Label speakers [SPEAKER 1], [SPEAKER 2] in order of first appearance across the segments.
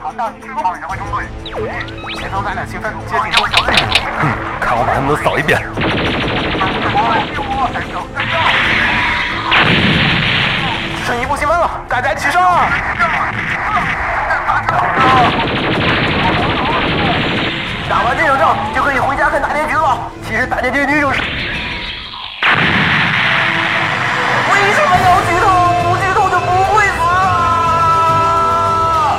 [SPEAKER 1] 好，到你这个方位指挥中队，前方咱俩兴奋，接近我小队。
[SPEAKER 2] 看我把他们都扫一遍。
[SPEAKER 1] 剩一步积分了，大家齐上！打完这场仗就可以回家看大结局了。其实大结局就是……为什么要剧透？不剧透就不会死啊！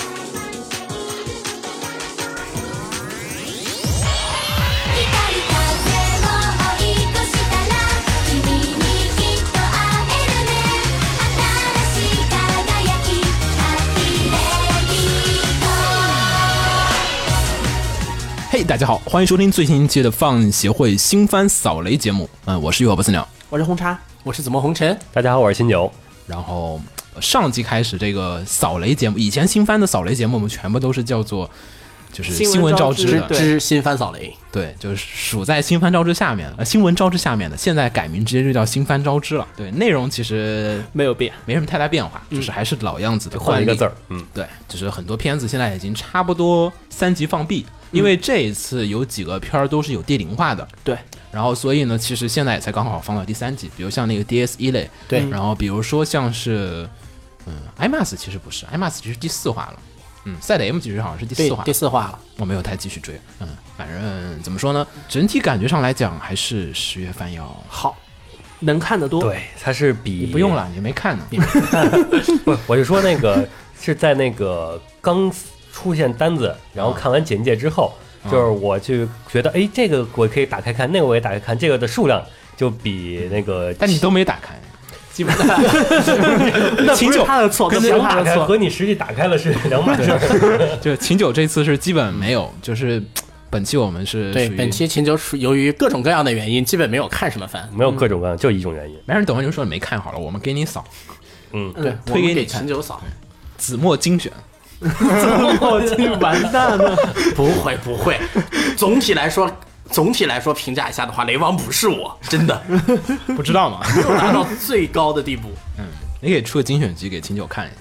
[SPEAKER 3] 光る風を追い越したら君にきっと会えるね新しい輝きハッピーレディ
[SPEAKER 4] 嘿、大家好，欢迎收听最新一期的放映协会新番扫雷节目。嗯、我是浴火不死鸟。
[SPEAKER 5] 我是红茶，
[SPEAKER 6] 我是怎么红尘？
[SPEAKER 2] 大家好，我是新九。
[SPEAKER 4] 然后呃上季开始这个扫雷节目，以前新番的扫雷节目我们全部都是叫做就是
[SPEAKER 5] 新闻
[SPEAKER 4] 新闻
[SPEAKER 5] 招
[SPEAKER 4] 招
[SPEAKER 5] 之
[SPEAKER 4] 之的，
[SPEAKER 5] 对
[SPEAKER 6] 知新番扫雷，
[SPEAKER 4] 对，就是属在新番招之下面，呃，新闻招之下面的，现在改名直接就叫新番招之了。对，内容其实
[SPEAKER 5] 没有变，
[SPEAKER 4] 没什么太大变化，就是还是老样子的，
[SPEAKER 2] 换了一个字
[SPEAKER 4] 儿。
[SPEAKER 2] 儿，嗯，
[SPEAKER 4] 对，就是很多片子现在已经差不多三级放毕，因
[SPEAKER 6] 嗯
[SPEAKER 4] 为这一次有几个片儿都是有地龄化的，
[SPEAKER 5] 对，
[SPEAKER 4] 然后所以呢，其实现在也才刚好放到第三集，比如像那个 DS 一类，
[SPEAKER 6] 对
[SPEAKER 4] 然后比如说像是，嗯，IMAS 其实不是，IMAS 其实第四话了，嗯，赛德 M 其实好像是第
[SPEAKER 6] 对
[SPEAKER 4] 四话，，
[SPEAKER 6] 第四话了。
[SPEAKER 4] 我没有太继续追，嗯，反正怎么说呢，整体感觉上来讲还是十月番要，
[SPEAKER 5] 好，能看得多。
[SPEAKER 2] 对，它是比
[SPEAKER 4] 你不用，了，你没看呢，
[SPEAKER 2] 不，我是说那个是在那个刚出现单子，然后看完简介之后，就是我去觉得，哎，这个我可以打开看，那个我也打开看，这个的数量就比那个，
[SPEAKER 4] 但你都没打开，
[SPEAKER 5] 基本上，那
[SPEAKER 4] 秦
[SPEAKER 5] 不是
[SPEAKER 4] 九
[SPEAKER 5] 他的错，那
[SPEAKER 4] 跟
[SPEAKER 5] 不
[SPEAKER 4] 着
[SPEAKER 5] 是
[SPEAKER 2] 想
[SPEAKER 5] 他
[SPEAKER 2] 打
[SPEAKER 5] 的
[SPEAKER 2] 开
[SPEAKER 5] 错。
[SPEAKER 2] 和你实际打开了是两码事儿。
[SPEAKER 4] 就秦九这次是基本没有，就是本期我们是
[SPEAKER 6] 对，
[SPEAKER 4] 属于
[SPEAKER 6] 本期秦九属由于各种各样的原因，基本没有看什么番。
[SPEAKER 2] 没有各种各样，就一种原因。
[SPEAKER 4] 没人等会儿就说你没看好了，我们给你扫
[SPEAKER 2] 嗯，
[SPEAKER 6] 对，
[SPEAKER 4] 推给
[SPEAKER 6] 我们
[SPEAKER 4] 你
[SPEAKER 6] 给
[SPEAKER 4] 看
[SPEAKER 6] 秦 九扫。
[SPEAKER 4] 子墨精选，
[SPEAKER 5] 我去，哦完蛋了！
[SPEAKER 6] 不会不会，总体来说，总体来说评价一下的话，雷王不是我，真 的
[SPEAKER 4] 不知道吗？
[SPEAKER 6] 没有达到最高的地步。
[SPEAKER 4] 你可以出个精选集给秦九看一下，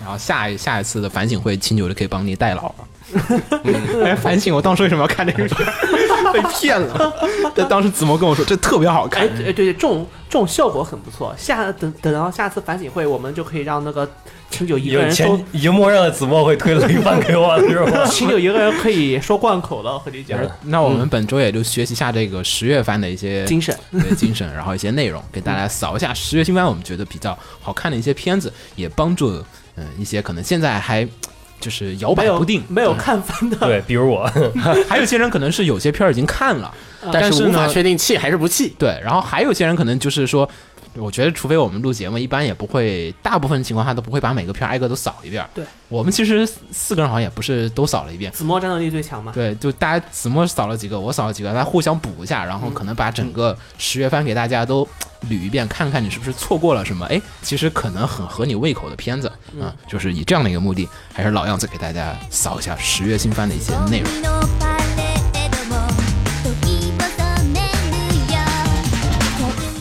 [SPEAKER 4] 然后下一下一次的反省会，秦九就可以帮你代劳了。 哎，反省我当时为什么要看这个事儿，被骗了。但当时子墨跟我说这特别好
[SPEAKER 5] 哎，
[SPEAKER 4] 看，
[SPEAKER 5] 对对对，这种这种效果很不错。下等等到下次反省会，我们就可以让那个秦九一个
[SPEAKER 2] 有
[SPEAKER 5] 人说
[SPEAKER 2] 前，已经默认了子墨会推雷番给 我了，是吧？
[SPEAKER 5] 秦九一个人可以说贯口了，很理解。
[SPEAKER 4] 那我们本周也就学习一下这个十月番的一些
[SPEAKER 5] 精神，
[SPEAKER 4] 对精神，然后一些内容，给大家扫一下十月新番我们觉得比较好看的一些片子，也帮助嗯、一些可能现在还就是摇
[SPEAKER 5] 没
[SPEAKER 4] 摆
[SPEAKER 5] 有
[SPEAKER 4] 不定，
[SPEAKER 5] 没有看番的，
[SPEAKER 2] 对，比如我，
[SPEAKER 4] 还有些人可能是有些片儿已经看了，但
[SPEAKER 6] 嗯但
[SPEAKER 4] 是
[SPEAKER 6] 无法
[SPEAKER 4] 呢，
[SPEAKER 6] 确定气还是不气。
[SPEAKER 4] 对，然后还有些人可能就是说，我觉得除非我们录节目，一般也不会，大部分情况下都不会把每个片儿挨个都扫一遍。
[SPEAKER 5] 对，
[SPEAKER 4] 我们其实四四个人好像也不是都扫了一遍。
[SPEAKER 5] 子墨战斗力最强嘛。
[SPEAKER 4] 对，就大家子墨扫了几个，我扫了几个，大家互相补一下，然后可能把整个十月番给大家都捋一遍，看看你是不是错过了什么。哎，其实可能很合你胃口的片子啊、就是以这样的一个目的，还是老样子给大家扫一下十月新番的一些内容。
[SPEAKER 3] 君のパレードも時求めるよ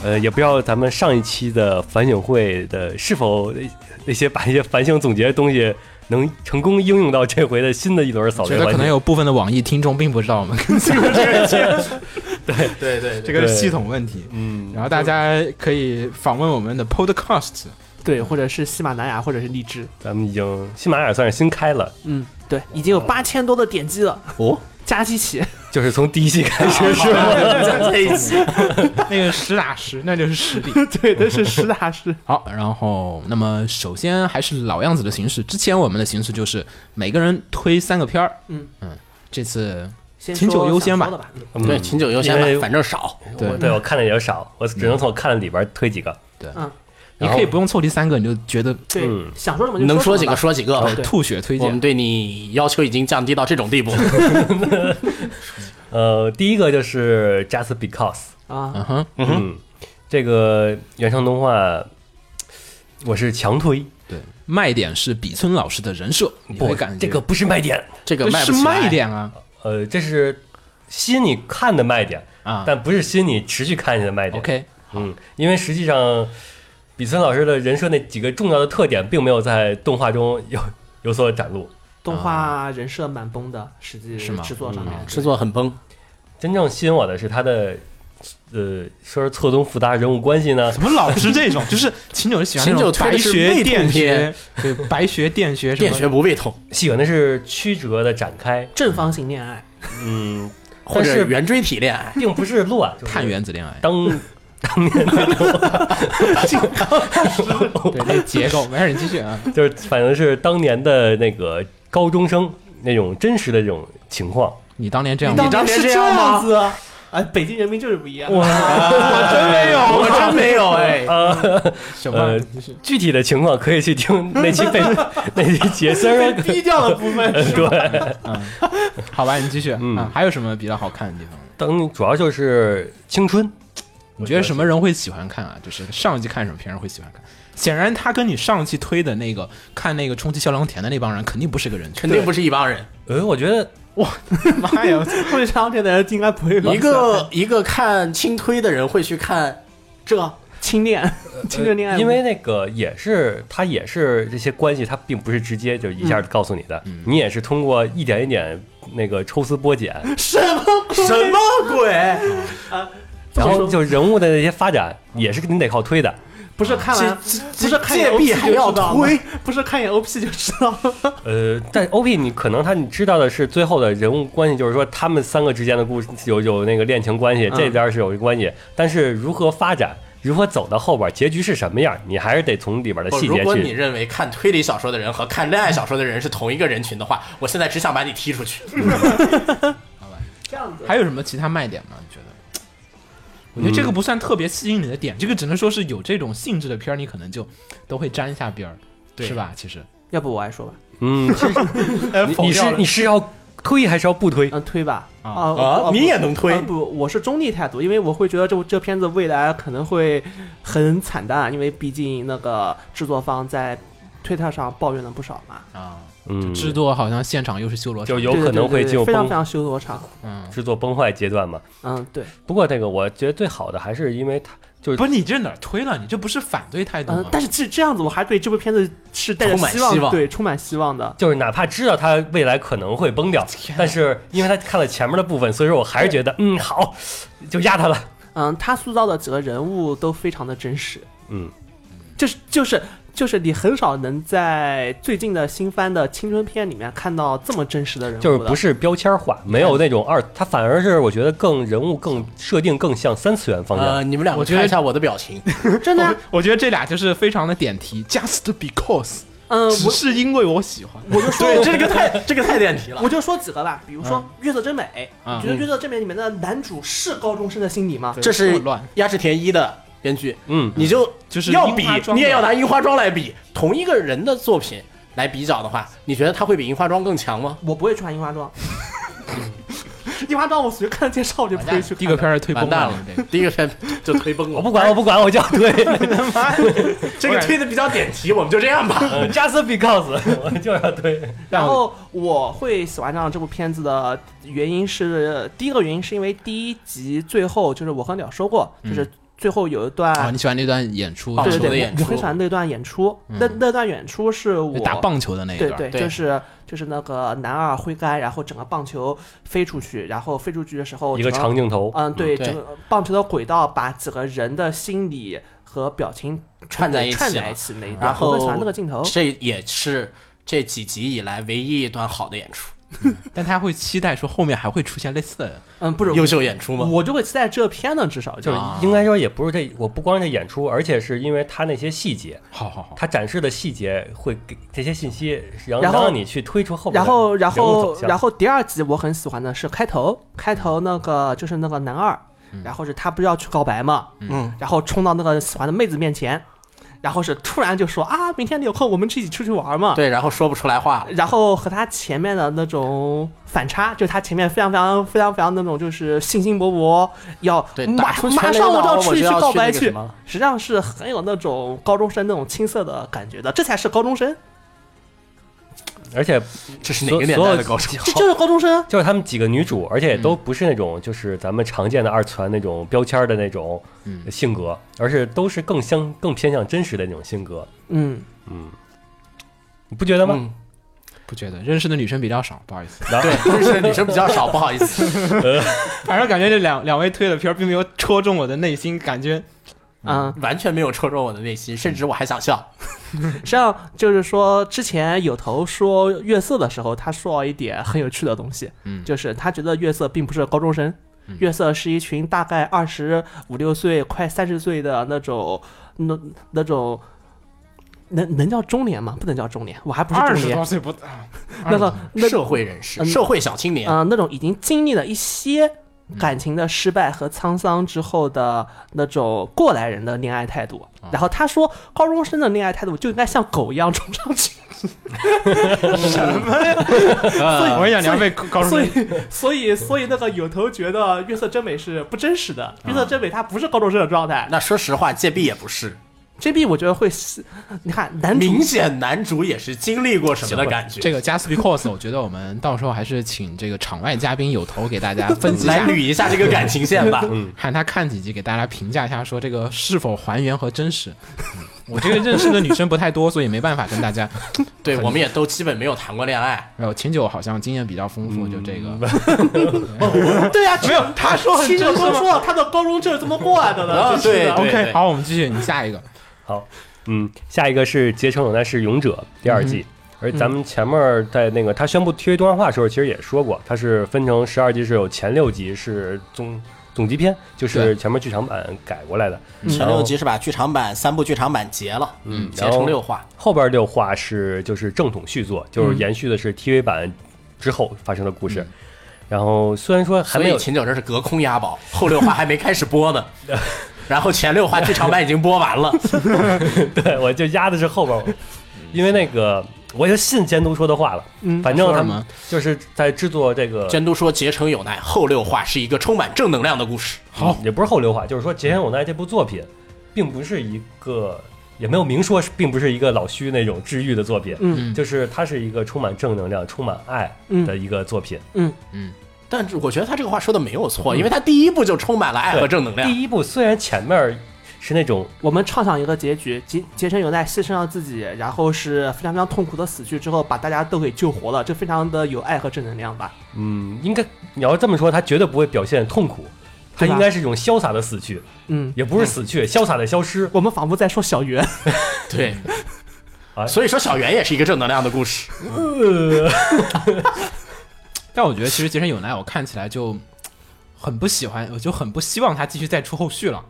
[SPEAKER 2] 呃，也不知道咱们上一期的反省会的是否那些把一些反省总结的东西能成功应用到这回的新的一轮扫
[SPEAKER 4] 觉
[SPEAKER 2] 雷
[SPEAKER 4] 得
[SPEAKER 2] 环
[SPEAKER 4] 可能
[SPEAKER 2] 节。
[SPEAKER 4] 有部分的网易听众并不知道我们跟这个
[SPEAKER 6] 对对
[SPEAKER 4] 这
[SPEAKER 6] 对，
[SPEAKER 4] 个是
[SPEAKER 2] 对
[SPEAKER 4] 系统问题。嗯，然后大家可以访问我们的 Podcast，
[SPEAKER 5] 对，或者是喜马拉雅，或者是荔枝。
[SPEAKER 2] 咱们已经喜马拉雅算是新开了，
[SPEAKER 5] 嗯，对，已经有八千多的点击了。
[SPEAKER 2] 哦，
[SPEAKER 5] 加机器，
[SPEAKER 2] 就是从第一期开
[SPEAKER 4] 啊
[SPEAKER 2] 始是吗？
[SPEAKER 6] 这一期
[SPEAKER 4] 那个实打实，那就是实力。
[SPEAKER 5] 对，那是实打实。
[SPEAKER 4] 好，然后那么首先还是老样子的形式，之前我们的形式就是每个人推三个片儿。
[SPEAKER 5] 嗯
[SPEAKER 4] 嗯，这次
[SPEAKER 5] 先
[SPEAKER 4] 秦九
[SPEAKER 5] 说
[SPEAKER 4] 优
[SPEAKER 5] 想
[SPEAKER 4] 先吧
[SPEAKER 5] 说的吧。嗯
[SPEAKER 2] 嗯
[SPEAKER 6] 对秦九优先
[SPEAKER 2] 因为
[SPEAKER 6] 吧，反正少。
[SPEAKER 2] 我对我看的也少，我只能从我看的里边推几个。
[SPEAKER 5] 嗯，
[SPEAKER 4] 你可以不用凑第三个，你就觉得
[SPEAKER 5] 对，
[SPEAKER 2] 嗯
[SPEAKER 5] 想说什么就
[SPEAKER 6] 能说
[SPEAKER 5] 说什
[SPEAKER 6] 几
[SPEAKER 5] 么
[SPEAKER 6] 个
[SPEAKER 5] 吧。
[SPEAKER 6] 说几个吧。
[SPEAKER 5] 对
[SPEAKER 4] 吐血推
[SPEAKER 6] 我们
[SPEAKER 4] 荐。
[SPEAKER 6] 对你要求已经降低到这种地步了。
[SPEAKER 2] 呃，第一个就是 Just Because，
[SPEAKER 5] 啊
[SPEAKER 4] 嗯哼，
[SPEAKER 2] 嗯，这个原创动画我是强推，
[SPEAKER 4] 对，卖点是比村老师的人设，你会
[SPEAKER 2] 不
[SPEAKER 4] 感，觉
[SPEAKER 2] 这个不是卖点，
[SPEAKER 6] 这个卖
[SPEAKER 4] 是
[SPEAKER 6] 不起来
[SPEAKER 4] 卖点啊
[SPEAKER 2] 呃，这是吸引你看的卖点，
[SPEAKER 4] 啊
[SPEAKER 2] 但不是吸引你持续看下去的卖点。
[SPEAKER 4] ，OK，
[SPEAKER 2] 嗯，因为实际上，比森老师的人设那几个重要的特点，并没有在动画中 有有所展露。
[SPEAKER 5] 动画人设蛮崩的，实际
[SPEAKER 4] 是吗嗯
[SPEAKER 5] 制作上面
[SPEAKER 6] 制作很崩，
[SPEAKER 2] 真正吸引我的是他的，呃，说是错综复杂人物关系呢
[SPEAKER 4] 怎，么老是这种？ 就是秦九喜欢那
[SPEAKER 6] 秦九
[SPEAKER 4] 种
[SPEAKER 6] 推
[SPEAKER 4] 白
[SPEAKER 6] 的是
[SPEAKER 4] 学
[SPEAKER 6] 胃痛
[SPEAKER 4] 电学
[SPEAKER 6] 片，
[SPEAKER 4] 对，白学电学什么
[SPEAKER 6] 电学不胃痛，
[SPEAKER 2] 喜欢的是曲折的展开，
[SPEAKER 5] 正方形恋爱，
[SPEAKER 2] 嗯，
[SPEAKER 6] 或
[SPEAKER 2] 但
[SPEAKER 6] 者
[SPEAKER 2] 是
[SPEAKER 6] 圆锥体恋爱。
[SPEAKER 2] 并不 是乱，就是
[SPEAKER 4] 碳原子恋爱，
[SPEAKER 2] 当当年
[SPEAKER 4] 对，那结 构没事，你继续啊。
[SPEAKER 2] 就是反正是当年的那个高中生那种真实的这种情况。
[SPEAKER 4] 你当年这样
[SPEAKER 6] 你
[SPEAKER 4] 吗，
[SPEAKER 6] 当年
[SPEAKER 5] 是
[SPEAKER 6] 这样吗
[SPEAKER 5] 样子啊？哎，北京人民就是不一 样。
[SPEAKER 4] 我真没有，
[SPEAKER 6] 我真没有哎，
[SPEAKER 4] 什么
[SPEAKER 2] 呃？，具体的情况可以去听那期被 那期节，虽然说
[SPEAKER 5] 低调的部分是吧
[SPEAKER 2] 对。
[SPEAKER 4] 好吧，你继续啊。还有什么比较好看的地方？
[SPEAKER 2] 当主要就是青春，
[SPEAKER 4] 你觉得什么人会喜欢看啊？就是上一季看什么片人会喜欢看？显然他跟你上一期推的那个看那个冲击小良田的那帮人肯定不是个人群
[SPEAKER 6] 肯。定不是一帮人。
[SPEAKER 2] 呃，我觉得
[SPEAKER 4] 妈 呀，
[SPEAKER 5] 会唱这的人应该不会吧
[SPEAKER 6] 一个一个看轻推的人会去看这，
[SPEAKER 5] 清恋， 青春
[SPEAKER 6] 哎
[SPEAKER 5] 恋爱，
[SPEAKER 2] 因为那个也是，它也是这些关系，它并不是直接就一
[SPEAKER 6] 嗯
[SPEAKER 2] 下告诉你的，你也是通过一点一点那个抽丝剥茧，
[SPEAKER 5] 什么鬼
[SPEAKER 6] 什么鬼？
[SPEAKER 5] 这
[SPEAKER 2] 然
[SPEAKER 5] 么说
[SPEAKER 2] 后就人物的那些发展也是你得靠推的。
[SPEAKER 5] 不是看完
[SPEAKER 6] 这这
[SPEAKER 5] 不是看眼
[SPEAKER 6] 这
[SPEAKER 5] OP
[SPEAKER 6] 必还要
[SPEAKER 5] 就知道吗
[SPEAKER 6] 推，
[SPEAKER 5] 不是看眼 OP 就知道了。
[SPEAKER 2] 呃，但 OP 你可能他你知道的是最后的人物关系，就是说他们三个之间的故事有有那个恋情关
[SPEAKER 6] 嗯
[SPEAKER 2] 系，这边是有关系，但是如何发展，如何走到后边，结局是什么样，你还是得从里边的
[SPEAKER 6] 不
[SPEAKER 2] 细
[SPEAKER 6] 如
[SPEAKER 2] 节
[SPEAKER 6] 果你
[SPEAKER 2] 去。
[SPEAKER 6] 认为看推理小说的人和看恋爱小说的人是同一个人群的话，我现在只想把你踢出去。
[SPEAKER 5] 这样子
[SPEAKER 4] 还有什么其他卖点吗？你觉得？我觉得这个不算特别吸引你的点，这个只能说是有这种性质的片儿，你可能就都会沾一下边儿，
[SPEAKER 6] 对
[SPEAKER 4] 是吧？其实
[SPEAKER 5] 要不我来说吧，
[SPEAKER 2] 嗯，其实你你是你是要推还是要不推？
[SPEAKER 5] 嗯，推吧
[SPEAKER 4] 啊
[SPEAKER 6] 啊
[SPEAKER 5] 我
[SPEAKER 6] 你也能推
[SPEAKER 5] 啊不，我是中立态度，因为我会觉得这部这片子未来可能会很惨淡，因为毕竟那个制作方在推特上抱怨了不少嘛，
[SPEAKER 4] 啊，
[SPEAKER 2] 嗯，
[SPEAKER 4] 制作好像现场又是修罗场
[SPEAKER 2] 就有可能会进
[SPEAKER 5] 就
[SPEAKER 2] 入
[SPEAKER 5] 非常非
[SPEAKER 2] 崩
[SPEAKER 5] 常修罗场。
[SPEAKER 4] 嗯，
[SPEAKER 2] 制作崩坏阶段嘛。
[SPEAKER 5] 嗯，对，
[SPEAKER 2] 不过这个我觉得最好的还是因为它就是
[SPEAKER 4] 不是你这哪儿推了？你这不是反对态度
[SPEAKER 5] 嗯
[SPEAKER 4] 吗？，
[SPEAKER 5] 但是这这样子，我还对这部片子是带着
[SPEAKER 6] 充满
[SPEAKER 5] 希望，
[SPEAKER 6] 希望
[SPEAKER 5] 对，充满希望 的。
[SPEAKER 2] 就是哪怕知道它未来可能会崩掉，但是因为他看了前面的部分，所以说我还是觉得嗯好，就压他了。
[SPEAKER 5] 嗯，他塑造的几个人物都非常的真实，
[SPEAKER 2] 嗯，
[SPEAKER 5] 就是就是就是你很少能在最近的新番的青春片里面看到这么真实的人物的，
[SPEAKER 2] 就是不是标签化，没有那种二，嗯它反而是我觉得更人物更设定更向三次元方向。
[SPEAKER 6] 呃，你们两
[SPEAKER 4] 我
[SPEAKER 6] 个
[SPEAKER 4] 觉得
[SPEAKER 6] 看一下我的表情，
[SPEAKER 5] 真的啊、
[SPEAKER 4] 我觉得这俩就是非常的点题，just because，
[SPEAKER 5] 嗯，
[SPEAKER 4] 只
[SPEAKER 5] 我
[SPEAKER 4] 是因为我喜欢。
[SPEAKER 5] 我就说
[SPEAKER 6] 对，这个太这个太点题了。
[SPEAKER 5] 我就说几个吧，比如说《月色真美》，
[SPEAKER 4] 嗯
[SPEAKER 5] 你觉得《月色真美》里面的男主是高中生的心理吗？
[SPEAKER 4] 对
[SPEAKER 6] 这是
[SPEAKER 4] 混乱
[SPEAKER 6] 鸭志田一的编剧，
[SPEAKER 2] 嗯，
[SPEAKER 6] 你就
[SPEAKER 4] 就是
[SPEAKER 6] 要
[SPEAKER 4] 樱
[SPEAKER 6] 比
[SPEAKER 4] 花妆，
[SPEAKER 6] 你也
[SPEAKER 4] 的
[SPEAKER 6] 要拿樱花妆来比，同一个人的作品来比较的话，你觉得他会比樱花妆更强吗？
[SPEAKER 5] 我不会穿樱花装， 樱花装我随便看介绍我就不会去 看的。
[SPEAKER 4] 嗯第一个片儿推崩
[SPEAKER 6] 完蛋
[SPEAKER 4] 了
[SPEAKER 6] 了
[SPEAKER 4] 这个，
[SPEAKER 6] 第一个片就推崩了。
[SPEAKER 2] 我不管，我不管，我就要 推
[SPEAKER 6] 这个推的比较点题，我们就这样吧。
[SPEAKER 2] 呃 just because，我就要推。
[SPEAKER 5] 然后我会喜欢上这部片子的原因是，第一个原因是因为第一集最后就是我和鸟说过，就是最后有一段，
[SPEAKER 4] 啊，你喜欢那段演出，
[SPEAKER 6] 棒
[SPEAKER 5] 对
[SPEAKER 6] 球
[SPEAKER 5] 对
[SPEAKER 6] 的
[SPEAKER 5] 对
[SPEAKER 6] 演，
[SPEAKER 5] 我
[SPEAKER 6] 出
[SPEAKER 5] 我很喜欢那段演出，那那段演出是我
[SPEAKER 4] 打棒球的那一
[SPEAKER 5] 对
[SPEAKER 4] 段，
[SPEAKER 5] 嗯对，
[SPEAKER 6] 对
[SPEAKER 5] 就是就是那个男二挥杆，然后整个棒球飞出去，然后飞出去的时候
[SPEAKER 2] 一个
[SPEAKER 5] 整
[SPEAKER 2] 长镜头，
[SPEAKER 5] 嗯，对，
[SPEAKER 6] 对
[SPEAKER 5] 整个棒球的轨道把整个人的心理和表情
[SPEAKER 6] 串在一起
[SPEAKER 5] 串在
[SPEAKER 6] 了
[SPEAKER 5] 一起那一段，
[SPEAKER 6] 然
[SPEAKER 5] 我
[SPEAKER 6] 后
[SPEAKER 5] 很喜欢那个镜头。
[SPEAKER 6] 这也是这几集以来唯一一段好的演出，
[SPEAKER 4] 但他会期待说后面还会出现类似的人。
[SPEAKER 5] 嗯，不是，
[SPEAKER 6] 优秀演出吗？
[SPEAKER 5] 我就会期待这片呢，至少
[SPEAKER 2] 就
[SPEAKER 5] 就是
[SPEAKER 2] 应该说也不是这，我不光是演出，而且是因为它那些细节，
[SPEAKER 4] 好好好，
[SPEAKER 2] 它展示的细节会给这些信息，然
[SPEAKER 5] 然
[SPEAKER 2] 后
[SPEAKER 5] 后
[SPEAKER 2] 让你去推出后边
[SPEAKER 5] 然
[SPEAKER 2] 的
[SPEAKER 5] 后，然
[SPEAKER 2] 人物
[SPEAKER 5] 后
[SPEAKER 2] 走，向
[SPEAKER 5] 然后第二集我很喜欢的是开头，开头那个就是那个男二，然后是他不是要去告白嘛，
[SPEAKER 6] 嗯，
[SPEAKER 5] 然后冲到那个喜欢的妹子面前，然后是突然就说啊，明天你有空，我们一起出去玩嘛。
[SPEAKER 6] 对，然后说不出来话了，
[SPEAKER 5] 然后和他前面的那种反差，就是他前面非常非常非常非常那种就是信心勃勃，要
[SPEAKER 6] 对
[SPEAKER 5] 马
[SPEAKER 6] 打出
[SPEAKER 5] 马
[SPEAKER 6] 全垒
[SPEAKER 5] 上我
[SPEAKER 6] 打
[SPEAKER 5] 要
[SPEAKER 6] 我
[SPEAKER 5] 出去
[SPEAKER 6] 就要
[SPEAKER 5] 告
[SPEAKER 6] 去
[SPEAKER 5] 白
[SPEAKER 6] 那个
[SPEAKER 5] 去
[SPEAKER 6] 什么，
[SPEAKER 5] 实际上是很有那种高中生那种青涩的感觉的，这才是高中生，
[SPEAKER 2] 而且
[SPEAKER 6] 这是哪
[SPEAKER 2] 所
[SPEAKER 6] 个年
[SPEAKER 2] 所
[SPEAKER 6] 代
[SPEAKER 2] 有
[SPEAKER 6] 的高中？
[SPEAKER 5] 这就是高中生。啊
[SPEAKER 2] 就是他们几个女
[SPEAKER 5] 嗯
[SPEAKER 2] 主，而且也都不是那种就是咱们常见的二次元那种标签的那种
[SPEAKER 4] 嗯
[SPEAKER 2] 性格，而是都是更相更偏向真实的那种性格。
[SPEAKER 5] 嗯，
[SPEAKER 2] 嗯，你不觉得吗？
[SPEAKER 6] 嗯，
[SPEAKER 4] 不觉得认识的女生比较少，不好意思。
[SPEAKER 2] 然 后
[SPEAKER 6] 对，认识的女生比较少，不好意思。
[SPEAKER 4] 反正感觉这两两位推的片儿并没有戳中我的内心，感觉
[SPEAKER 5] 嗯，
[SPEAKER 6] 完全没有戳中我的内心，甚至我还想笑。
[SPEAKER 5] 实际上就是说，之前有头说月色的时候，他说了一点很有趣的东西，
[SPEAKER 4] 嗯
[SPEAKER 5] 就是他觉得月色并不是高中生
[SPEAKER 4] 嗯，
[SPEAKER 5] 月色是一群大概二十五六岁、快三十岁的那种那那种。能能叫中年吗？不能叫中年，我还不是
[SPEAKER 4] 二
[SPEAKER 5] 中
[SPEAKER 4] 十
[SPEAKER 5] 年
[SPEAKER 4] 多。岁不啊
[SPEAKER 5] 那个那
[SPEAKER 6] 社会人士、
[SPEAKER 5] 嗯
[SPEAKER 6] 社会小青年，
[SPEAKER 5] 呃，那种已经经历了一些感情的失败和沧桑之后的那种过来人的恋爱态度。
[SPEAKER 4] 啊
[SPEAKER 5] 然后他说，高中生的恋爱态度就应该像狗一样冲上去。
[SPEAKER 4] 呃我也想两位高中
[SPEAKER 5] 所
[SPEAKER 4] 生
[SPEAKER 5] 以，所以，所以那个有头觉得月色真美是不真实的，月色真美它不是高中生的状态。
[SPEAKER 6] 那说实话，界壁也不是，
[SPEAKER 5] J B 我觉得会是，你看男主
[SPEAKER 6] 明显男主也是经历过什么的感觉。
[SPEAKER 4] 这个 Just Because，我觉得我们到时候还是请这个场外嘉宾有头给 大家分析一
[SPEAKER 6] 来
[SPEAKER 4] 下，
[SPEAKER 6] 捋一下这个感情线 吧。
[SPEAKER 2] 嗯
[SPEAKER 4] 喊他看几集，给大家评价一下，说这个是否还原和真实。嗯我这个认识的女生不太多，所以没办法跟大家。
[SPEAKER 6] 对，我们也都基本没有谈过恋爱。
[SPEAKER 4] 然后秦九好像经验比较丰富，就这个。
[SPEAKER 2] 嗯
[SPEAKER 5] 对啊，没有他说七九都说了他的高中就是这么过来的
[SPEAKER 6] 啊
[SPEAKER 5] 呢，真是
[SPEAKER 6] 对
[SPEAKER 5] 的。
[SPEAKER 6] 对
[SPEAKER 4] OK，好，我们继续，你下一个。
[SPEAKER 2] 好，嗯，下一个是《结城有难是勇者》第二
[SPEAKER 5] 嗯
[SPEAKER 2] 季。而咱们前面在那个他宣布 TV 动画化的时候，其实也说过，它是分成十二集，是有前六集是总总集篇，就是
[SPEAKER 4] 对
[SPEAKER 2] 前面剧场版改过来的，
[SPEAKER 5] 嗯
[SPEAKER 6] 前
[SPEAKER 2] 然
[SPEAKER 6] 六
[SPEAKER 2] 后
[SPEAKER 6] 集是把剧场版三部剧场版结了，嗯结
[SPEAKER 2] 然后
[SPEAKER 6] 成六话。
[SPEAKER 2] 后边六话是就是正统续作，就是延续的是 TV 版之后发生的故事。然后虽然说还
[SPEAKER 6] 所
[SPEAKER 2] 没
[SPEAKER 6] 以
[SPEAKER 2] 有，
[SPEAKER 6] 秦九这是隔空押宝，后六话还没开始播 呢，然后前六话剧场版已经播完了。
[SPEAKER 2] 对我就压的是后边儿，因为那个我就信监督说的话了。
[SPEAKER 5] 嗯
[SPEAKER 2] 反正
[SPEAKER 4] 说
[SPEAKER 2] 他
[SPEAKER 4] 什么
[SPEAKER 2] 们就是在制作这个，嗯
[SPEAKER 6] 监督说《结成有奈》后六话是一个充满正能量的故事，嗯
[SPEAKER 4] 好，
[SPEAKER 2] 也不是后流化，就是说《结缘有奈》这部作品，并不是一个，也没有明说是，并不是一个老虚那种治愈的作品，
[SPEAKER 5] 嗯
[SPEAKER 2] 就是它是一个充满正能量、充满爱的一个作品。
[SPEAKER 5] 嗯，
[SPEAKER 6] 但是我觉得他这个话说的没有错，因为他第一部就充满了爱和正能量。
[SPEAKER 2] 第一部虽然前面是那种
[SPEAKER 5] 我们畅想一个结局，结结成有奈牺牲了自己，然后是非常非常痛苦的死去之后，把大家都给救活了，这非常的有爱和正能量吧？
[SPEAKER 2] 嗯，应该你要这么说，他绝对不会表现痛苦，他
[SPEAKER 5] 对吧
[SPEAKER 2] 应该是一种潇洒的死去，
[SPEAKER 5] 嗯，
[SPEAKER 2] 也不是死去，潇洒的消失。
[SPEAKER 5] 我们仿佛在说小圆，
[SPEAKER 6] 对
[SPEAKER 2] 哎，
[SPEAKER 6] 所以说小圆也是一个正能量的故事。
[SPEAKER 4] 但我觉得其实《杰森有奈》我看起来就很不喜欢，我就很不希望他继续再出后续了。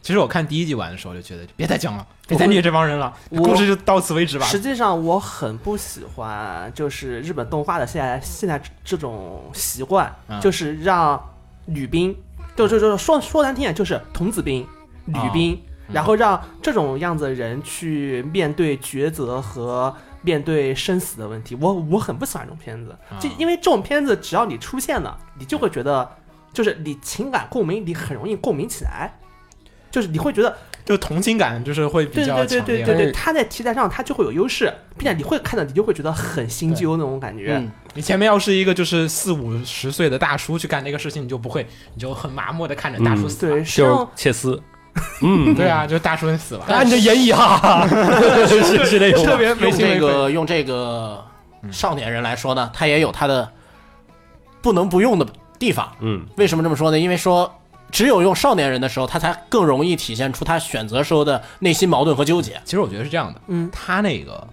[SPEAKER 4] 其实我看第一集完的时候就觉得，别再讲了，别再虐这帮人了，
[SPEAKER 5] 我
[SPEAKER 4] 故事就到此为止吧。
[SPEAKER 5] 实际上，我很不喜欢就是日本动画的现在现在这种习惯，
[SPEAKER 4] 嗯
[SPEAKER 5] 就是让女兵，就就就说说难听点，就是童子兵、女
[SPEAKER 4] 哦
[SPEAKER 5] 兵，
[SPEAKER 4] 嗯
[SPEAKER 5] 然后让这种样子的人去面对抉择和。面对生死的问题，我我很不喜欢这种片子，
[SPEAKER 4] 嗯
[SPEAKER 5] 就因为这种片子，只要你出现了，你就会觉得，就是你情感共鸣，你很容易共鸣起来，就是你会觉得
[SPEAKER 4] 就同情感就是会比
[SPEAKER 5] 对
[SPEAKER 4] 较
[SPEAKER 5] 对
[SPEAKER 4] 强
[SPEAKER 5] 对
[SPEAKER 4] 烈。
[SPEAKER 5] 对对对，他在题材上他就会有优势，并且你会看到你就会觉得很心揪那种感觉。
[SPEAKER 6] 嗯，
[SPEAKER 4] 你前面要是一个就是四五十岁的大叔去干这个事情，你就不会，你就很麻木的看着大
[SPEAKER 6] 嗯
[SPEAKER 4] 叔死。
[SPEAKER 5] 对，实际
[SPEAKER 2] 就是
[SPEAKER 5] 上
[SPEAKER 2] 切斯，嗯，
[SPEAKER 4] 对啊，就大叔死 了，
[SPEAKER 2] 按着言语哈，是是那种啊
[SPEAKER 4] 特别没
[SPEAKER 6] 用
[SPEAKER 4] 心没肺。
[SPEAKER 6] 这个用这个少年人来说呢，他也有他的不能不用的地方。
[SPEAKER 2] 嗯，
[SPEAKER 6] 为什么这么说呢？因为说只有用少年人的时候，他才更容易体现出他选择时候的内心矛盾和纠结。
[SPEAKER 4] 其实我觉得是这样的，
[SPEAKER 5] 嗯
[SPEAKER 4] 他那个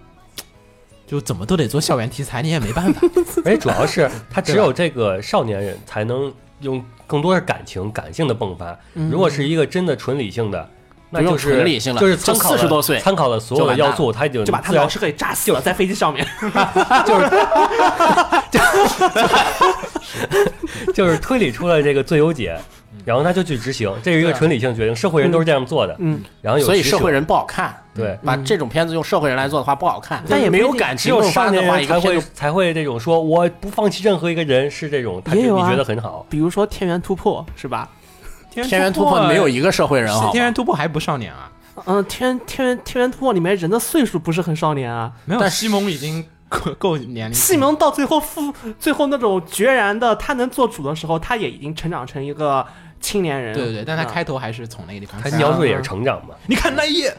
[SPEAKER 4] 就怎么都得做校园题材，你也没办 法。
[SPEAKER 2] 而且哎主要是他只有这个少年人才能用更多的感情、感性的迸发。如果是一个真的纯理性的，那就
[SPEAKER 6] 不
[SPEAKER 2] 是
[SPEAKER 6] 用纯理性了
[SPEAKER 2] 就是参考了
[SPEAKER 6] 就40多岁
[SPEAKER 2] 参考了所有的要素，他就
[SPEAKER 5] 就把他
[SPEAKER 2] 自然
[SPEAKER 5] 老师给炸死了，在飞机上面。
[SPEAKER 2] 就是推理出了这个最优解。
[SPEAKER 6] 嗯
[SPEAKER 2] 然后他就去执行，这是一个
[SPEAKER 6] 对啊
[SPEAKER 2] 纯理性决定，社会人都是这样做的。
[SPEAKER 5] 嗯，
[SPEAKER 2] 然后有
[SPEAKER 6] 所以
[SPEAKER 2] 取舍
[SPEAKER 6] 社会人不好看。
[SPEAKER 2] 对，
[SPEAKER 6] 把这种片子用社会人来做的话不好看，
[SPEAKER 5] 但也不
[SPEAKER 6] 没
[SPEAKER 5] 一定
[SPEAKER 6] 有感
[SPEAKER 2] 只
[SPEAKER 6] 情
[SPEAKER 2] 有
[SPEAKER 6] 用
[SPEAKER 2] 少
[SPEAKER 6] 翻
[SPEAKER 2] 年
[SPEAKER 6] 的话，
[SPEAKER 2] 人
[SPEAKER 6] 一个
[SPEAKER 2] 才
[SPEAKER 6] 片
[SPEAKER 2] 会
[SPEAKER 6] 子
[SPEAKER 2] 才会这种说我不放弃任何一个人是这种，他觉
[SPEAKER 5] 也有
[SPEAKER 2] 你
[SPEAKER 5] 啊
[SPEAKER 2] 觉得很好。
[SPEAKER 5] 比如说《天元突破》是吧？
[SPEAKER 6] 天元突破没有一个社会人好，
[SPEAKER 4] 天元突破还不少年啊，
[SPEAKER 5] 嗯，天天元天元突破里面人的岁数不是很少年啊，
[SPEAKER 4] 没有
[SPEAKER 6] 但
[SPEAKER 4] 西蒙已经够够年龄，
[SPEAKER 5] 西蒙到最后复最后那种决然的他能做主的时候，他也已经成长成一个青年人。
[SPEAKER 4] 对对对，但他
[SPEAKER 5] 嗯
[SPEAKER 4] 开头还是从那个地方
[SPEAKER 2] 他
[SPEAKER 4] 起
[SPEAKER 2] 描述的也是成长嘛，
[SPEAKER 4] 你看那一页，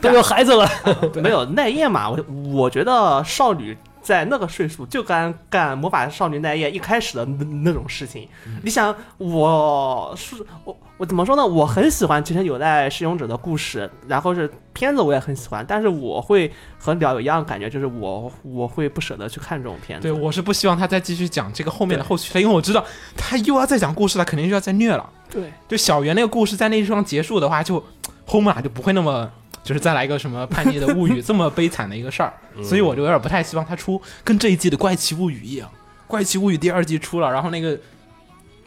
[SPEAKER 2] 都有孩子了，
[SPEAKER 5] 没有奈叶嘛，我我觉得少女在那个岁数就干干魔法少女奈叶一开始的那那种事情。
[SPEAKER 2] 嗯
[SPEAKER 5] 你想，我是我我怎么说呢？我很喜欢《其实有代使用者》的故事，然后是片子我也很喜欢，但是我会和聊有一样的感觉，就是我我会不舍得去看这种片子。
[SPEAKER 4] 对我是不希望他再继续讲这个后面的后续了，因为我知道他又要再讲故事了，肯定又要再虐了。
[SPEAKER 5] 对
[SPEAKER 4] 就小圆那个故事在那地方结束的话，就后面就不会那么。就是再来一个什么叛逆的物语这么悲惨的一个事儿，
[SPEAKER 2] 嗯
[SPEAKER 4] 所以我就有点不太希望他出跟这一季的怪奇物语一样。怪奇物语第二季出了，然后那个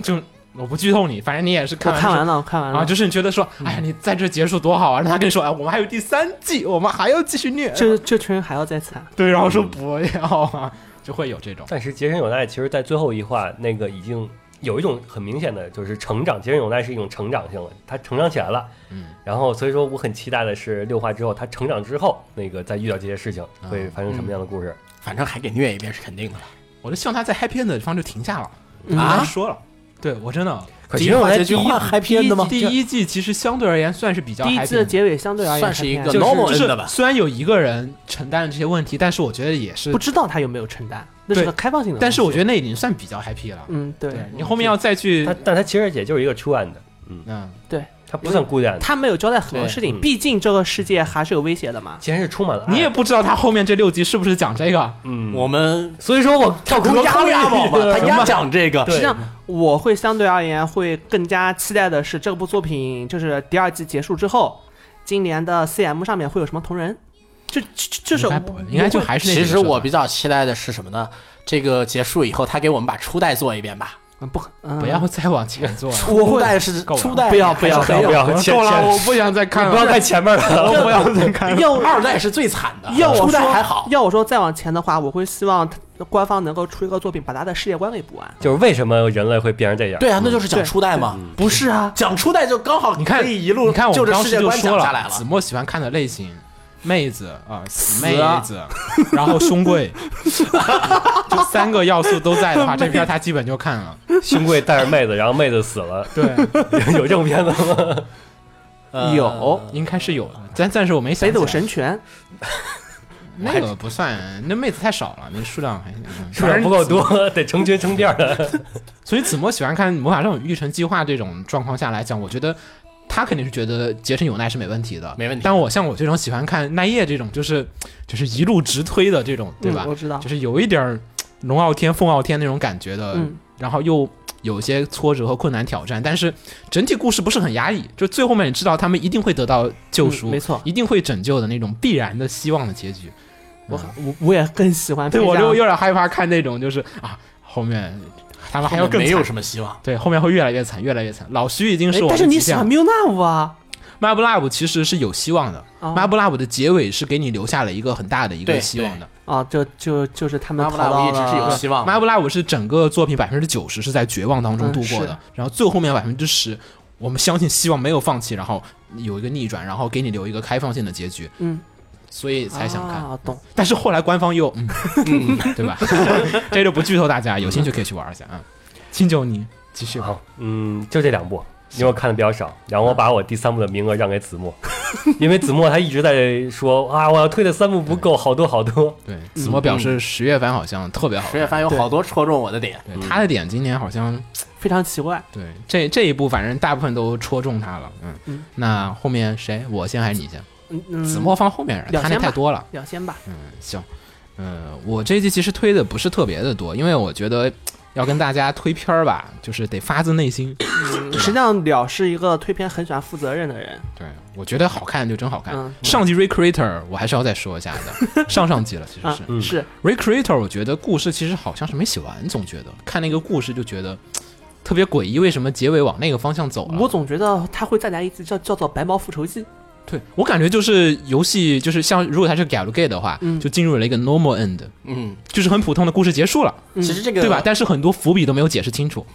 [SPEAKER 4] 就我不剧透你，反正你也是
[SPEAKER 5] 我
[SPEAKER 4] 看
[SPEAKER 5] 看
[SPEAKER 4] 完
[SPEAKER 5] 完
[SPEAKER 4] 了。
[SPEAKER 5] 了，我看完了。
[SPEAKER 4] 啊，就是你觉得说，哎呀，你在这结束多好啊！然后他跟你说，哎，我们还有第三季，我们还要继续虐，
[SPEAKER 5] 这这群人还要再惨，
[SPEAKER 4] 对，然后说不要啊，就会有这种。
[SPEAKER 2] 但是《杰森有奈》其实，在最后一话那个已经有一种很明显的就是成长，《杰森有奈》是一种成长性了，他成长起来了。
[SPEAKER 4] 嗯，
[SPEAKER 2] 然后所以说我很期待的是六话之后他成长之后，那个再遇到这些事情会发生什么样的故事。
[SPEAKER 6] 反正还给虐一遍是肯定的了。
[SPEAKER 4] 我就希望他在 happy end 的地方就停下了，
[SPEAKER 5] 嗯
[SPEAKER 4] 不
[SPEAKER 6] 啊
[SPEAKER 4] 要说了。对我真的
[SPEAKER 2] 可
[SPEAKER 6] 第
[SPEAKER 2] 惜
[SPEAKER 6] 一话
[SPEAKER 2] 我在
[SPEAKER 6] 结局换 happy end 的吗？
[SPEAKER 4] 第一季其实相对而言算是比较
[SPEAKER 5] 第
[SPEAKER 4] happy
[SPEAKER 5] 一季的
[SPEAKER 4] end
[SPEAKER 5] 结尾相对而言
[SPEAKER 6] 算是一个
[SPEAKER 5] 还偏
[SPEAKER 6] normal
[SPEAKER 4] 就
[SPEAKER 6] end 的
[SPEAKER 4] 是
[SPEAKER 6] 吧？
[SPEAKER 4] 虽然有一个人承担了这些问题，但是我觉得也是
[SPEAKER 5] 不，知道他有没有承担，那是
[SPEAKER 4] 对
[SPEAKER 5] 个开放性的东西。
[SPEAKER 4] 但是我觉得那已经算比较 happy 了。
[SPEAKER 5] 嗯，对
[SPEAKER 4] 对你后面要再去
[SPEAKER 2] 他，，但他其实也就是一个 true end，
[SPEAKER 4] 嗯，
[SPEAKER 2] 他不算孤单，
[SPEAKER 5] 他没有交代很多事
[SPEAKER 2] 对
[SPEAKER 5] 情，
[SPEAKER 2] 嗯
[SPEAKER 5] 毕竟这个世界还是有威胁的嘛。
[SPEAKER 2] 既然是充满了爱，
[SPEAKER 4] 你也不知道他后面这六集是不是讲这个。
[SPEAKER 2] 嗯，
[SPEAKER 6] 我们
[SPEAKER 2] 所以说我跳
[SPEAKER 6] 隔
[SPEAKER 2] 空
[SPEAKER 6] 空押宝嘛，他压讲这个，
[SPEAKER 5] 实际
[SPEAKER 2] 对
[SPEAKER 5] 上，我会相对而言会更加期待的是这部作品，就是第二季结束之后，今年的 CM 上面会有什么同人？就就就就是
[SPEAKER 4] 应该不会应该就还是那几
[SPEAKER 6] 其
[SPEAKER 4] 个
[SPEAKER 6] 实我
[SPEAKER 4] 社团
[SPEAKER 6] 比较期待的是什么呢？这个结束以后，他给我们把初代做一遍吧。
[SPEAKER 5] 嗯不可嗯
[SPEAKER 4] 不要再往前做了，
[SPEAKER 6] 初代是
[SPEAKER 4] 够了
[SPEAKER 6] 初代，
[SPEAKER 5] 不要不要
[SPEAKER 2] 不要不要，前
[SPEAKER 4] 够了，
[SPEAKER 2] 前
[SPEAKER 4] 啊我不想再看
[SPEAKER 2] 不要
[SPEAKER 4] 了，
[SPEAKER 2] 在前面了，
[SPEAKER 4] 我不要再看了。
[SPEAKER 5] 要
[SPEAKER 6] 二代是最惨的，
[SPEAKER 5] 要我
[SPEAKER 6] 初
[SPEAKER 5] 说
[SPEAKER 6] 代还好。
[SPEAKER 5] 要我说再往前的话，我会希望他官方能够出一个作品，把他的世界观给补完。
[SPEAKER 2] 就是为什么人类会变成这样？
[SPEAKER 6] 对啊，那就是讲
[SPEAKER 5] 对
[SPEAKER 6] 初代嘛，
[SPEAKER 5] 不是啊，
[SPEAKER 6] 讲初代就刚好
[SPEAKER 4] 你看
[SPEAKER 6] 可以一路
[SPEAKER 4] 你看我
[SPEAKER 6] 就
[SPEAKER 4] 们
[SPEAKER 6] 着
[SPEAKER 4] 当
[SPEAKER 6] 世
[SPEAKER 4] 时
[SPEAKER 6] 界
[SPEAKER 4] 就
[SPEAKER 6] 观
[SPEAKER 4] 说
[SPEAKER 6] 讲下来
[SPEAKER 4] 了，
[SPEAKER 6] 了
[SPEAKER 4] 子。墨喜欢看的类型，妹子啊，死妹
[SPEAKER 6] 死啊
[SPEAKER 4] 子，然后胸 贵，就三个要素都在的话，这片儿他基本就看了。
[SPEAKER 2] 兄贵带着妹子，然后妹子死了，
[SPEAKER 4] 对，
[SPEAKER 2] 有这种片子吗？
[SPEAKER 6] 呃
[SPEAKER 5] 有
[SPEAKER 4] 嗯应该是有的，但暂时我没想
[SPEAKER 5] 北
[SPEAKER 4] 起来。
[SPEAKER 5] 斗神拳，
[SPEAKER 4] 那个不算，那妹子太少了，那数量还行。
[SPEAKER 2] 数量不够多， 得成群成片儿的。
[SPEAKER 4] 所以子墨喜欢看《魔法少女育成计划》这种状况下来讲，我觉得他肯定是觉得结成有奈是没问题的，
[SPEAKER 6] 没问题
[SPEAKER 4] 但我像我这种喜欢看奈叶这种，就是就是一路直推的这种，对吧？
[SPEAKER 5] 嗯我知道
[SPEAKER 4] 就是有一点儿龙傲天、凤傲天那种感觉的，
[SPEAKER 5] 嗯
[SPEAKER 4] 然后又有一些挫折和困难挑战，但是整体故事不是很压抑，就最后面你知道他们一定会得到救赎，
[SPEAKER 5] 嗯没错
[SPEAKER 4] 一定会拯救的那种必然的希望的结局。嗯
[SPEAKER 5] 我我我也更喜欢
[SPEAKER 4] 对
[SPEAKER 5] 佩
[SPEAKER 4] 我
[SPEAKER 5] 佳
[SPEAKER 4] 就有点害怕看那种就是啊，后面他们还要更
[SPEAKER 6] 没
[SPEAKER 4] 惨
[SPEAKER 6] 有什么希望。
[SPEAKER 4] 对，后面会越来越惨，越来越惨。老徐已经
[SPEAKER 5] 哎
[SPEAKER 4] 是我
[SPEAKER 5] 但
[SPEAKER 4] 们
[SPEAKER 5] 是
[SPEAKER 4] 极
[SPEAKER 5] 你喜
[SPEAKER 4] 限
[SPEAKER 5] 欢
[SPEAKER 4] 了。
[SPEAKER 5] 缪娜舞啊？
[SPEAKER 4] Mab Love 其实是有希望的、
[SPEAKER 5] 哦
[SPEAKER 4] m a b Love 的结尾是给你留下了一个很大的一个
[SPEAKER 6] 对
[SPEAKER 4] 希望的。
[SPEAKER 5] 啊，就就就是他们
[SPEAKER 6] 拉
[SPEAKER 5] 逃
[SPEAKER 6] 布
[SPEAKER 5] 到
[SPEAKER 6] 拉
[SPEAKER 5] 了
[SPEAKER 6] 姆一直是有希望的，
[SPEAKER 4] Mab Love 是整个作品百分之九十是在绝望当中
[SPEAKER 5] 嗯
[SPEAKER 4] 度过的，
[SPEAKER 5] 是
[SPEAKER 4] 然后最后面百分之十，我们相信希望没有放弃，然后有一个逆转，然后给你留一个开放性的结局。
[SPEAKER 5] 嗯，
[SPEAKER 4] 所以才想看。
[SPEAKER 5] 啊，懂。
[SPEAKER 4] 但是后来官方又， 嗯，对吧？ 这就不剧透大家，有兴趣可以去玩一下啊。清酒你继续吧。
[SPEAKER 2] 好，嗯，就这两部，因为我看的比较少，然后我把我第三部的名额让给子墨，因为子墨他一直在说啊，我要推的三部不够，好多好多。
[SPEAKER 4] 对，子墨
[SPEAKER 5] 嗯
[SPEAKER 4] 表示十月番好像特别好看，
[SPEAKER 6] 十月番有好多戳中我的点。
[SPEAKER 4] 对他的点今年好像
[SPEAKER 5] 非常奇怪。
[SPEAKER 4] 对这这一部，反正大部分都戳中他了。嗯，那后面谁？我先还是你先？
[SPEAKER 5] 嗯嗯，
[SPEAKER 4] 子墨放后面了，
[SPEAKER 5] 两
[SPEAKER 4] 他那
[SPEAKER 5] 先吧
[SPEAKER 4] 太多了。呃
[SPEAKER 5] 两先吧。
[SPEAKER 4] 嗯，行。嗯，我这一季其实推的不是特别的多，因为我觉得要跟大家推片儿吧，就是得发自内 心。
[SPEAKER 5] 嗯实际上了是一个推片很喜欢负责任的人，
[SPEAKER 4] 对，我觉得好看就真好看。
[SPEAKER 5] 嗯
[SPEAKER 4] 上集 Recreator 我还是要再说一下的，上上集了其实
[SPEAKER 5] 啊
[SPEAKER 4] 是、，
[SPEAKER 2] 嗯
[SPEAKER 5] 是
[SPEAKER 4] Recreator，我觉得故事其实好像是没写完，总觉得看那个故事就觉得嘖特别诡异，为什么结尾往那个方向走了？
[SPEAKER 5] 我总觉得他会再来一次叫叫做《白毛复仇记》，
[SPEAKER 4] 对我感觉就是游戏就是像如果它是 Galgame 的话，
[SPEAKER 5] 嗯
[SPEAKER 4] 就进入了一个 normal end，
[SPEAKER 6] 嗯，
[SPEAKER 4] 就是很普通的故事结束了，
[SPEAKER 5] 嗯
[SPEAKER 6] 其实这个
[SPEAKER 4] 对吧？啊但是很多伏笔都没有解释清楚。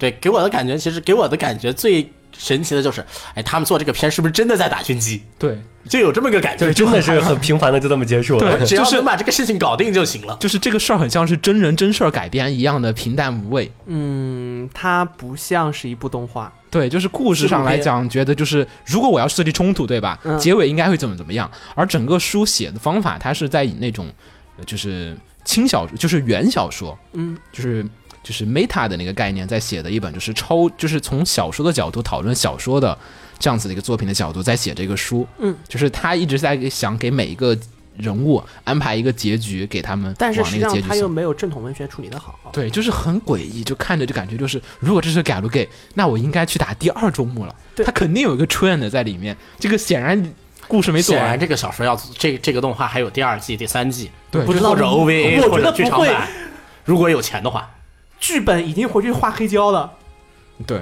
[SPEAKER 6] 对，给我的感觉，其实给我的感觉最神奇的就是，哎，他们做这个片是不是真的在打军机？
[SPEAKER 4] 对，
[SPEAKER 6] 就有这么个感
[SPEAKER 2] 就
[SPEAKER 6] 觉，
[SPEAKER 2] 是真的是很平凡的就这么结束了。
[SPEAKER 4] 对
[SPEAKER 6] 只要
[SPEAKER 4] 就是
[SPEAKER 6] 能把这个事情搞定就行了。
[SPEAKER 4] 就是这个事儿很像是真人真事儿改编一样的平淡无味。
[SPEAKER 5] 嗯，它不像是一部动画，
[SPEAKER 4] 对，就是故事上来讲，觉得就是如果我要设立冲突，对吧？
[SPEAKER 5] 嗯
[SPEAKER 4] 结尾应该会怎么怎么样？而整个书写的方法，它是在以那种呃就是轻小，就是原小说，
[SPEAKER 5] 嗯，
[SPEAKER 4] 就是就是 meta 的那个概念在写的一本，就是超，就是从小说的角度讨论小说的这样子的一个作品的角度在写这个书，
[SPEAKER 5] 嗯，
[SPEAKER 4] 就是他一直在给想给每一个人物安排一个结局，给他们
[SPEAKER 5] 但是
[SPEAKER 4] 往
[SPEAKER 5] 实
[SPEAKER 4] 那
[SPEAKER 5] 际
[SPEAKER 4] 个
[SPEAKER 5] 上
[SPEAKER 4] 结局
[SPEAKER 5] 它又
[SPEAKER 4] 走。
[SPEAKER 5] 没有正统文学处理的好。
[SPEAKER 4] 对，就是很诡异，就看着就感觉就是，如果这是 g a l g a 那我应该去打第二周目了。
[SPEAKER 5] 对
[SPEAKER 4] 他肯定有一个 trend 在里面，这个显然故事没啊走
[SPEAKER 6] 显
[SPEAKER 4] 完
[SPEAKER 6] 然，。这个小说要这这个动画还有第二季、第三季，
[SPEAKER 4] 对
[SPEAKER 6] 不知道
[SPEAKER 5] 不知
[SPEAKER 6] 者
[SPEAKER 5] 道
[SPEAKER 6] OVA
[SPEAKER 5] 我
[SPEAKER 6] 或
[SPEAKER 5] 觉得
[SPEAKER 6] 者剧场
[SPEAKER 5] 不会
[SPEAKER 6] 版，如果有钱的话，
[SPEAKER 5] 剧本已经回去画黑胶了，
[SPEAKER 4] 对，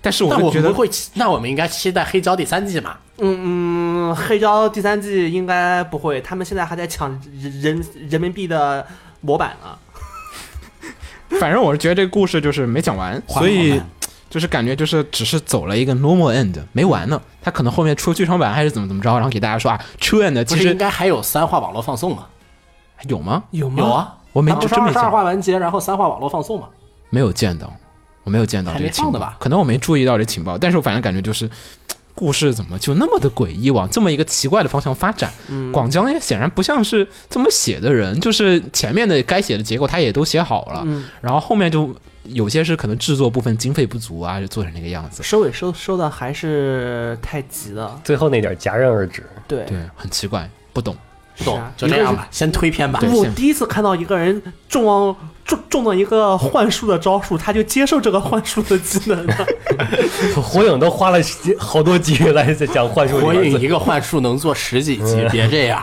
[SPEAKER 4] 但是我
[SPEAKER 6] 那
[SPEAKER 4] 会
[SPEAKER 6] 我
[SPEAKER 4] 觉
[SPEAKER 6] 们
[SPEAKER 4] 得
[SPEAKER 6] 会期，那我们应该期待黑胶第三季嘛？
[SPEAKER 5] 嗯嗯，黑胶第三季应该不会，他们现在还在抢人人人民币的模板呢。
[SPEAKER 4] 反正我是觉得这个故事就是没讲完，所
[SPEAKER 6] 画好
[SPEAKER 4] 以
[SPEAKER 6] 看
[SPEAKER 4] 就是感觉就是只是走了一个 normal end，没完呢。他可能后面出剧场版还是怎么怎么着，然后给大家说啊，true end
[SPEAKER 6] 不
[SPEAKER 4] 其
[SPEAKER 6] 是应
[SPEAKER 4] 实
[SPEAKER 6] 该还有三话网络放送吗？
[SPEAKER 4] 有吗？
[SPEAKER 5] 有
[SPEAKER 6] 有啊，
[SPEAKER 4] 我没
[SPEAKER 6] 他们
[SPEAKER 4] 真
[SPEAKER 6] 说
[SPEAKER 4] 没
[SPEAKER 6] 二十
[SPEAKER 4] 见
[SPEAKER 6] 二
[SPEAKER 4] 到，
[SPEAKER 6] 话完结，然后三话网络放送嘛。
[SPEAKER 4] 没有见到，我没有见到
[SPEAKER 6] 还
[SPEAKER 4] 这个
[SPEAKER 6] 没
[SPEAKER 4] 情
[SPEAKER 6] 放的
[SPEAKER 4] 报
[SPEAKER 6] 吧，
[SPEAKER 4] 可能我没注意到这情报，但是我反正感觉就是。嘖故事怎么就那么的诡异，往这么一个奇怪的方向发展？
[SPEAKER 5] 嗯
[SPEAKER 4] 广江也显然不像是这么写的人，就是前面的该写的结构他也都写好了，
[SPEAKER 5] 嗯，
[SPEAKER 4] 然后后面就有些是可能制作部分经费不足啊，就做成那个样子。
[SPEAKER 5] 收尾收收的还是太急了，
[SPEAKER 2] 最后那点戛然而止，
[SPEAKER 5] 对，
[SPEAKER 4] 对，很奇怪，不懂。
[SPEAKER 6] 不
[SPEAKER 5] 是
[SPEAKER 6] 懂
[SPEAKER 5] 啊，
[SPEAKER 6] 就这样吧，先推片吧。
[SPEAKER 4] 对
[SPEAKER 5] 我
[SPEAKER 4] 现
[SPEAKER 5] 第一次看到一个人中了中中了一个幻术的招数，他就接受这个幻术的技 能了。
[SPEAKER 2] 火影都花了时间好多集来讲幻术
[SPEAKER 6] 火
[SPEAKER 2] 这个
[SPEAKER 6] 影
[SPEAKER 2] 字
[SPEAKER 6] 一个幻术能做十几集，别这样。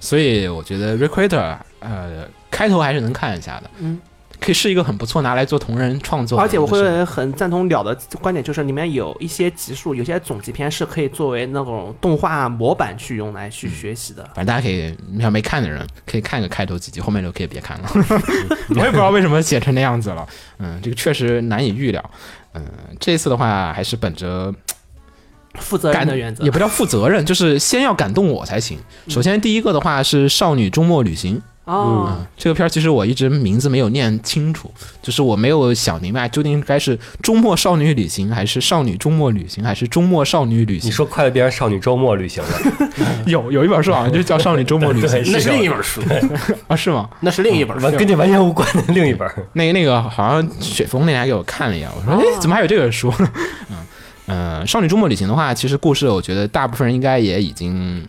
[SPEAKER 4] 所以我觉得 Recruiter 呃开头还是能看一下的，
[SPEAKER 5] 嗯，
[SPEAKER 4] 可以是一个很不错拿来做同人创作的
[SPEAKER 5] 而
[SPEAKER 4] 一个事
[SPEAKER 5] 且
[SPEAKER 4] 情，
[SPEAKER 5] 我会很赞同了的观点，就是里面有一些集数，有些总集篇是可以作为那种动画模板去用来去学习的。
[SPEAKER 4] 反正大家可以，你想没看的人可以看个开头几集，后面就可以别看了。我也不知道为什么写成那样子了，嗯，这个确实难以预料。嗯，这次的话还是本着
[SPEAKER 5] 负责
[SPEAKER 4] 嗯
[SPEAKER 5] 任
[SPEAKER 4] 感
[SPEAKER 5] 的原则嗯
[SPEAKER 4] 也，不叫负责任，就是先要感动我才行。首先第一个的话是《少女周末旅行》，嗯
[SPEAKER 5] 哦，
[SPEAKER 4] 这个片儿其实我一直名字没有念清楚，就是我没有想明白究竟该是周末少女旅行，还是少女周末旅行，还是周末少女旅行？
[SPEAKER 2] 你说快乐变成少女周末旅行了，
[SPEAKER 4] 有有一本书好像就叫《少女周末旅行
[SPEAKER 2] 对》
[SPEAKER 6] 那是
[SPEAKER 2] 是
[SPEAKER 6] 另一本书，
[SPEAKER 4] 啊？是吗？
[SPEAKER 6] 那是另一本
[SPEAKER 4] 嗯
[SPEAKER 2] 完
[SPEAKER 6] 书。
[SPEAKER 2] 跟这完全无关的另一本。
[SPEAKER 4] 那那个好像雪峰那天还给我看了一眼，我说哎，怎么还有这本书？ 嗯呃，《少女周末旅行》的话，其实故事我觉得大部分人应该也已经，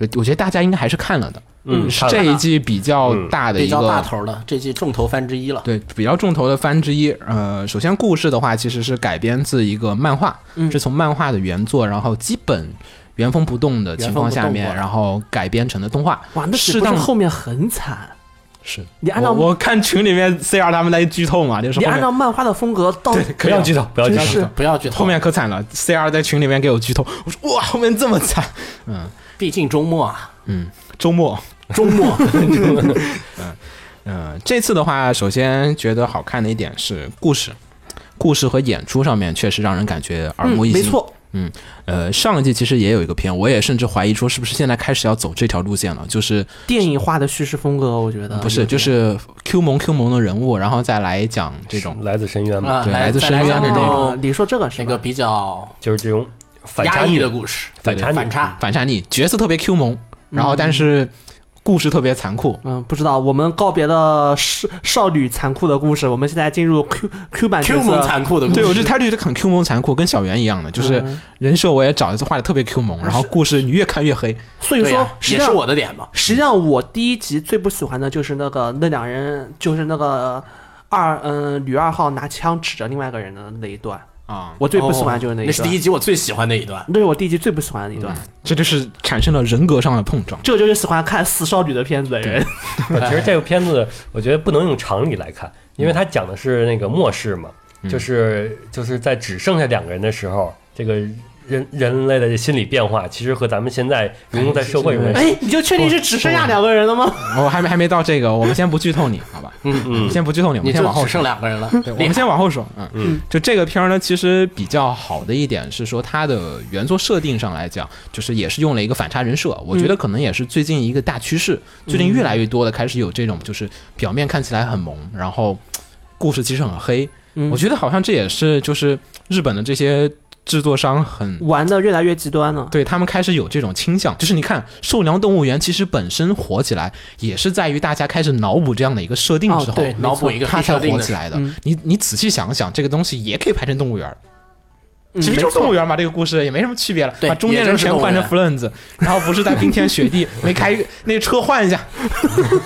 [SPEAKER 4] 就我觉得大家应该还是看了的。
[SPEAKER 2] 嗯，
[SPEAKER 4] 是这一季比较
[SPEAKER 2] 嗯
[SPEAKER 4] 大的
[SPEAKER 6] 比
[SPEAKER 4] 一
[SPEAKER 6] 较
[SPEAKER 4] 个
[SPEAKER 6] 大头的，这季重头番之一了。
[SPEAKER 4] 对，比较重头的番之一。呃，首先故事的话，其实是改编自一个漫画，
[SPEAKER 5] 嗯
[SPEAKER 4] 是从漫画的原作，然后基本原封不动的情况下
[SPEAKER 6] 原封不
[SPEAKER 4] 面
[SPEAKER 6] 动，的
[SPEAKER 4] 然后改编成的动画。
[SPEAKER 5] 哇，那
[SPEAKER 4] 适
[SPEAKER 5] 岂不是
[SPEAKER 4] 当啊
[SPEAKER 5] 后面很惨？
[SPEAKER 4] 是
[SPEAKER 5] 你按照
[SPEAKER 4] 我我看群里面 CR 他们在剧透嘛，就是
[SPEAKER 5] 你
[SPEAKER 4] 后
[SPEAKER 5] 按
[SPEAKER 4] 面
[SPEAKER 5] 照漫画的风格到
[SPEAKER 2] 不要剧透，不要剧
[SPEAKER 5] 啊真
[SPEAKER 2] 透。
[SPEAKER 5] 是
[SPEAKER 6] 不要哦剧透，
[SPEAKER 4] 后面可惨了，CR 在群里面给我剧透，我说哇，后面这么惨，
[SPEAKER 6] 毕竟周末啊，
[SPEAKER 4] 周末。
[SPEAKER 6] 周末
[SPEAKER 4] 嗯、这次的话，首先觉得好看的一点是故事，故事和演出上面确实让人感觉耳
[SPEAKER 5] 嗯，
[SPEAKER 4] 目一
[SPEAKER 5] 没
[SPEAKER 4] 新。
[SPEAKER 5] 错，
[SPEAKER 4] 呃，上一季其实也有一个片，我也甚至怀疑说是不是现在开始要走这条路线了，就是
[SPEAKER 5] 电影化的叙事风格，我觉得
[SPEAKER 4] 不是就是是 Q 萌 Q 萌的人物，然后再来讲这种
[SPEAKER 2] 来自深渊嘛，
[SPEAKER 6] 啊，
[SPEAKER 4] 对来自
[SPEAKER 6] 再
[SPEAKER 4] 深渊
[SPEAKER 6] 讲
[SPEAKER 4] 的
[SPEAKER 6] 这
[SPEAKER 4] 那
[SPEAKER 5] 哦
[SPEAKER 6] 种，
[SPEAKER 5] 你说这个是
[SPEAKER 6] 那
[SPEAKER 5] 吧
[SPEAKER 6] 个比较
[SPEAKER 2] 就是这种反差
[SPEAKER 6] 压抑
[SPEAKER 2] 女
[SPEAKER 6] 的故事，
[SPEAKER 2] 反
[SPEAKER 4] 对
[SPEAKER 2] 差女
[SPEAKER 6] 反差。
[SPEAKER 4] 反差逆，角色特别 Q 萌，然后但是故事特别残酷。
[SPEAKER 5] 嗯，不知道。我们告别了少少女残酷的故事，我们现在进入 Q Q 版
[SPEAKER 6] Q 萌残酷的故 事，
[SPEAKER 4] 对，我觉得他就是很 Q 萌残酷，跟小圆一样的，就是
[SPEAKER 5] 嗯
[SPEAKER 4] 人设我也找一次画的特别 Q 萌，然后故事你越看越黑。
[SPEAKER 5] 所以
[SPEAKER 6] 对
[SPEAKER 5] 说
[SPEAKER 6] 呀，
[SPEAKER 5] 实际
[SPEAKER 6] 也是
[SPEAKER 5] 上
[SPEAKER 6] 我的点嘛。
[SPEAKER 5] 实际上我第一集最不喜欢的就是那个那两人，就是那个二嗯女二号拿枪指着另外一个人的那一段，
[SPEAKER 4] 啊，
[SPEAKER 5] 我最不喜欢就
[SPEAKER 6] 哦
[SPEAKER 5] 是
[SPEAKER 6] 那
[SPEAKER 5] 一
[SPEAKER 6] 是
[SPEAKER 5] 段。
[SPEAKER 6] 第一集我最喜欢那一段。
[SPEAKER 5] 那是我第一集最不喜欢的一段，
[SPEAKER 4] 这就是产生了人格上的碰撞。
[SPEAKER 5] 这就是喜欢看死少女的片子的人。
[SPEAKER 2] 其实这个片子，我觉得不能用常理来看，因为它讲的是那个末世嘛，
[SPEAKER 4] 嗯
[SPEAKER 2] 就是就是在只剩下两个人的时候，这个人人类的心理变化，其实和咱们现在融入在社会里面，
[SPEAKER 5] 哎，你就确定是只剩下两个人了吗？
[SPEAKER 4] 我还没还没到这个，我们先不剧透你，好吧？
[SPEAKER 2] 嗯嗯，
[SPEAKER 4] 先不剧透你，我
[SPEAKER 6] 你
[SPEAKER 4] 们先
[SPEAKER 6] 就
[SPEAKER 4] 往后
[SPEAKER 6] 只
[SPEAKER 4] 说
[SPEAKER 6] 剩。两个人了，
[SPEAKER 4] 对，我们先往后说，嗯
[SPEAKER 2] 嗯，
[SPEAKER 4] 就这个片儿呢，其实比较好的一点是说，它的原作设定上来讲，就是也是用了一个反差人设，我觉得可能也是最近一个大趋势，最近越来越多的开始有这种，就是表面看起来很萌，然后嘖故事其实很黑，我觉得好像这也是就是日本的这些制作商很
[SPEAKER 5] 玩的越来越极端了。
[SPEAKER 4] 对他们开始有这种倾向，就是你看《寿良动物园》其实本身火起来，也是在于大家开始脑补这样的一个设定之后，
[SPEAKER 5] 哦对
[SPEAKER 6] 脑补一个
[SPEAKER 4] 它
[SPEAKER 6] 黑
[SPEAKER 4] 才
[SPEAKER 6] 设定
[SPEAKER 4] 火
[SPEAKER 6] 的
[SPEAKER 4] 起来的。
[SPEAKER 5] 嗯
[SPEAKER 4] 你你仔细想想，这个东西也可以拍成动物园儿，
[SPEAKER 5] 嗯
[SPEAKER 4] 其实
[SPEAKER 5] 没
[SPEAKER 4] 就是
[SPEAKER 5] 错
[SPEAKER 4] 动物园嘛，这个故事也没什么区别了，
[SPEAKER 6] 对
[SPEAKER 4] 把中间
[SPEAKER 6] 也
[SPEAKER 4] 人
[SPEAKER 6] 就是
[SPEAKER 4] 全
[SPEAKER 6] 动物
[SPEAKER 4] 换成
[SPEAKER 6] 园
[SPEAKER 4] f l e n z 然后不是在冰天雪 地，没开那个车换一下，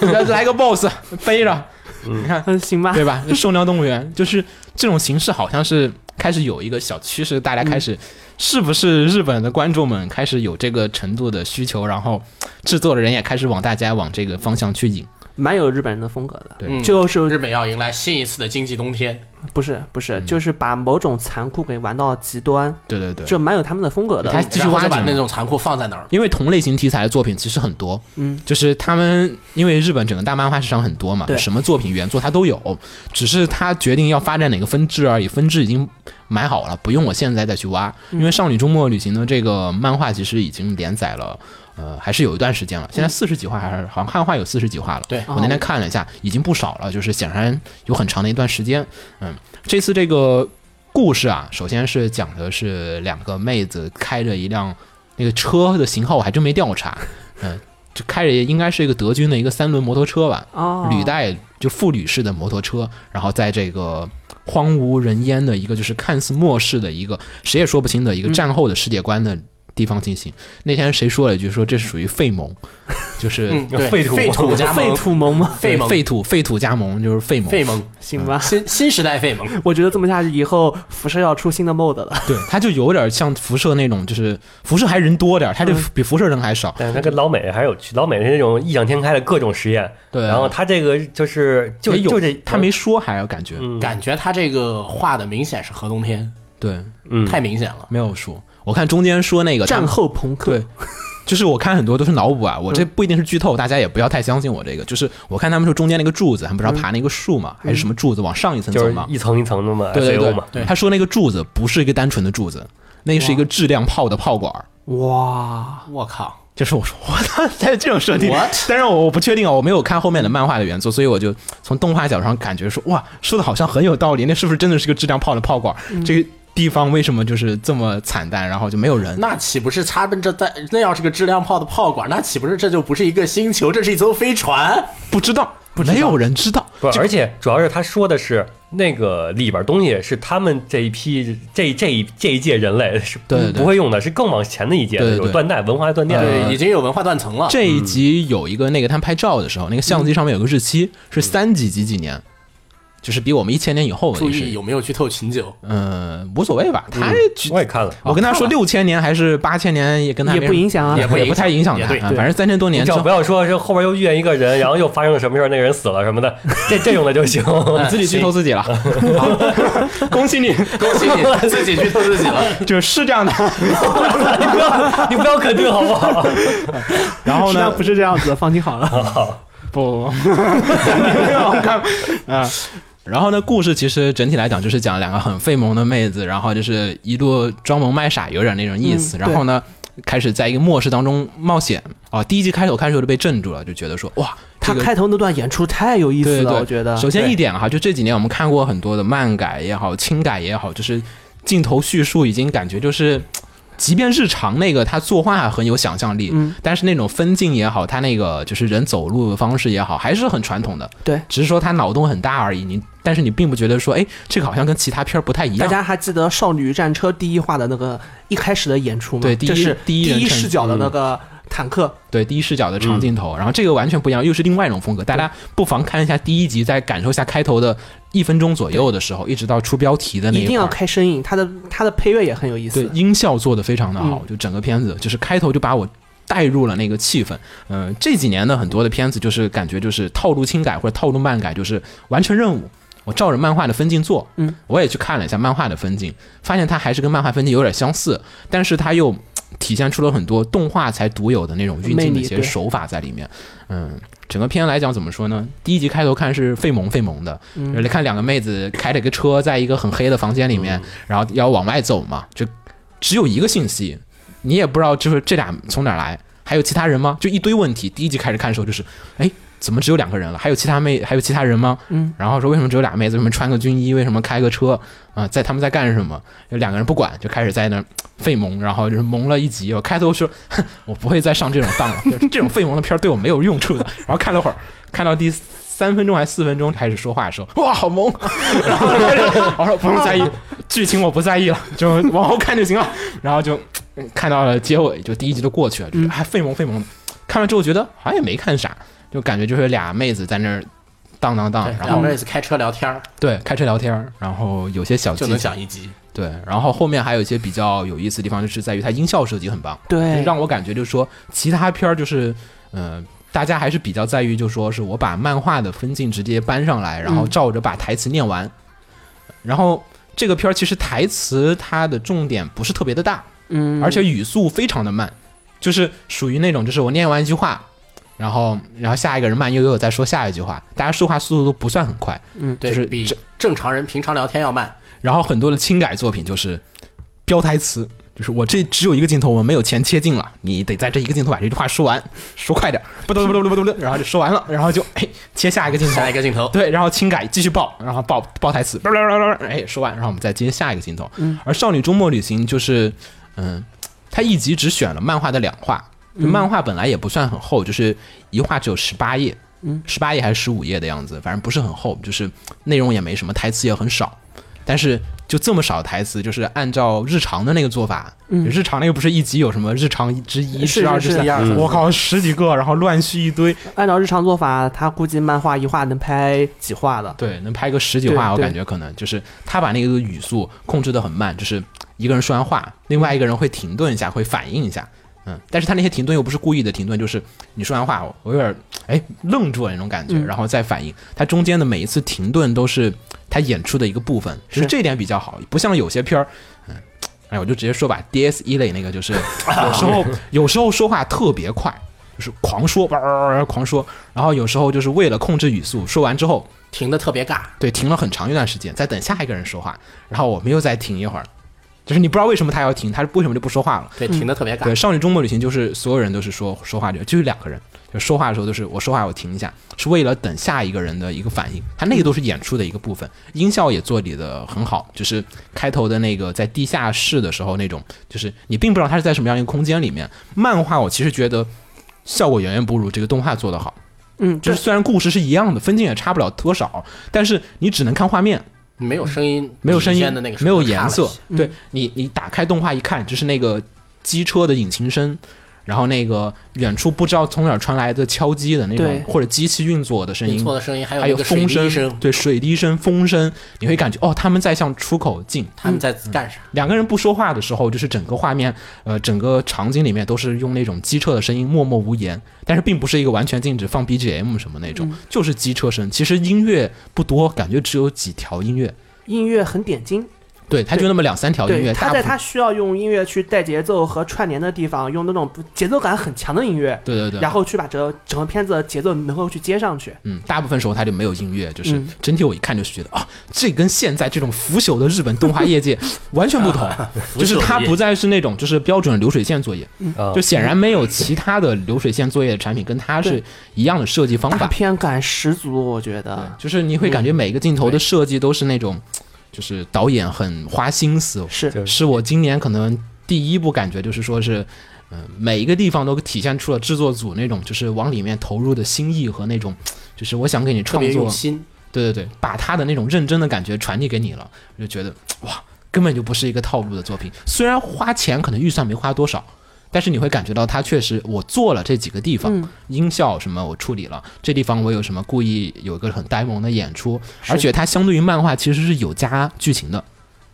[SPEAKER 4] 来来个 boss 飞着，
[SPEAKER 6] 啊
[SPEAKER 4] 你看
[SPEAKER 5] 嗯，行吧。
[SPEAKER 4] 对吧？就兽娘动物园就是这种形式，好像是开始有一个小趋势，大家
[SPEAKER 6] 嗯
[SPEAKER 4] 开始、是不是日本的观众们开始有这个程度的需求，然后制作的人也开始往大家往这个方向去引。
[SPEAKER 5] 蛮有日本人的风格的，
[SPEAKER 4] 对
[SPEAKER 6] 嗯
[SPEAKER 5] 就是
[SPEAKER 6] 日本要迎来新一次的经济冬天。
[SPEAKER 5] 不是不
[SPEAKER 4] 嗯
[SPEAKER 5] 是，就是把某种残酷给玩到极端，
[SPEAKER 4] 对对对，
[SPEAKER 5] 就蛮有他们的风格的。
[SPEAKER 4] 他继续
[SPEAKER 6] 然后
[SPEAKER 4] 挖
[SPEAKER 6] 就把那
[SPEAKER 4] 掘。
[SPEAKER 6] 种残酷放在那儿，
[SPEAKER 4] 因为同类型题材的作品其实很多，
[SPEAKER 5] 嗯，
[SPEAKER 4] 就是他们因为日本整个大漫画市场很多嘛，
[SPEAKER 5] 对
[SPEAKER 4] 什么作品原作它都有，只是他决定要发展哪个分支而已，分支已经买好了，不用我现在再去挖。
[SPEAKER 5] 嗯
[SPEAKER 4] 因为《少女周末旅行》的这个漫画其实已经连载了，呃，还是有一段时间了，
[SPEAKER 5] 嗯
[SPEAKER 4] 现在四十几话还是好像汉化有四十几话了。
[SPEAKER 6] 对
[SPEAKER 5] 哦
[SPEAKER 4] 我那天看了一下，已经不少了，就是显然有很长的一段时间。嗯，这次这个故事啊，首先是讲的是两个妹子开着一辆那个车的型号，我还真没调查。嗯，就开着应该是一个德军的一个三轮摩托车吧，
[SPEAKER 5] 哦，
[SPEAKER 4] 履带就副履式的摩托车，然后在这个荒无人烟的一个就是看似末世的一个谁也说不清的一个战后的世界观的地方进行。那天谁说了一句说这是属于废萌，就是
[SPEAKER 6] 嗯，对，
[SPEAKER 2] 废土
[SPEAKER 6] 废土加
[SPEAKER 5] 废
[SPEAKER 6] 盟，
[SPEAKER 5] 土萌吗？
[SPEAKER 6] 废萌，
[SPEAKER 4] 废土废土加盟就是废萌，
[SPEAKER 6] 废萌，
[SPEAKER 5] 行吧，
[SPEAKER 6] 新新时代废萌。
[SPEAKER 5] 我觉得这么下去以后，辐射要出新的 mod 了。
[SPEAKER 4] 对，它就有点像辐射那种，就是辐射还人多点儿，它就
[SPEAKER 2] 嗯
[SPEAKER 4] 比辐射人还少。
[SPEAKER 2] 但是他跟老美还有区，老美是那种异想天开的各种实验，
[SPEAKER 4] 对啊
[SPEAKER 2] 然后他这个就是就
[SPEAKER 4] 也有
[SPEAKER 2] 就这
[SPEAKER 4] 他没说，还有感觉，
[SPEAKER 2] 嗯
[SPEAKER 6] 感觉他这个画的明显是河东天，
[SPEAKER 4] 对，
[SPEAKER 2] 嗯
[SPEAKER 6] 太明显了。
[SPEAKER 4] 没有说。我看中间说那个
[SPEAKER 5] 战后朋克，
[SPEAKER 4] 嗯对，就是我看很多都是脑补啊，
[SPEAKER 2] 嗯
[SPEAKER 4] 我这不一定是剧透，大家也不要太相信我这个。就是我看他们说中间那个柱子，他们不是要爬那个树嘛，还是什么柱子往上一层
[SPEAKER 2] 嗯就
[SPEAKER 4] 走
[SPEAKER 2] 是
[SPEAKER 4] 嘛？
[SPEAKER 2] 一层一层的嘛
[SPEAKER 4] 对对
[SPEAKER 2] SAO 嘛，
[SPEAKER 4] 对，他说那个柱子不是一个单纯的柱子，那是一个质量炮的炮管儿。
[SPEAKER 5] 哇，
[SPEAKER 4] 嗯
[SPEAKER 6] 我靠，
[SPEAKER 4] 就是我说 我操，还有这种设定
[SPEAKER 6] What？
[SPEAKER 4] 但是我我不确定啊，我没有看后面的漫画的原作，所以我就从动画角度上感觉说，哇，说的好像很有道理，那是不是真的是个质量炮的炮管？这个地方为什么就是这么惨淡，然后就没有人？
[SPEAKER 6] 那岂不是他们这在呃那要是个质量炮的炮管，那岂不是这就不是一个星球，这是一艘飞船？
[SPEAKER 4] 不知道，没有人知道。
[SPEAKER 2] 不，而且主要是他说的是那个里边东西是他们这一批这这一这一届人类是
[SPEAKER 4] 对对对
[SPEAKER 2] 不会用的，是更往前的一届
[SPEAKER 4] 对
[SPEAKER 2] 的
[SPEAKER 4] 对对
[SPEAKER 2] 有断代文化断代的。
[SPEAKER 6] 对，已经有文化断层了。
[SPEAKER 4] 这一集有一个那个他们拍照的时候，那个相机上面有个日期，是三几几几年，就是比我们一千年以后的
[SPEAKER 6] 注
[SPEAKER 4] 历
[SPEAKER 6] 意
[SPEAKER 4] 史。
[SPEAKER 6] 有没有剧透秦九？
[SPEAKER 4] 嗯，无所谓吧，他
[SPEAKER 2] 我也哦看了，
[SPEAKER 4] 我跟他说六千年还是八千年也跟他
[SPEAKER 5] 也
[SPEAKER 4] 没
[SPEAKER 5] 不
[SPEAKER 4] 什么
[SPEAKER 5] 影响啊
[SPEAKER 6] 也不影响
[SPEAKER 4] 不太影响他，
[SPEAKER 6] 也对
[SPEAKER 4] 啊
[SPEAKER 5] 对
[SPEAKER 4] 反正三千多
[SPEAKER 2] 你
[SPEAKER 4] 年之
[SPEAKER 2] 只要
[SPEAKER 4] 后
[SPEAKER 2] 不。要说是后边又遇见一个 人，然后又发生了什么事儿，那个人死了什么的，这这种的就行。
[SPEAKER 4] 你 自己剧透自己了， 恭喜 你，
[SPEAKER 6] 恭喜你自己剧透自己了。
[SPEAKER 4] 就是这样的。
[SPEAKER 2] 你不要你不要肯定好不好？
[SPEAKER 4] 然后
[SPEAKER 5] 实际
[SPEAKER 4] 呢
[SPEAKER 5] 上不，是这样子的，放心好了。
[SPEAKER 4] 啊 不不啊不，你没有看啊。然后呢，故事其实整体来讲就是讲两个很费萌的妹子，然后就是一路装萌卖傻，有点那种意思。
[SPEAKER 5] 嗯
[SPEAKER 4] 然后呢，开始在一个末世当中冒险啊。第一集开头看的时候就被镇住了，就觉得说哇，
[SPEAKER 5] 他
[SPEAKER 4] 这个
[SPEAKER 5] 开头那段演出太有意
[SPEAKER 4] 对对
[SPEAKER 5] 思了，
[SPEAKER 4] 对，
[SPEAKER 5] 啊我觉得。
[SPEAKER 4] 首先一点哈，就这几年我们看过很多的漫改也好，轻改也好，就是镜头叙述已经感觉就是。即便日常那个他作画很有想象力，
[SPEAKER 5] 嗯
[SPEAKER 4] 但是那种分镜也好，他那个就是人走路的方式也好，还是很传统的。
[SPEAKER 5] 对
[SPEAKER 4] 只是说他脑洞很大而已。你但是你并不觉得说，哎，这个好像跟其他片儿不太一
[SPEAKER 5] 大
[SPEAKER 4] 样。
[SPEAKER 5] 家还记得《少女战车》第一话的那个一开始的演出吗？
[SPEAKER 4] 对第一
[SPEAKER 5] 这是
[SPEAKER 4] 第一人称嗯
[SPEAKER 5] 视角的那个坦克，
[SPEAKER 4] 对第一视角的长镜头，然后这个完全不一样，又是另外一种风格。大家不妨看一下第一集，再感受一下开头的一分钟左右的时候，一直到出标题的那
[SPEAKER 5] 一定
[SPEAKER 4] 块
[SPEAKER 5] 要
[SPEAKER 4] 儿。
[SPEAKER 5] 开声音，它的它的配乐也很有意
[SPEAKER 4] 对
[SPEAKER 5] 思。嗯
[SPEAKER 4] 音效做的非常的好，就整个片子就是开头就把我带入了那个气氛。嗯、这几年的很多的片子就是感觉就是套路轻改或者套路漫改，就是完成任务。我照着漫画的分镜做，
[SPEAKER 5] 嗯，
[SPEAKER 4] 我也去看了一下漫画的分镜，发现它还是跟漫画分镜有点相似，但是它又嘖体现出了很多动画才独有的那种运镜
[SPEAKER 5] 魅
[SPEAKER 4] 的
[SPEAKER 5] 力
[SPEAKER 4] 一些
[SPEAKER 5] 对
[SPEAKER 4] 手法在里面。嗯，整个片来讲怎么说呢？第一集开头看是费萌费萌的，嗯、看两个妹子开着个车，在一个很黑的房间里面，然后要往外走嘛，就只有一个信息，你也不知道就是这俩从哪儿来，还有其他人吗？就一堆问题。第一集开始看的时候就是，哎，怎么只有两个人了？还有其他妹，还有其他人吗？
[SPEAKER 5] 嗯，
[SPEAKER 4] 然后说为什么只有俩妹子？为什么穿个军衣？为什么开个车？啊、在他们在干什么？有两个人不管，就开始在那儿费萌，然后就是萌了一集。我开头说，哼，我不会再上这种当了，就是这种费萌的片儿对我没有用处的。然后看了会儿，看到第三分钟还是四分钟开始说话的时候，哇，好萌！ 然后开始我说不用在意，剧情我不在意了，就往后看就行了。然后就嗯看到了结尾，就第一集就过去了，就是还费萌费萌的。看完之后觉得好像也没看啥，就感觉就是俩妹子在那儿荡荡荡，然
[SPEAKER 6] 然后
[SPEAKER 4] 后
[SPEAKER 6] 妹子开车聊天儿
[SPEAKER 4] 对开车聊天儿，然后有些小
[SPEAKER 6] 就
[SPEAKER 4] 技
[SPEAKER 6] 能
[SPEAKER 4] 巧
[SPEAKER 6] 讲，一集，
[SPEAKER 4] 对，然后后面还有一些比较有意思的地方，就是在于它音效设计很棒，就是
[SPEAKER 5] 对，
[SPEAKER 4] 让我感觉就是说其他片儿就是嗯。呃大家还是比较在于，就说是我把漫画的分镜直接搬上来，然后
[SPEAKER 5] 嗯
[SPEAKER 4] 照着把台词念完。然后这个片儿其实台词它的重点不是特别的大，
[SPEAKER 5] 嗯，
[SPEAKER 4] 而且语速非常的慢，就是属于那种就是我念完一句话，然后然后下一个人慢悠悠地再说下一句话，大家说话速度都不算很快。
[SPEAKER 6] 对，
[SPEAKER 4] 就是
[SPEAKER 6] 比
[SPEAKER 4] 这
[SPEAKER 6] 正常人平常聊天要慢。
[SPEAKER 4] 然后很多的轻改作品就是标台词，就是我这只有一个镜头，我没有钱切进了，你得在这一个镜头把这句话说完，说快点，不得不得不得不得，然后就说完了，然后就哎切下一个镜头，
[SPEAKER 6] 下一个镜头，
[SPEAKER 4] 对，然后轻改继续报，然后报报台
[SPEAKER 5] 嗯
[SPEAKER 4] 词，叭叭叭叭叭哎，说完，然后我们再接下一个镜头。而《少女周末旅行》就是，嗯，它一集只选了漫画的两话，
[SPEAKER 5] 嗯
[SPEAKER 4] 就漫画本来也不算很厚，就是一话只有十八页，嗯，十八页还是十五页的样子，反正不是很厚，就是内容也没什么，台词也很少。但是就这么少的台词，就是按照日常的那个做法，日常那个不是一集有什么日常之一、
[SPEAKER 5] 嗯是
[SPEAKER 4] 之二、之
[SPEAKER 5] 是是
[SPEAKER 4] 三
[SPEAKER 5] 一嗯二，
[SPEAKER 4] 我靠，十几个，然后乱续一堆，
[SPEAKER 5] 按照日常做法，他估计漫画一画能拍几画的。
[SPEAKER 4] 对，能拍个十几
[SPEAKER 5] 对
[SPEAKER 4] 话，我
[SPEAKER 5] 对
[SPEAKER 4] 感觉可能就是他把那个语速控制的很慢，就是一个人说完话，另外一个人会停顿一下，会反应一下。嗯，但是他那些停顿又不是故意的停顿，就是你说完话，我有点哎愣住了那种感
[SPEAKER 5] 嗯
[SPEAKER 4] 觉，然后再反应。他中间的每一次停顿都是他演出的一个部分，就是
[SPEAKER 5] 是
[SPEAKER 4] 这点比较好，不像有些片儿，嗯，哎，我就直接说吧，D S E 一类那个就是 有时候有时候说话特别快，就是狂说，叭叭叭叭狂说，然后有时候就是为了控制语速，说完之后
[SPEAKER 6] 停的特别尬，
[SPEAKER 4] 对，停了很长一段时间，在等下一个人说话，然后我们又再停一会儿，就是你不知道为什么他要停，他为什么就不说话了？
[SPEAKER 6] 对，停的特别尬
[SPEAKER 4] 嗯对，。少女周末旅行就是所有人都是说说话就就是两个人，就说话的时候都是我说话我停一下，是为了等下一个人的一个反应，他那个都是演出的一个部分，音效也做理的很好，就是开头的那个在地下室的时候那种，就是你并不知道他是在什么样一个空间里面。漫画我其实觉得效果远远不如这个动画做的好。
[SPEAKER 5] 嗯，
[SPEAKER 4] 就是虽然故事是一样的，分镜也差不了多少，但是你只能看画面，
[SPEAKER 6] 没有声音，
[SPEAKER 4] 没有声音
[SPEAKER 6] 之间的那个时
[SPEAKER 4] 没
[SPEAKER 6] 候
[SPEAKER 4] 有
[SPEAKER 6] 就差
[SPEAKER 4] 颜
[SPEAKER 6] 了
[SPEAKER 4] 色
[SPEAKER 6] 一些。嗯
[SPEAKER 4] 对你，你打开动画一看，就是那个机车的引擎声，然后那个远处不知道从哪儿传来的敲击的那种
[SPEAKER 5] 对，
[SPEAKER 4] 或者机器运作的声
[SPEAKER 6] 你
[SPEAKER 4] 音，
[SPEAKER 6] 错的声音，还有
[SPEAKER 4] 还
[SPEAKER 6] 那
[SPEAKER 4] 有
[SPEAKER 6] 个水
[SPEAKER 4] 风
[SPEAKER 6] 滴
[SPEAKER 4] 声，对，水滴声、风声，你会感觉哦，他们在向出口进。
[SPEAKER 6] 他们在干啥？
[SPEAKER 4] 两个人不说话的时候，就是整个画面，呃，整个场景里面都是用那种机车的声音默默无言，但是并不是一个完全禁止放 BGM 什么那
[SPEAKER 5] 嗯
[SPEAKER 4] 种，就是机车声。其实音乐不多，感觉只有几条音乐，
[SPEAKER 5] 音乐很点睛，
[SPEAKER 4] 对他就那么两三条哦音
[SPEAKER 5] 对，
[SPEAKER 4] 乐，
[SPEAKER 5] 他
[SPEAKER 4] 大
[SPEAKER 5] 在
[SPEAKER 4] 部
[SPEAKER 5] 他需要用音乐去带节奏和串联的地方，用那种不节奏感很强的音乐，
[SPEAKER 4] 对对对，
[SPEAKER 5] 然后去把整整个片子的节奏能够去接上去。
[SPEAKER 4] 嗯，大部分时候他就没有音乐，就是
[SPEAKER 5] 嗯
[SPEAKER 4] 整体我一看就是觉得啊，这跟现在这种腐朽的日本动画业界完全不 同，就是它不再是那种就是标准流水线作业，
[SPEAKER 5] 嗯
[SPEAKER 2] 啊
[SPEAKER 4] 就，显然没有其他的流水线作业的产品跟它是
[SPEAKER 5] 对
[SPEAKER 4] 一样的设计方
[SPEAKER 5] 大
[SPEAKER 4] 法，
[SPEAKER 5] 片感十足，我觉得
[SPEAKER 4] 就是你会感
[SPEAKER 6] 嗯
[SPEAKER 4] 觉每个镜头的设计都是那种，就是导演很花心思，
[SPEAKER 5] 是
[SPEAKER 2] 对
[SPEAKER 4] 是我今年可能第一部感觉就是说是，嗯、每一个地方都体现出了制作组那种就是往里面投入的心意和那种，就是我想给你
[SPEAKER 6] 特
[SPEAKER 4] 创
[SPEAKER 6] 别用
[SPEAKER 4] 作，
[SPEAKER 6] 心，
[SPEAKER 4] 对对对，把他的那种认真的感觉传递给你了，我就觉得哇，根本就不是一个套路的作品。虽然花钱可能预算没花多少，但是你会感觉到它确实我做了这几个地方，
[SPEAKER 5] 嗯
[SPEAKER 4] 音效什么我处理了，这地方我有什么故意有一个很呆萌的演出，而且它相对于漫画其实是有加剧情的，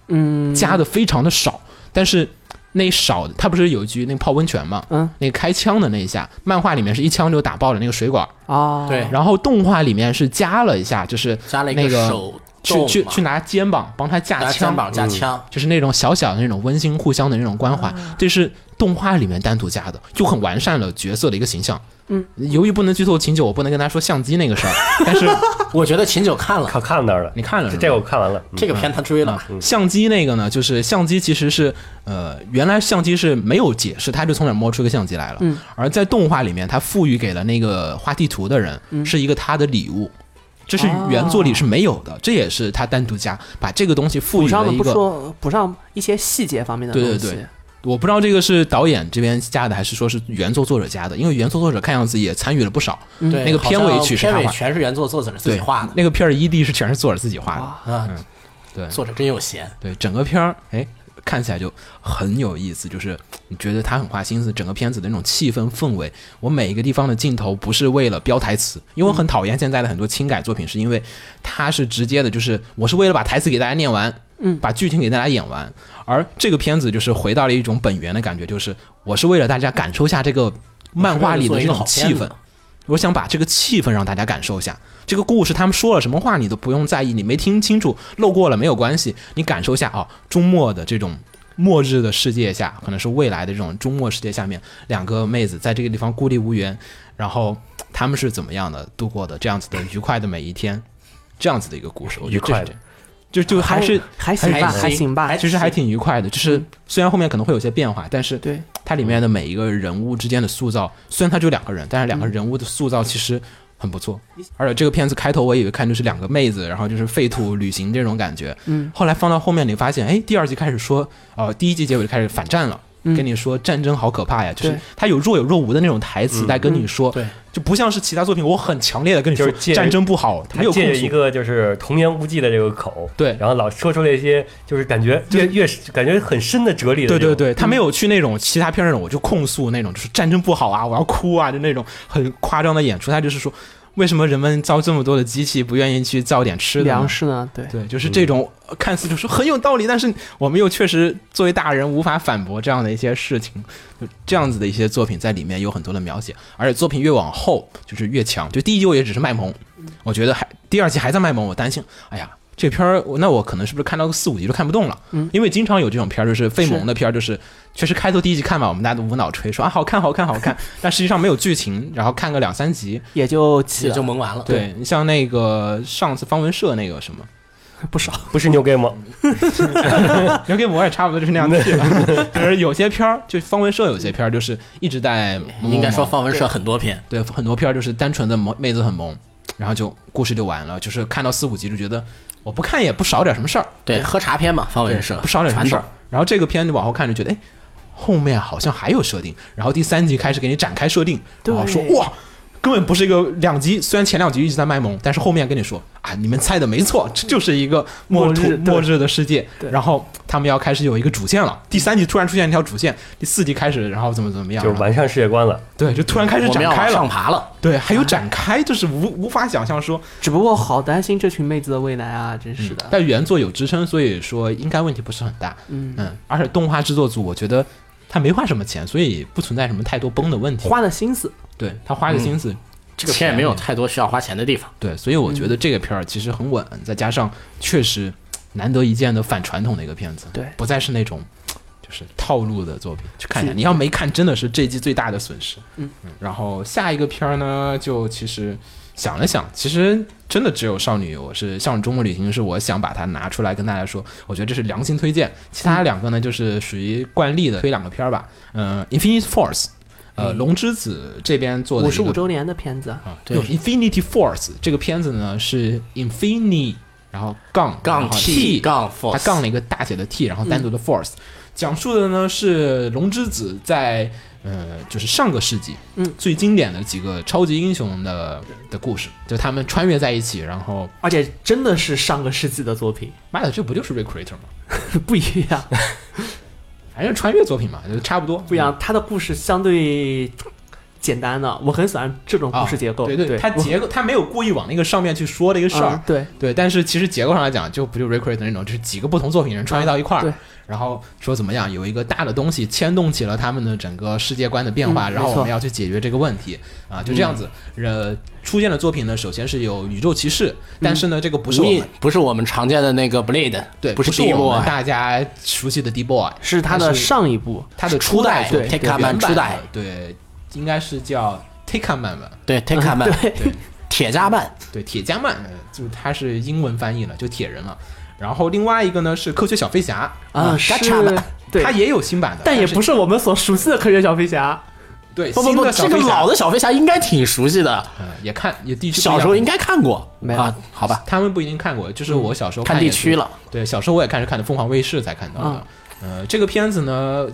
[SPEAKER 5] 嗯，
[SPEAKER 4] 加的非常的少，但是那少它不是有一局那泡温泉嘛，
[SPEAKER 5] 嗯
[SPEAKER 4] 那开枪的那一下，漫画里面是一枪就打爆了那个水管，
[SPEAKER 5] 啊，
[SPEAKER 6] 对
[SPEAKER 4] 然后动画里面是加了一下，就是
[SPEAKER 6] 加了一
[SPEAKER 4] 那个
[SPEAKER 6] 手
[SPEAKER 4] 去去
[SPEAKER 6] 动嘛
[SPEAKER 4] 去拿肩膀帮他架枪嗯
[SPEAKER 6] 加肩，膀加枪，
[SPEAKER 4] 就是那种小小的那种温馨互相的那种关怀，这是动画里面单独加的，就很完善了角色的一个形象。
[SPEAKER 5] 嗯，
[SPEAKER 4] 由于不能剧透情节，我不能跟他说相机那个事儿，但是
[SPEAKER 6] 我觉得秦九看了
[SPEAKER 2] 看看那儿了，
[SPEAKER 4] 你看了
[SPEAKER 2] 这
[SPEAKER 4] 是吧
[SPEAKER 2] 这我看完了，嗯
[SPEAKER 6] 这个片，他追了
[SPEAKER 4] 啊，
[SPEAKER 5] 嗯
[SPEAKER 4] 相机那个呢，就是相机其实是呃，原来相机是没有解释，他就从哪儿摸出个相机来了。
[SPEAKER 5] 嗯，
[SPEAKER 4] 而在动画里面，他赋予给了那个画地图的人、
[SPEAKER 5] 嗯
[SPEAKER 4] 是一个他的礼物。这是原作里是没有的，这也是他单独加把这个东西赋
[SPEAKER 5] 哦补
[SPEAKER 4] 予
[SPEAKER 5] 上
[SPEAKER 4] 了
[SPEAKER 5] 的
[SPEAKER 4] 一
[SPEAKER 5] 不
[SPEAKER 4] 个。
[SPEAKER 5] 说，补上一些细节方面的东
[SPEAKER 4] 对
[SPEAKER 5] 西。
[SPEAKER 4] 对对我不知道这个是导演这边加的，还是说是原作作者加的，因为原作作者看样子也参与了不少。
[SPEAKER 5] 嗯
[SPEAKER 4] 嗯
[SPEAKER 6] 对
[SPEAKER 4] 那个片尾曲是
[SPEAKER 6] 好
[SPEAKER 4] 他
[SPEAKER 6] 像片
[SPEAKER 4] 画
[SPEAKER 6] 尾全是原作作者自己
[SPEAKER 4] 对，
[SPEAKER 6] 画的
[SPEAKER 4] 那个片儿 ED 是全是作者自己画的。
[SPEAKER 6] 啊，
[SPEAKER 4] 对，
[SPEAKER 6] 作者真有闲。
[SPEAKER 4] 对，整个片儿，哎，看起来就很有意思，就是你觉得他很花心思，整个片子的那种气氛氛围，我每一个地方的镜头不是为了标台词，因为我很讨厌现在的很多轻改作品，是因为它是直接的，就是我是为了把台词给大家念完，嗯，把剧情给大家演完，而这个片子就是回到了一种本源的感觉，就是我是为了大家感受一下这个漫画里的这种气氛。我想把这个气氛让大家感受一下。这个故事他们说了什么话，你都不用在意，你没听清楚，漏过了没有关系，你感受一下啊，终末的这种。末日的世界下，可能是未来的这种终末世界下面，两个妹子在这个地方孤立无援，然后他们是怎么样的度过的这样子的愉快的每一天，这样子的一个故事，我觉得这是
[SPEAKER 2] 愉快的
[SPEAKER 4] 就就还是
[SPEAKER 5] 还行吧，还行吧，
[SPEAKER 4] 其实还挺愉快的。就是虽然后面可能会有些变化，但是
[SPEAKER 5] 对
[SPEAKER 4] 它里面的每一个人物之间的塑造，虽然它就两个人，但是两个人物的塑造其实很不错。而且这个片子开头我以为看就是两个妹子，然后就是废土旅行这种感觉，
[SPEAKER 5] 嗯，
[SPEAKER 4] 后来放到后面你发现，哎，第二季开始说，呃，第一季结尾就开始反战了。
[SPEAKER 5] 嗯
[SPEAKER 4] 跟你说战争好可怕呀，就是
[SPEAKER 5] 对
[SPEAKER 4] 它有若有若无的那种台词在跟你说，
[SPEAKER 6] 对，
[SPEAKER 4] 就不像是其他作品，我很强烈的跟你说
[SPEAKER 2] 就是借
[SPEAKER 4] 战争不好，
[SPEAKER 2] 他
[SPEAKER 4] 没有控
[SPEAKER 2] 借着
[SPEAKER 4] 诉
[SPEAKER 2] 一个就是童言无忌的这个口，
[SPEAKER 4] 对
[SPEAKER 2] 然后老说出了一些就是感觉越越感觉很深的哲理的，
[SPEAKER 4] 对对，对，他没有去那种其他片儿那种，我就控诉那种，就是战争不好啊，我要哭啊，就那种很夸张的演出。他就是说，为什么人们造这么多的机器，不愿意去造点吃的呢
[SPEAKER 5] 粮？食呢，对，
[SPEAKER 4] 对，就是这种呃看似就是很有道理，但是我们又确实作为大人无法反驳这样的一些事情，就这样子的一些作品在里面有很多的描写，而且作品越往后就是越强。就第一季我也只是卖萌，我觉得还第二季还在卖萌，我担心，哎呀。这片儿，我那我可能是不是看到个四五集就看不动了？嗯，因为经常有这种片儿，就是费萌的片儿，就是确实开头第一集看吧，我们大家都无脑吹说啊好看好看好 看，但实际上没有剧情，然后看个两三集。
[SPEAKER 5] 也就起
[SPEAKER 6] 也就
[SPEAKER 5] 了
[SPEAKER 6] 萌完了，，
[SPEAKER 4] 对，你像那个上次方文社那个什么，
[SPEAKER 5] 不少。
[SPEAKER 2] 不是 New Game，
[SPEAKER 4] 牛给我也差不多就是那样的剧了，就是有些片儿，就方文社有些片儿就是一直在萌萌萌
[SPEAKER 6] 应该说方文社很多片，
[SPEAKER 4] 对很多片儿就是单纯的萌妹子很萌，然后就故事就完了，就是看到四五集就觉得我不看也不少点什么事儿，
[SPEAKER 6] 对，喝茶片嘛，方文社
[SPEAKER 4] 不少点什么
[SPEAKER 6] 哦传
[SPEAKER 4] 事
[SPEAKER 6] 统
[SPEAKER 4] 儿。然后这个片你往后看就觉得哎。后面好像还有设定，然后第三集开始给你展开设定，
[SPEAKER 5] 对
[SPEAKER 4] 然后说哇，根本不是一个两集，虽然前两集一直在卖萌，但是后面跟你说啊，你们猜的没错，这就是一个末
[SPEAKER 5] 末日
[SPEAKER 4] 日
[SPEAKER 5] 对
[SPEAKER 4] 末日的世界。
[SPEAKER 5] 对
[SPEAKER 4] 然后他们要开始有一个主线了，第三集突然出现一条主线，第四集开始，然后怎么怎么样，
[SPEAKER 2] 就是完善世界观了，
[SPEAKER 4] 对，就突然开始
[SPEAKER 6] 我们
[SPEAKER 4] 展
[SPEAKER 6] 要
[SPEAKER 4] 开
[SPEAKER 6] 往上
[SPEAKER 4] 了，
[SPEAKER 6] 爬了，
[SPEAKER 4] 对，还有展开，就是无无法想象说，
[SPEAKER 5] 只不过好担心这群妹子的未来啊，真是的。
[SPEAKER 4] 嗯但原作有支撑，所以说应该问题不是很大。
[SPEAKER 5] 嗯，
[SPEAKER 4] 嗯，而且动画制作组，我觉得他没花什么钱，所以不存在什么太多崩的问题。
[SPEAKER 5] 花了心思，
[SPEAKER 4] 对他花的心思，
[SPEAKER 6] 这
[SPEAKER 4] 个
[SPEAKER 6] 个片也
[SPEAKER 4] 片
[SPEAKER 6] 没有
[SPEAKER 4] 也
[SPEAKER 6] 太多需要花钱的地方，
[SPEAKER 4] 对，所以我觉得这个片儿其实很稳，再加上确实难得一见的反传统的一个片子，
[SPEAKER 5] 对
[SPEAKER 4] 不再是那种就是套路的作品，去看一下。你要没看，真的是这一季最大的损失。
[SPEAKER 5] 嗯
[SPEAKER 4] 然后下一个片儿呢，就其实想了想，其实真的只有《少女》，我是《少女周末旅行》，是我想把它拿出来跟大家说，我觉得这是良心推荐。其
[SPEAKER 5] 嗯
[SPEAKER 4] 他两个呢，就是属于惯例的推两个片儿吧。嗯、i n f i n i t y Force》。呃，龙之子这边做的
[SPEAKER 5] 嗯五
[SPEAKER 4] 一
[SPEAKER 5] 十
[SPEAKER 4] 个
[SPEAKER 5] 五周年的片子，
[SPEAKER 6] 对
[SPEAKER 4] 有啊 Infinity Force 这个片子呢是 Infinity，然后杠
[SPEAKER 6] 杠
[SPEAKER 4] 然后
[SPEAKER 6] T 杠
[SPEAKER 4] 它
[SPEAKER 6] force，
[SPEAKER 4] 杠了一个大写的 T，然后单独的
[SPEAKER 5] 嗯
[SPEAKER 4] Force，、讲述的呢是龙之子在呃就是上个世纪
[SPEAKER 5] 嗯
[SPEAKER 4] 最经典的几个超级英雄的的故事，就他们穿越在一起，然后
[SPEAKER 5] 而且真的是上个世纪的作品，
[SPEAKER 4] 妈的这不就是 Recruiter 吗？
[SPEAKER 5] 不一样。
[SPEAKER 4] 还是穿越作品嘛，就差不多
[SPEAKER 5] 不一样，他的故事相对简单的，我很喜欢这种
[SPEAKER 4] 啊
[SPEAKER 5] 故事结构。
[SPEAKER 4] 对
[SPEAKER 5] 哦对，
[SPEAKER 4] 它结构它没有故意往那个上面去说的一个事儿，
[SPEAKER 5] 嗯对
[SPEAKER 4] 对，但是其实结构上来讲，就不就 recreate 那种，就是几个不同作品人穿越到一块儿，
[SPEAKER 5] 对
[SPEAKER 4] 然后说怎么样，有一个大的东西牵动起了他们的整个世界观的变化，
[SPEAKER 5] 嗯
[SPEAKER 4] 然后
[SPEAKER 5] 没
[SPEAKER 4] 我
[SPEAKER 5] 错
[SPEAKER 4] 们要去解决这个问题啊，就这样子。呃，出现的作品呢，首先是有宇宙骑
[SPEAKER 6] 嗯
[SPEAKER 4] 士，但是呢，这个不是我们
[SPEAKER 6] 不不是我们常见的那个 Blade，
[SPEAKER 4] 对，不
[SPEAKER 6] 不是
[SPEAKER 4] 是
[SPEAKER 6] 第一
[SPEAKER 4] 我
[SPEAKER 6] 部啊
[SPEAKER 4] 们，大家熟悉的 D boy，
[SPEAKER 5] 是他的上一部，
[SPEAKER 4] 他啊的
[SPEAKER 6] 初代
[SPEAKER 4] 作
[SPEAKER 6] 对
[SPEAKER 4] 品
[SPEAKER 6] Take a Man
[SPEAKER 4] 原版
[SPEAKER 6] 初代
[SPEAKER 4] 的对，应该是叫 Take a Man 吧。
[SPEAKER 6] 对 t a k a 曼，铁加曼，
[SPEAKER 4] 对，铁加曼，呃就他是英文翻译了，就铁人了。然后另外一个呢是科学小飞侠
[SPEAKER 5] 啊
[SPEAKER 4] 嗯
[SPEAKER 5] 是
[SPEAKER 4] Gacha 版
[SPEAKER 5] 对
[SPEAKER 4] 它也有新版的，
[SPEAKER 5] 但也不
[SPEAKER 4] 是
[SPEAKER 5] 是我嗯们所熟悉的科学小飞侠。
[SPEAKER 4] 对
[SPEAKER 6] 不不
[SPEAKER 4] 新
[SPEAKER 6] 不，
[SPEAKER 4] 的小
[SPEAKER 6] 这
[SPEAKER 4] 飞侠
[SPEAKER 6] 个老的小飞侠应该挺熟悉的，
[SPEAKER 4] 嗯也看也地区不一样
[SPEAKER 6] 小时候应该看过
[SPEAKER 5] 没有
[SPEAKER 6] 啊，好吧，
[SPEAKER 4] 他们不一定看过，就是我小时候
[SPEAKER 6] 看地
[SPEAKER 4] 也是
[SPEAKER 6] 区了，嗯
[SPEAKER 4] 对，小时候我也看是看的凤凰卫视才看到的
[SPEAKER 5] 啊。
[SPEAKER 4] 呃，这个片子呢，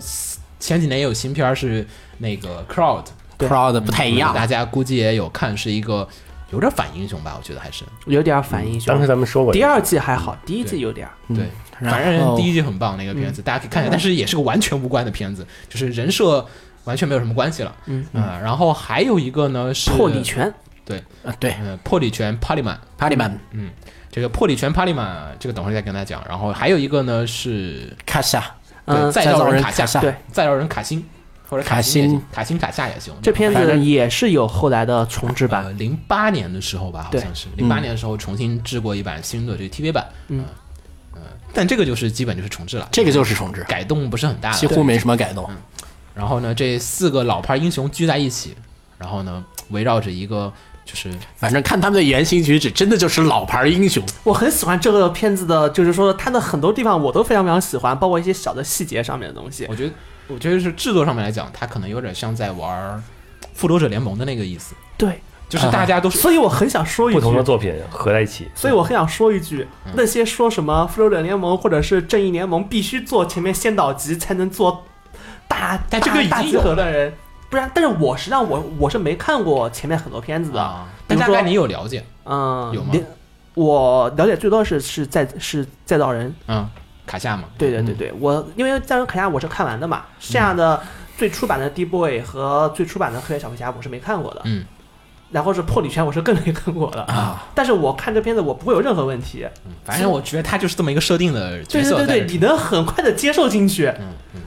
[SPEAKER 4] 前几年也有新片儿是那个 Crowd，
[SPEAKER 6] crowd 呃不太一样，
[SPEAKER 4] 大家估计也有看，是一个有点反英雄吧，我觉得还是
[SPEAKER 5] 有点反英
[SPEAKER 2] 当时
[SPEAKER 5] 雄。
[SPEAKER 2] 咱们说过这
[SPEAKER 5] 第
[SPEAKER 2] 个，
[SPEAKER 5] 二季还好，第一季有点儿。
[SPEAKER 4] 对，
[SPEAKER 6] 嗯然
[SPEAKER 4] 反正
[SPEAKER 6] 后嗯
[SPEAKER 4] 第一季很棒那个片子，大家可以看一下，但是也是个完全无关的片子，就是人设完全没有什么关系了。
[SPEAKER 5] 嗯
[SPEAKER 4] 啊，然后还有一个呢是
[SPEAKER 5] 破礼，拳，
[SPEAKER 4] 对，
[SPEAKER 6] 啊对，
[SPEAKER 4] 呃，破礼拳 p a l i m a n
[SPEAKER 6] 帕里曼
[SPEAKER 4] 嗯这个破礼拳 p a l i m a n 这个等会儿再跟大家讲。然后还有一个呢是
[SPEAKER 6] 卡夏，
[SPEAKER 4] 对
[SPEAKER 5] 嗯，
[SPEAKER 4] 再
[SPEAKER 6] 再
[SPEAKER 4] 造
[SPEAKER 6] 造
[SPEAKER 4] 人
[SPEAKER 6] 人
[SPEAKER 4] 卡
[SPEAKER 6] 卡
[SPEAKER 4] 夏，
[SPEAKER 6] 夏
[SPEAKER 5] 对，
[SPEAKER 4] 再造人卡辛或者
[SPEAKER 6] 卡
[SPEAKER 4] 辛也
[SPEAKER 6] 辛
[SPEAKER 4] 行卡辛卡夏也行。
[SPEAKER 5] 这片
[SPEAKER 6] 反
[SPEAKER 5] 子
[SPEAKER 6] 正
[SPEAKER 5] 也是有后来的重制版。
[SPEAKER 4] 呃，零八年的时候吧，好
[SPEAKER 5] 对
[SPEAKER 4] 像是零
[SPEAKER 6] 嗯
[SPEAKER 4] 八年的时候重新制过一版新的这个 TV 版，
[SPEAKER 5] 嗯
[SPEAKER 4] 呃呃但这个就是基本就是重置了，
[SPEAKER 6] 这个就是重置，
[SPEAKER 4] 改动不是很大的，
[SPEAKER 6] 几乎没什么改动，
[SPEAKER 4] 然后呢，这四个老牌英雄聚在一起，然后呢，围绕着一个就是
[SPEAKER 6] 反正看他们的言行举止，真的就是老牌英雄，
[SPEAKER 5] 我很喜欢这个片子的，就是说它的很多地方我都非常非常喜欢，包括一些小的细节上面的东西。
[SPEAKER 4] 我觉得，我觉得是制作上面来讲，它可能有点像在玩儿《复仇者联盟》的那个意思，
[SPEAKER 5] 对，
[SPEAKER 4] 就是大家都是、
[SPEAKER 5] 所以我很想说一句，
[SPEAKER 2] 不同的作品合在一起，
[SPEAKER 5] 所以我很想说一句，
[SPEAKER 4] 嗯
[SPEAKER 5] 那些说什么复仇者联盟或者是正义联盟必须做前面先导集才能做大，
[SPEAKER 4] 但这个已
[SPEAKER 5] 大大
[SPEAKER 4] 经
[SPEAKER 5] 集
[SPEAKER 4] 有
[SPEAKER 5] 合的人，不然，但是我实际上我我是没看过前面很多片子的，
[SPEAKER 4] 啊，
[SPEAKER 5] 比
[SPEAKER 4] 但
[SPEAKER 5] 如
[SPEAKER 4] 大
[SPEAKER 5] 说
[SPEAKER 4] 概你有了解，
[SPEAKER 5] 嗯，
[SPEAKER 4] 有吗
[SPEAKER 5] 连？我了解最多是是再是再造人，
[SPEAKER 4] 嗯，卡夏嘛，
[SPEAKER 5] 对对对对，我因为再造人卡夏我是看完的嘛，剩下的最初版的 D Boy 和最初版的科学小飞侠我是没看过的，
[SPEAKER 4] 嗯，
[SPEAKER 5] 然后是破礼拳我是更没看过的啊，但是我看这片子我不会有任何问题，
[SPEAKER 4] 反正我觉得他就是这么一个设定的角
[SPEAKER 5] 对
[SPEAKER 4] 色
[SPEAKER 5] 对
[SPEAKER 4] 在这里，
[SPEAKER 5] 对对，你能很快的接受进去。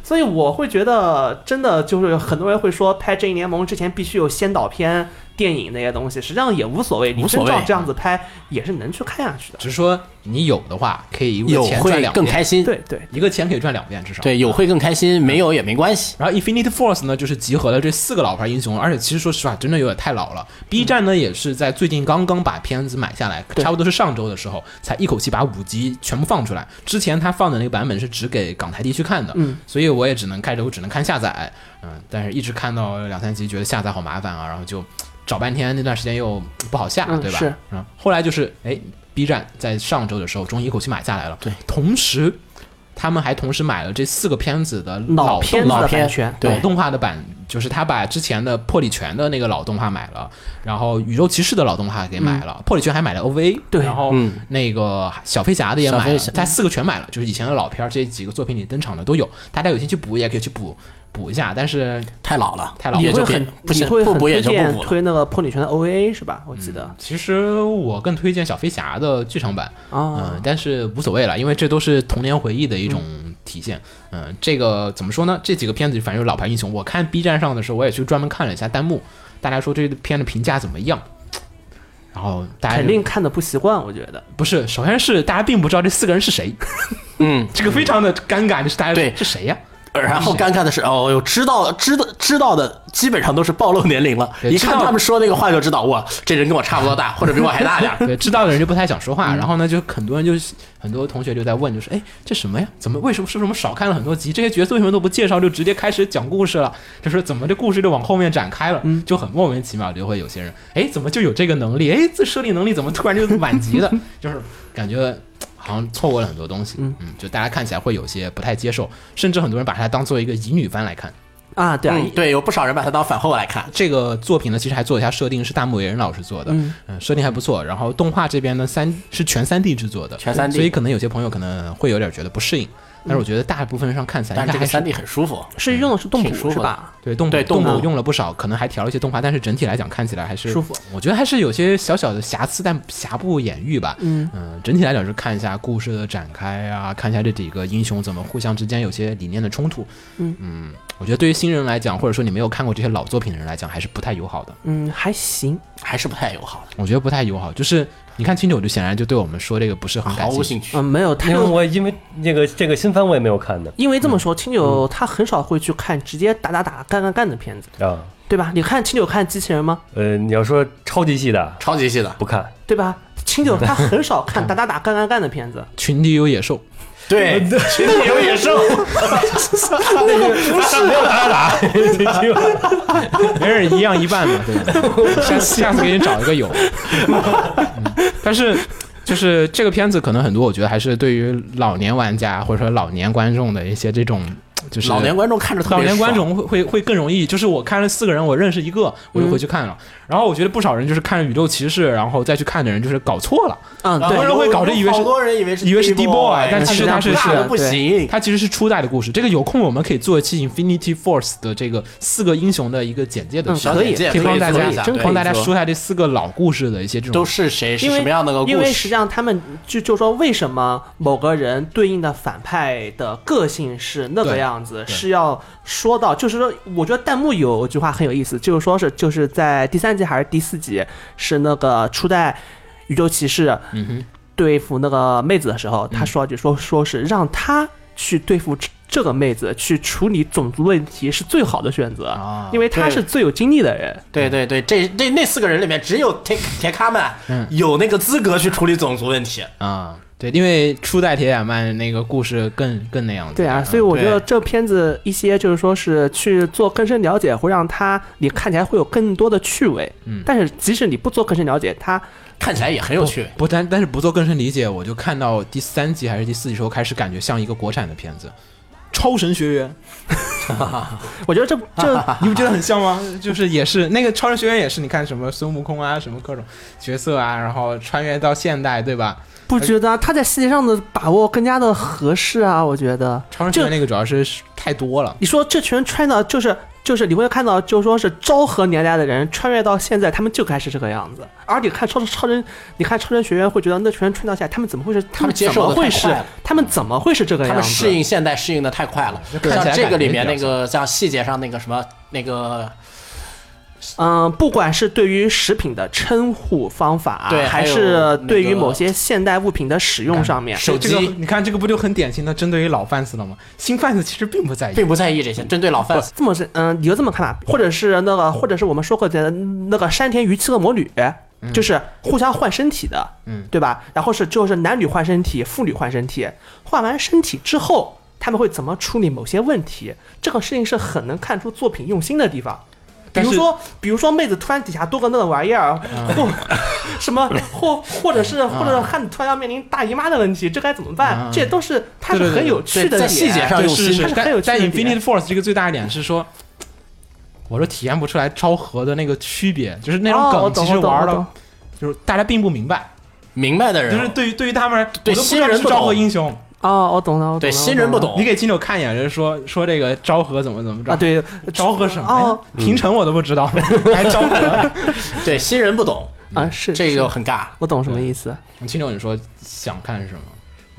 [SPEAKER 5] 所以我会觉得，真的就是很多人会说，拍《正义联盟》之前必须有先导片、电影那些东西，实际上也无所谓，你
[SPEAKER 6] 无所
[SPEAKER 5] 真
[SPEAKER 6] 谓
[SPEAKER 5] 照这样子拍也是能去看下去的。
[SPEAKER 4] 只是说你嗯有的话，可以一个
[SPEAKER 6] 有
[SPEAKER 4] 钱赚
[SPEAKER 6] 会
[SPEAKER 4] 两
[SPEAKER 6] 更
[SPEAKER 4] 遍，
[SPEAKER 6] 开心，
[SPEAKER 5] 对对，
[SPEAKER 4] 一个钱可以赚两遍至少，
[SPEAKER 6] 对，有会更开心，没有也没关系。
[SPEAKER 4] 然后 Infinity Force 呢，就是集合了这四个老牌英雄，而且其实说实话，真的有点太老了。B 站呢也是在最近刚刚把片子买下来，
[SPEAKER 5] 嗯对
[SPEAKER 4] 差不多是上周的时候才一口气把五集全部放出来。之前他放的那个版本是只给港台地区看的，
[SPEAKER 5] 嗯，
[SPEAKER 4] 所以我也只能开着我只能看下载，嗯、但是一直看到两三集，觉得下载好麻烦啊，然后就找半天，那段时间又不好下，
[SPEAKER 5] 嗯
[SPEAKER 4] 对吧？
[SPEAKER 5] 是
[SPEAKER 4] 嗯，后来就是哎，B 站在上周的时候终于一口气买下来了，
[SPEAKER 6] 对，
[SPEAKER 4] 同时。他们还同时买了这四个片子的老
[SPEAKER 5] 老片子
[SPEAKER 4] 动画
[SPEAKER 5] 的
[SPEAKER 6] 片
[SPEAKER 5] 版权，
[SPEAKER 4] 老
[SPEAKER 6] 对
[SPEAKER 4] 动画的版，就是他把之前的破礼拳的那个老动画买了，然后宇宙骑士的老动画给买了，破礼拳还买了 OVA，
[SPEAKER 5] 对
[SPEAKER 4] 然后
[SPEAKER 6] 嗯
[SPEAKER 4] 那个小飞侠的也
[SPEAKER 6] 小
[SPEAKER 4] 买
[SPEAKER 6] 飞
[SPEAKER 4] 了
[SPEAKER 6] 侠，
[SPEAKER 4] 他四个全买了，就是以前的老片儿，这几个作品里登场的都有，大家有兴趣补也可以去补补一下，但是
[SPEAKER 6] 太老了，
[SPEAKER 4] 太老了
[SPEAKER 5] 你
[SPEAKER 6] 也
[SPEAKER 5] 会
[SPEAKER 6] 就别
[SPEAKER 5] 很
[SPEAKER 6] 不
[SPEAKER 5] 你
[SPEAKER 6] 行，
[SPEAKER 5] 会
[SPEAKER 6] 不
[SPEAKER 5] 很
[SPEAKER 6] 补
[SPEAKER 5] 推
[SPEAKER 6] 也就不
[SPEAKER 5] 荐
[SPEAKER 6] 补了。
[SPEAKER 5] 推那个破女拳的 OVA 是吧？我记得
[SPEAKER 4] 其实我更推荐小飞侠的剧场版，
[SPEAKER 5] 啊
[SPEAKER 4] 嗯，，但是无所谓了，因为这都是童年回忆的一种体现。嗯，这个怎么说呢？这几个片子反正有老牌英雄，我看 B 站上的时候，我也去专门看了一下弹幕，大家说这个片的评价怎么样？然后
[SPEAKER 6] 嗯
[SPEAKER 4] 大家就
[SPEAKER 5] 肯定看的不习惯，我觉得。
[SPEAKER 4] 不是，首先是大家并不知道这四个人是谁，
[SPEAKER 6] 嗯，
[SPEAKER 4] 这个非常的尴尬，就是大家
[SPEAKER 6] 对
[SPEAKER 4] 这谁呀、
[SPEAKER 6] 然后尴尬的是，哦，哟，知道知道知道的，基本上都是暴露年龄了。
[SPEAKER 4] 对
[SPEAKER 6] 一
[SPEAKER 4] 知
[SPEAKER 6] 看
[SPEAKER 4] 道
[SPEAKER 6] 他们说那个话就知道，哇，这人跟我差不多大，或者比我还大点儿。
[SPEAKER 4] 对，知道的人就不太想说话，然后呢，就很多人就很多同学就在问，就是哎，这什么呀？怎么为什么是不是我们少看了很多集？这些角色为什么都不介绍，就直接开始讲故事了？就是怎么这故事就往后面展开了，就很莫名其妙，就会有些人哎，怎么就有这个能力？哎，这设定能力怎么突然就满级了？ 就是感觉。好像错过了很多东西，嗯就大家看起来会有些不太接受，甚至很多人把它当做一个乙女番来看。
[SPEAKER 5] 啊，对啊，
[SPEAKER 6] 嗯，对，有不少人把它当反后来看。
[SPEAKER 4] 这个作品呢，其实还做了一下设定，是大木野人老师做的，嗯、设定还不错。然后动画这边呢，三是全三 D 制作的，
[SPEAKER 6] 全 3D
[SPEAKER 4] 所以可能有些朋友可能会有点觉得不适应。但是我觉得大部分上看起来
[SPEAKER 6] 但
[SPEAKER 4] 应
[SPEAKER 6] 是
[SPEAKER 4] 该哎
[SPEAKER 6] 这个
[SPEAKER 4] 还
[SPEAKER 6] 三
[SPEAKER 4] 是
[SPEAKER 6] D 很舒服，
[SPEAKER 5] 是用的是动
[SPEAKER 6] 嗯挺舒
[SPEAKER 5] 捕
[SPEAKER 6] 服
[SPEAKER 5] 是
[SPEAKER 6] 的
[SPEAKER 5] 吧？
[SPEAKER 4] 对动
[SPEAKER 6] 对
[SPEAKER 4] 动
[SPEAKER 6] 动捕
[SPEAKER 4] 捕用了不少，可能还调了一些动画，但是整体来讲看起来还是
[SPEAKER 5] 舒服。
[SPEAKER 4] 我觉得还是有些小小的瑕疵，但瑕不掩瑜吧。
[SPEAKER 5] 嗯
[SPEAKER 4] 嗯，整体来讲是看一下故事的展开啊，看一下这几个英雄怎么互相之间有些理念的冲突。
[SPEAKER 5] 嗯
[SPEAKER 4] 我觉得对于新人来讲，或者说你没有看过这些老作品的人来讲，还是不太友好的。
[SPEAKER 5] 嗯，还行。
[SPEAKER 6] 还是不太友好的，
[SPEAKER 4] 我觉得不太友好，就是你看清九就显然就对我们说这个不是很
[SPEAKER 6] 毫
[SPEAKER 4] 感
[SPEAKER 6] 无
[SPEAKER 4] 兴
[SPEAKER 6] 兴
[SPEAKER 4] 趣。
[SPEAKER 6] 趣。
[SPEAKER 5] 嗯，没有太
[SPEAKER 2] 因为我因为这个这个新番我也没有看呢
[SPEAKER 5] 因为
[SPEAKER 6] 嗯
[SPEAKER 5] 这么说，清九他很少会去看直接打打打、干干干的片子，
[SPEAKER 2] 啊。
[SPEAKER 5] 对吧？你看清九看机器人吗？
[SPEAKER 2] 呃，你要说超级系的
[SPEAKER 6] 超级系的，
[SPEAKER 2] 不看，
[SPEAKER 5] 对吧？清 九他很少看打打打、干干干的片子，
[SPEAKER 4] 群体有野兽，
[SPEAKER 6] 对，群体有野兽，
[SPEAKER 4] 没人一样一半嘛，对 吧？下次下次给你找一个 有。嗯、但是就是这个片子，可能很多我觉得还是对于老年玩家或者说老年观众的一些这种就是
[SPEAKER 6] 老年观众看着特
[SPEAKER 4] 老
[SPEAKER 6] 别
[SPEAKER 4] 年
[SPEAKER 6] 爽
[SPEAKER 4] 观众会会会更容易，就是我看了四个人，我认识一个，我就回去看了。然后我觉得不少人就是看了《宇宙骑士》，然后再去看的人，就是搞错了。
[SPEAKER 5] 嗯，
[SPEAKER 6] 然后
[SPEAKER 5] 对，
[SPEAKER 4] 人会搞着以为是
[SPEAKER 6] 好多人以为是
[SPEAKER 4] 以为是 D-boy，
[SPEAKER 6] D-boy，
[SPEAKER 4] 但其实他是
[SPEAKER 6] 那不
[SPEAKER 5] 是
[SPEAKER 6] 行。
[SPEAKER 4] 它其实是初代的故事。这个有空我们可以做一期 Infinity Force 的这个四个英雄的一个简介的
[SPEAKER 5] 嗯
[SPEAKER 4] 小
[SPEAKER 5] 可以
[SPEAKER 6] 小简介
[SPEAKER 4] 可以帮大
[SPEAKER 6] 可以做
[SPEAKER 4] 家
[SPEAKER 6] 一下对
[SPEAKER 4] 帮大家
[SPEAKER 6] 可以做
[SPEAKER 4] 说一下这四个老故事的一些这种
[SPEAKER 6] 都是谁是
[SPEAKER 5] 因为
[SPEAKER 6] 什么样的个
[SPEAKER 5] 因
[SPEAKER 6] 故
[SPEAKER 5] 为实际
[SPEAKER 6] 事？
[SPEAKER 5] 上他们就就说为什么某个人对应的反派的个性是那个
[SPEAKER 4] 对
[SPEAKER 5] 样子，
[SPEAKER 4] 对
[SPEAKER 5] 是要说到，就是说，我觉得弹幕有句话很有意思，就是说是就是在第三集还是第四集，是那个初代宇宙骑士
[SPEAKER 4] 嗯哼
[SPEAKER 5] 对付那个妹子的时候，他
[SPEAKER 4] 嗯
[SPEAKER 5] 说就说说是让他去对付这这个妹子，去处理种族问题是最好的选择，
[SPEAKER 4] 啊
[SPEAKER 5] 因为他
[SPEAKER 6] 对
[SPEAKER 5] 是最有经历的人。
[SPEAKER 6] 对对对，这这那四个人里面，只有铁铁卡曼
[SPEAKER 4] 嗯
[SPEAKER 6] 有那个资格去处理种族问题。
[SPEAKER 4] 啊。对，因为初代铁甲曼那个故事更更那样子。
[SPEAKER 5] 对啊，
[SPEAKER 4] 嗯
[SPEAKER 5] 所以我觉得
[SPEAKER 6] 对
[SPEAKER 5] 这片子一些就是说是去做更深了解，会让它你看起来会有更多的趣味。
[SPEAKER 4] 嗯
[SPEAKER 5] 但是即使你不做更深了解，它
[SPEAKER 6] 看起来也很有趣味。
[SPEAKER 4] 不但但是不做更深理解，我就看到第三集还是第四集时候开始感觉像一个国产的片子，《超神学院》
[SPEAKER 5] 我觉得这 这
[SPEAKER 4] 你不觉得很像 吗？就是也是那个超人学院也是，你看什么孙悟空啊，什么各种角色啊，然后穿越到现代，对吧？
[SPEAKER 5] 不觉得啊它在细节上的把握更加的合适啊？我觉得
[SPEAKER 4] 超人学院那个主要是太多了，
[SPEAKER 5] 你说这群穿的就是就是你会看到，就是说是昭和年代的人穿越到现在，他们就开始这个样子。而你看超超人，你看超人学院会觉得那群人穿到现在，他们怎么会是他
[SPEAKER 6] 们接
[SPEAKER 5] 怎
[SPEAKER 6] 受
[SPEAKER 5] 么
[SPEAKER 6] 得
[SPEAKER 5] 会
[SPEAKER 6] 太
[SPEAKER 5] 是
[SPEAKER 6] 快了
[SPEAKER 5] 他们怎么会是这个
[SPEAKER 6] 他
[SPEAKER 5] 样
[SPEAKER 6] 们
[SPEAKER 5] 子？
[SPEAKER 6] 适应现代适应的太快了
[SPEAKER 4] 就，看起来
[SPEAKER 6] 像这
[SPEAKER 4] 感觉
[SPEAKER 6] 个里面
[SPEAKER 4] 比
[SPEAKER 6] 那
[SPEAKER 4] 较
[SPEAKER 6] 个，像细节上那个什么那个，
[SPEAKER 5] 嗯，不管是对于食品的称呼方法啊，
[SPEAKER 6] 对
[SPEAKER 5] 还
[SPEAKER 6] 还有
[SPEAKER 5] 是对于
[SPEAKER 6] 那个
[SPEAKER 5] 某些现代物品的使用上面，
[SPEAKER 6] 手
[SPEAKER 4] 这个
[SPEAKER 6] 机
[SPEAKER 4] 你看这个不就很典型的针对于老贩子了吗？新贩子其实并不在意。
[SPEAKER 6] 并不在意这些，针对老贩子
[SPEAKER 5] 这么是嗯，你就这么看吧，或者是那个，或者是我们说过的那个山田鱼七恶魔女，就是互相换身体的，
[SPEAKER 4] 嗯，
[SPEAKER 5] 对吧？然后是就是男女换身体，妇女换身体，换完身体之后。他们会怎么处理某些问题？这个事情是很能看出作品用心的地方。比
[SPEAKER 4] 但是嗯
[SPEAKER 5] 如说，比如说妹子突然底下多个那个玩意儿，或什么，或或者是或者是汉子突然要面临大姨妈的问题，这该怎么办
[SPEAKER 4] 嗯？
[SPEAKER 5] 这都是它是
[SPEAKER 4] 对对对
[SPEAKER 5] 很有趣的
[SPEAKER 6] 在
[SPEAKER 5] 点，
[SPEAKER 6] 细节上
[SPEAKER 4] 对，
[SPEAKER 6] 用
[SPEAKER 4] 是
[SPEAKER 6] 心
[SPEAKER 5] 它
[SPEAKER 4] 是，
[SPEAKER 5] 是很有
[SPEAKER 4] 但
[SPEAKER 5] 趣的
[SPEAKER 4] 但
[SPEAKER 5] 点。
[SPEAKER 4] Infinity Force 这个最大的点是说，我说体验不出来昭和的那个区别，就是那
[SPEAKER 5] 哦
[SPEAKER 4] 种
[SPEAKER 5] 我
[SPEAKER 4] 梗
[SPEAKER 5] 懂
[SPEAKER 4] 其实
[SPEAKER 5] 我懂
[SPEAKER 4] 玩
[SPEAKER 5] 我懂
[SPEAKER 4] 了，就是大家并不明白，
[SPEAKER 6] 明白的人，
[SPEAKER 4] 就是对于对于他们，
[SPEAKER 6] 对
[SPEAKER 4] 我都不知道
[SPEAKER 6] 新人
[SPEAKER 4] 是
[SPEAKER 6] 不懂
[SPEAKER 4] 昭和英雄，
[SPEAKER 5] 哦，我懂了，我懂了。
[SPEAKER 6] 对
[SPEAKER 5] 我
[SPEAKER 6] 新人不
[SPEAKER 5] 了
[SPEAKER 6] 懂，
[SPEAKER 4] 你给金九看一眼，人说说这个昭和怎么怎么着
[SPEAKER 5] 啊，对，
[SPEAKER 4] 昭和什么？
[SPEAKER 5] 哦
[SPEAKER 4] 哎平城我都不知道，还昭和。
[SPEAKER 6] 对新人不懂，
[SPEAKER 5] 啊是
[SPEAKER 6] 这个
[SPEAKER 5] 是
[SPEAKER 6] 就很尬。
[SPEAKER 5] 我懂什么意思。
[SPEAKER 4] 金九，你说想看什么？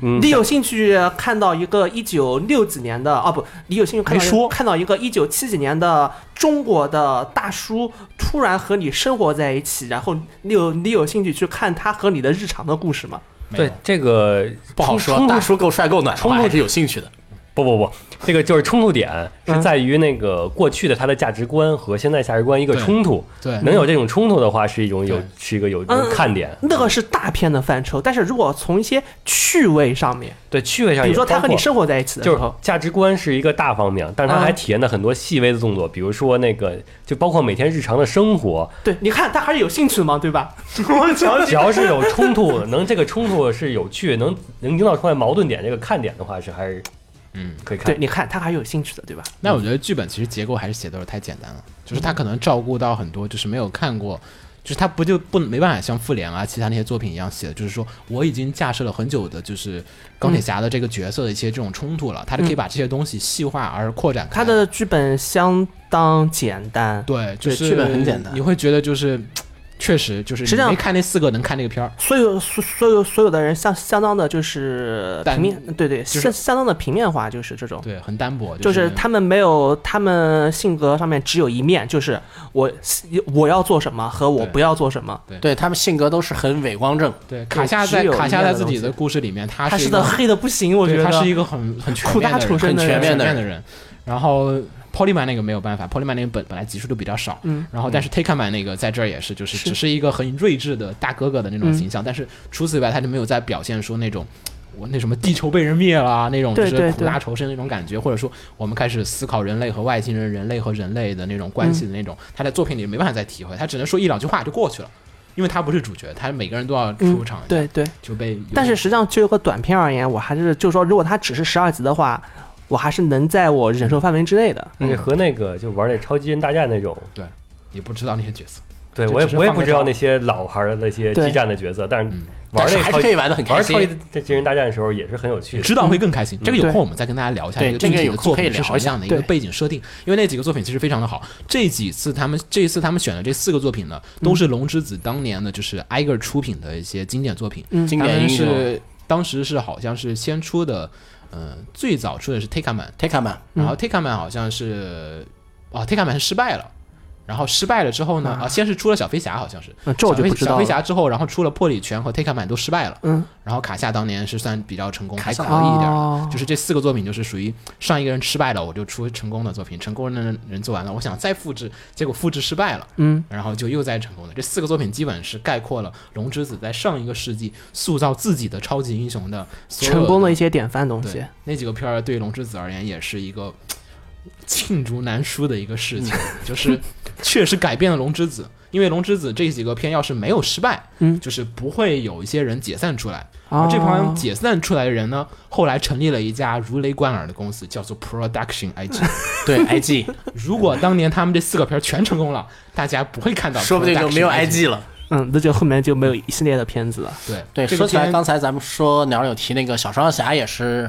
[SPEAKER 2] 嗯
[SPEAKER 5] 你，有兴趣看到一个一九六几年的哦不，你有兴趣看到
[SPEAKER 4] 没说
[SPEAKER 5] 看到一个一九七几年的中国的大叔突然和你生活在一起，然后你有你有兴趣去看他和你的日常的故事吗？
[SPEAKER 4] 没有
[SPEAKER 2] 对，这个
[SPEAKER 6] 不好
[SPEAKER 2] 冲
[SPEAKER 6] 说，
[SPEAKER 2] 突
[SPEAKER 6] 大叔够帅够暖的
[SPEAKER 2] 冲
[SPEAKER 6] 话
[SPEAKER 2] 突
[SPEAKER 6] 还是有兴趣的。
[SPEAKER 2] 不不不，这个就是冲突点是在于那个过去的他的价值观和现在价值观一个冲突。
[SPEAKER 4] 对
[SPEAKER 2] 能有这种冲突的话，是一种有
[SPEAKER 4] 对
[SPEAKER 2] 是一个有
[SPEAKER 5] 嗯
[SPEAKER 2] 有看点。
[SPEAKER 5] 那个是大片的范畴，但是如果从一些趣味上面，
[SPEAKER 2] 对趣味上
[SPEAKER 5] 比
[SPEAKER 2] 也
[SPEAKER 5] 如说他
[SPEAKER 2] 哎包
[SPEAKER 5] 和
[SPEAKER 2] 括
[SPEAKER 5] 你生活在一起的时
[SPEAKER 2] 就是
[SPEAKER 5] 候，
[SPEAKER 2] 价值观是一个大方面，但是他还
[SPEAKER 5] 嗯
[SPEAKER 2] 体验了很多细微的动作，比如说那个就包括每天日常的生 活，
[SPEAKER 5] 对，你看他还是有兴趣的嘛，对吧？我瞧
[SPEAKER 2] 只要是有冲突，能这个冲突是有趣，能能营造出来矛盾点这个看点的话，是还是
[SPEAKER 4] 嗯，
[SPEAKER 2] 可以看
[SPEAKER 5] 对，。你看他还是有兴趣的，对吧？
[SPEAKER 4] 那我觉得剧本其实结构还是写的太简单了，就是他可能照顾到很多就是没有看过。就是他不就不没办法像复联啊其他那些作品一样写的，就是说我已经架设了很久的，就是钢
[SPEAKER 5] 嗯
[SPEAKER 4] 铁侠的这个角色的一些这种冲突了，他就可以把这些东西细化而扩展开。
[SPEAKER 5] 他嗯的剧本相当简单，
[SPEAKER 4] 对，就
[SPEAKER 6] 对
[SPEAKER 4] 是
[SPEAKER 6] 剧本很简单
[SPEAKER 4] 你会觉得就是。确实，就是你
[SPEAKER 5] 实际上
[SPEAKER 4] 没看那四个能看这个片儿，
[SPEAKER 5] 所有所所有所有的人相相当的就是
[SPEAKER 4] 但
[SPEAKER 5] 平面，对对，
[SPEAKER 4] 就是
[SPEAKER 5] 相相当的平面化，就是这种。
[SPEAKER 4] 对，很单薄，
[SPEAKER 5] 就是是他们没有，他们性格上面只有一面，就是我我要做什么和我
[SPEAKER 4] 对
[SPEAKER 5] 不要做什么。
[SPEAKER 6] 对他们性格都是很伪光正，
[SPEAKER 4] 对卡夏在
[SPEAKER 5] 只有
[SPEAKER 4] 卡夏
[SPEAKER 5] 一
[SPEAKER 4] 在
[SPEAKER 5] 样的
[SPEAKER 4] 自己
[SPEAKER 5] 东西
[SPEAKER 4] 的故事里面，他
[SPEAKER 5] 他
[SPEAKER 4] 是
[SPEAKER 5] 是
[SPEAKER 4] 一个
[SPEAKER 5] 的黑的不行，我觉
[SPEAKER 4] 对
[SPEAKER 5] 得
[SPEAKER 4] 他是一个很很全
[SPEAKER 5] 苦
[SPEAKER 4] 面
[SPEAKER 5] 大
[SPEAKER 4] 的
[SPEAKER 5] 仇
[SPEAKER 4] 人
[SPEAKER 5] 深的
[SPEAKER 4] 很全
[SPEAKER 5] 人
[SPEAKER 4] 面的人。然后 Polyman 那个没有办法，Polyman 那个本本来集数就比较少，
[SPEAKER 5] 嗯
[SPEAKER 4] 然后但是 Takeman 那个在这儿也是，就是
[SPEAKER 5] 是嗯
[SPEAKER 4] 只是一个很睿智的大哥哥的那种形象，但是除此以外，他就没有再表现出那种。我那什么地球被人灭了、啊，那种就
[SPEAKER 5] 对
[SPEAKER 4] 是
[SPEAKER 5] 对
[SPEAKER 4] 苦大仇深的那种感觉，或者说我们开始思考人类和外星人、人类和人类的那种关系的那种，他在作品里没办法再体会，他只能说一两句话就过去了，因为他不是主角，他每个人都要出
[SPEAKER 5] 嗯
[SPEAKER 4] 场，，
[SPEAKER 5] 对对。
[SPEAKER 4] 就被有
[SPEAKER 5] 但是实际上，就一个短片而言，我还是就是说，如果它只是十二集的话，我还是能在我忍受范围之内的。
[SPEAKER 2] 那和那个就玩那超级人大战那种，
[SPEAKER 4] 也不知道那些角色。
[SPEAKER 2] 对
[SPEAKER 4] 就
[SPEAKER 2] 我
[SPEAKER 4] 只
[SPEAKER 2] 也
[SPEAKER 4] 是
[SPEAKER 2] 我也
[SPEAKER 4] 放
[SPEAKER 2] 不
[SPEAKER 4] 个
[SPEAKER 2] 知道
[SPEAKER 4] 照
[SPEAKER 2] 那些老牌的那些
[SPEAKER 5] 对
[SPEAKER 2] 激战的角色，但是
[SPEAKER 4] 嗯
[SPEAKER 2] 玩
[SPEAKER 6] 但是
[SPEAKER 2] 那
[SPEAKER 6] 还
[SPEAKER 2] 超
[SPEAKER 6] 是可以玩的很开
[SPEAKER 2] 玩超级
[SPEAKER 6] 心。
[SPEAKER 2] 真人大战的时候也是很有趣的。
[SPEAKER 4] 知道会更开心。这个有
[SPEAKER 5] 嗯对
[SPEAKER 4] 空我们再跟大家聊一下
[SPEAKER 6] 对
[SPEAKER 4] 这个具体
[SPEAKER 6] 这个有
[SPEAKER 4] 的
[SPEAKER 6] 空
[SPEAKER 4] 作
[SPEAKER 6] 可以
[SPEAKER 4] 品是
[SPEAKER 6] 聊一下
[SPEAKER 4] 什么样的一个
[SPEAKER 5] 对
[SPEAKER 4] 背景设定，因为那几个作品其实非常的好。这几次他们这一次他们选的这四个作品呢，
[SPEAKER 5] 嗯
[SPEAKER 4] 都是龙之子当年的就是挨个出品的一些经典作品。
[SPEAKER 5] 嗯
[SPEAKER 6] 经
[SPEAKER 4] 他
[SPEAKER 6] 典
[SPEAKER 4] 们
[SPEAKER 6] 英雄
[SPEAKER 4] 是当时是好像是先出的，呃，最早出的是 Takeman，
[SPEAKER 6] t a k e m a n
[SPEAKER 5] 嗯
[SPEAKER 4] 然后 Takeman 好像是哦 Takeman 是失败了。然后失败了之后呢？啊，先是出了小飞侠，好像是
[SPEAKER 5] 嗯这我就
[SPEAKER 4] 小飞
[SPEAKER 5] 不知道
[SPEAKER 4] 小
[SPEAKER 5] 了
[SPEAKER 4] 飞侠之后，然后出了破里拳和 Takeman 都失败了。
[SPEAKER 5] 嗯，
[SPEAKER 4] 然后卡夏当年是算比较成功，还可以
[SPEAKER 5] 夏
[SPEAKER 4] 一点
[SPEAKER 5] 哦
[SPEAKER 4] 的，就是这四个作品就是属于上一个人失败了，我就出成功的作品，成功的人做完了，我想再复制，结果复制失败了，
[SPEAKER 5] 嗯，
[SPEAKER 4] 然后就又再成功的。这四个作品基本是概括了龙之子在上一个世纪塑造自己的超级英雄的所有
[SPEAKER 5] 成功的
[SPEAKER 4] 的
[SPEAKER 5] 一些典范东
[SPEAKER 4] 对
[SPEAKER 5] 西。
[SPEAKER 4] 那几个片儿，对龙之子而言也是一个呃罄竹难书的一个事
[SPEAKER 6] 嗯
[SPEAKER 4] 情， 就是确实改变了龙之子。因为龙之子这几个片要是没有失败，
[SPEAKER 5] 嗯
[SPEAKER 4] 就是不会有一些人解散出来。
[SPEAKER 5] 哦
[SPEAKER 4] 而这帮解散出来的人呢，后来成立了一家如雷贯耳的公司，叫做 Production IG。
[SPEAKER 6] 对 IG，
[SPEAKER 4] 如果当年他们这四个片儿全成功了，大家不会看到，
[SPEAKER 6] 说不定就没有
[SPEAKER 4] IG。
[SPEAKER 6] IG 了。
[SPEAKER 5] 嗯，那就后面就没有一系列的片子了。
[SPEAKER 4] 对
[SPEAKER 6] 对，
[SPEAKER 4] 这
[SPEAKER 6] 说
[SPEAKER 4] 个
[SPEAKER 6] 起来，
[SPEAKER 4] 片
[SPEAKER 6] 刚才咱们说鸟儿有提那个小双侠也是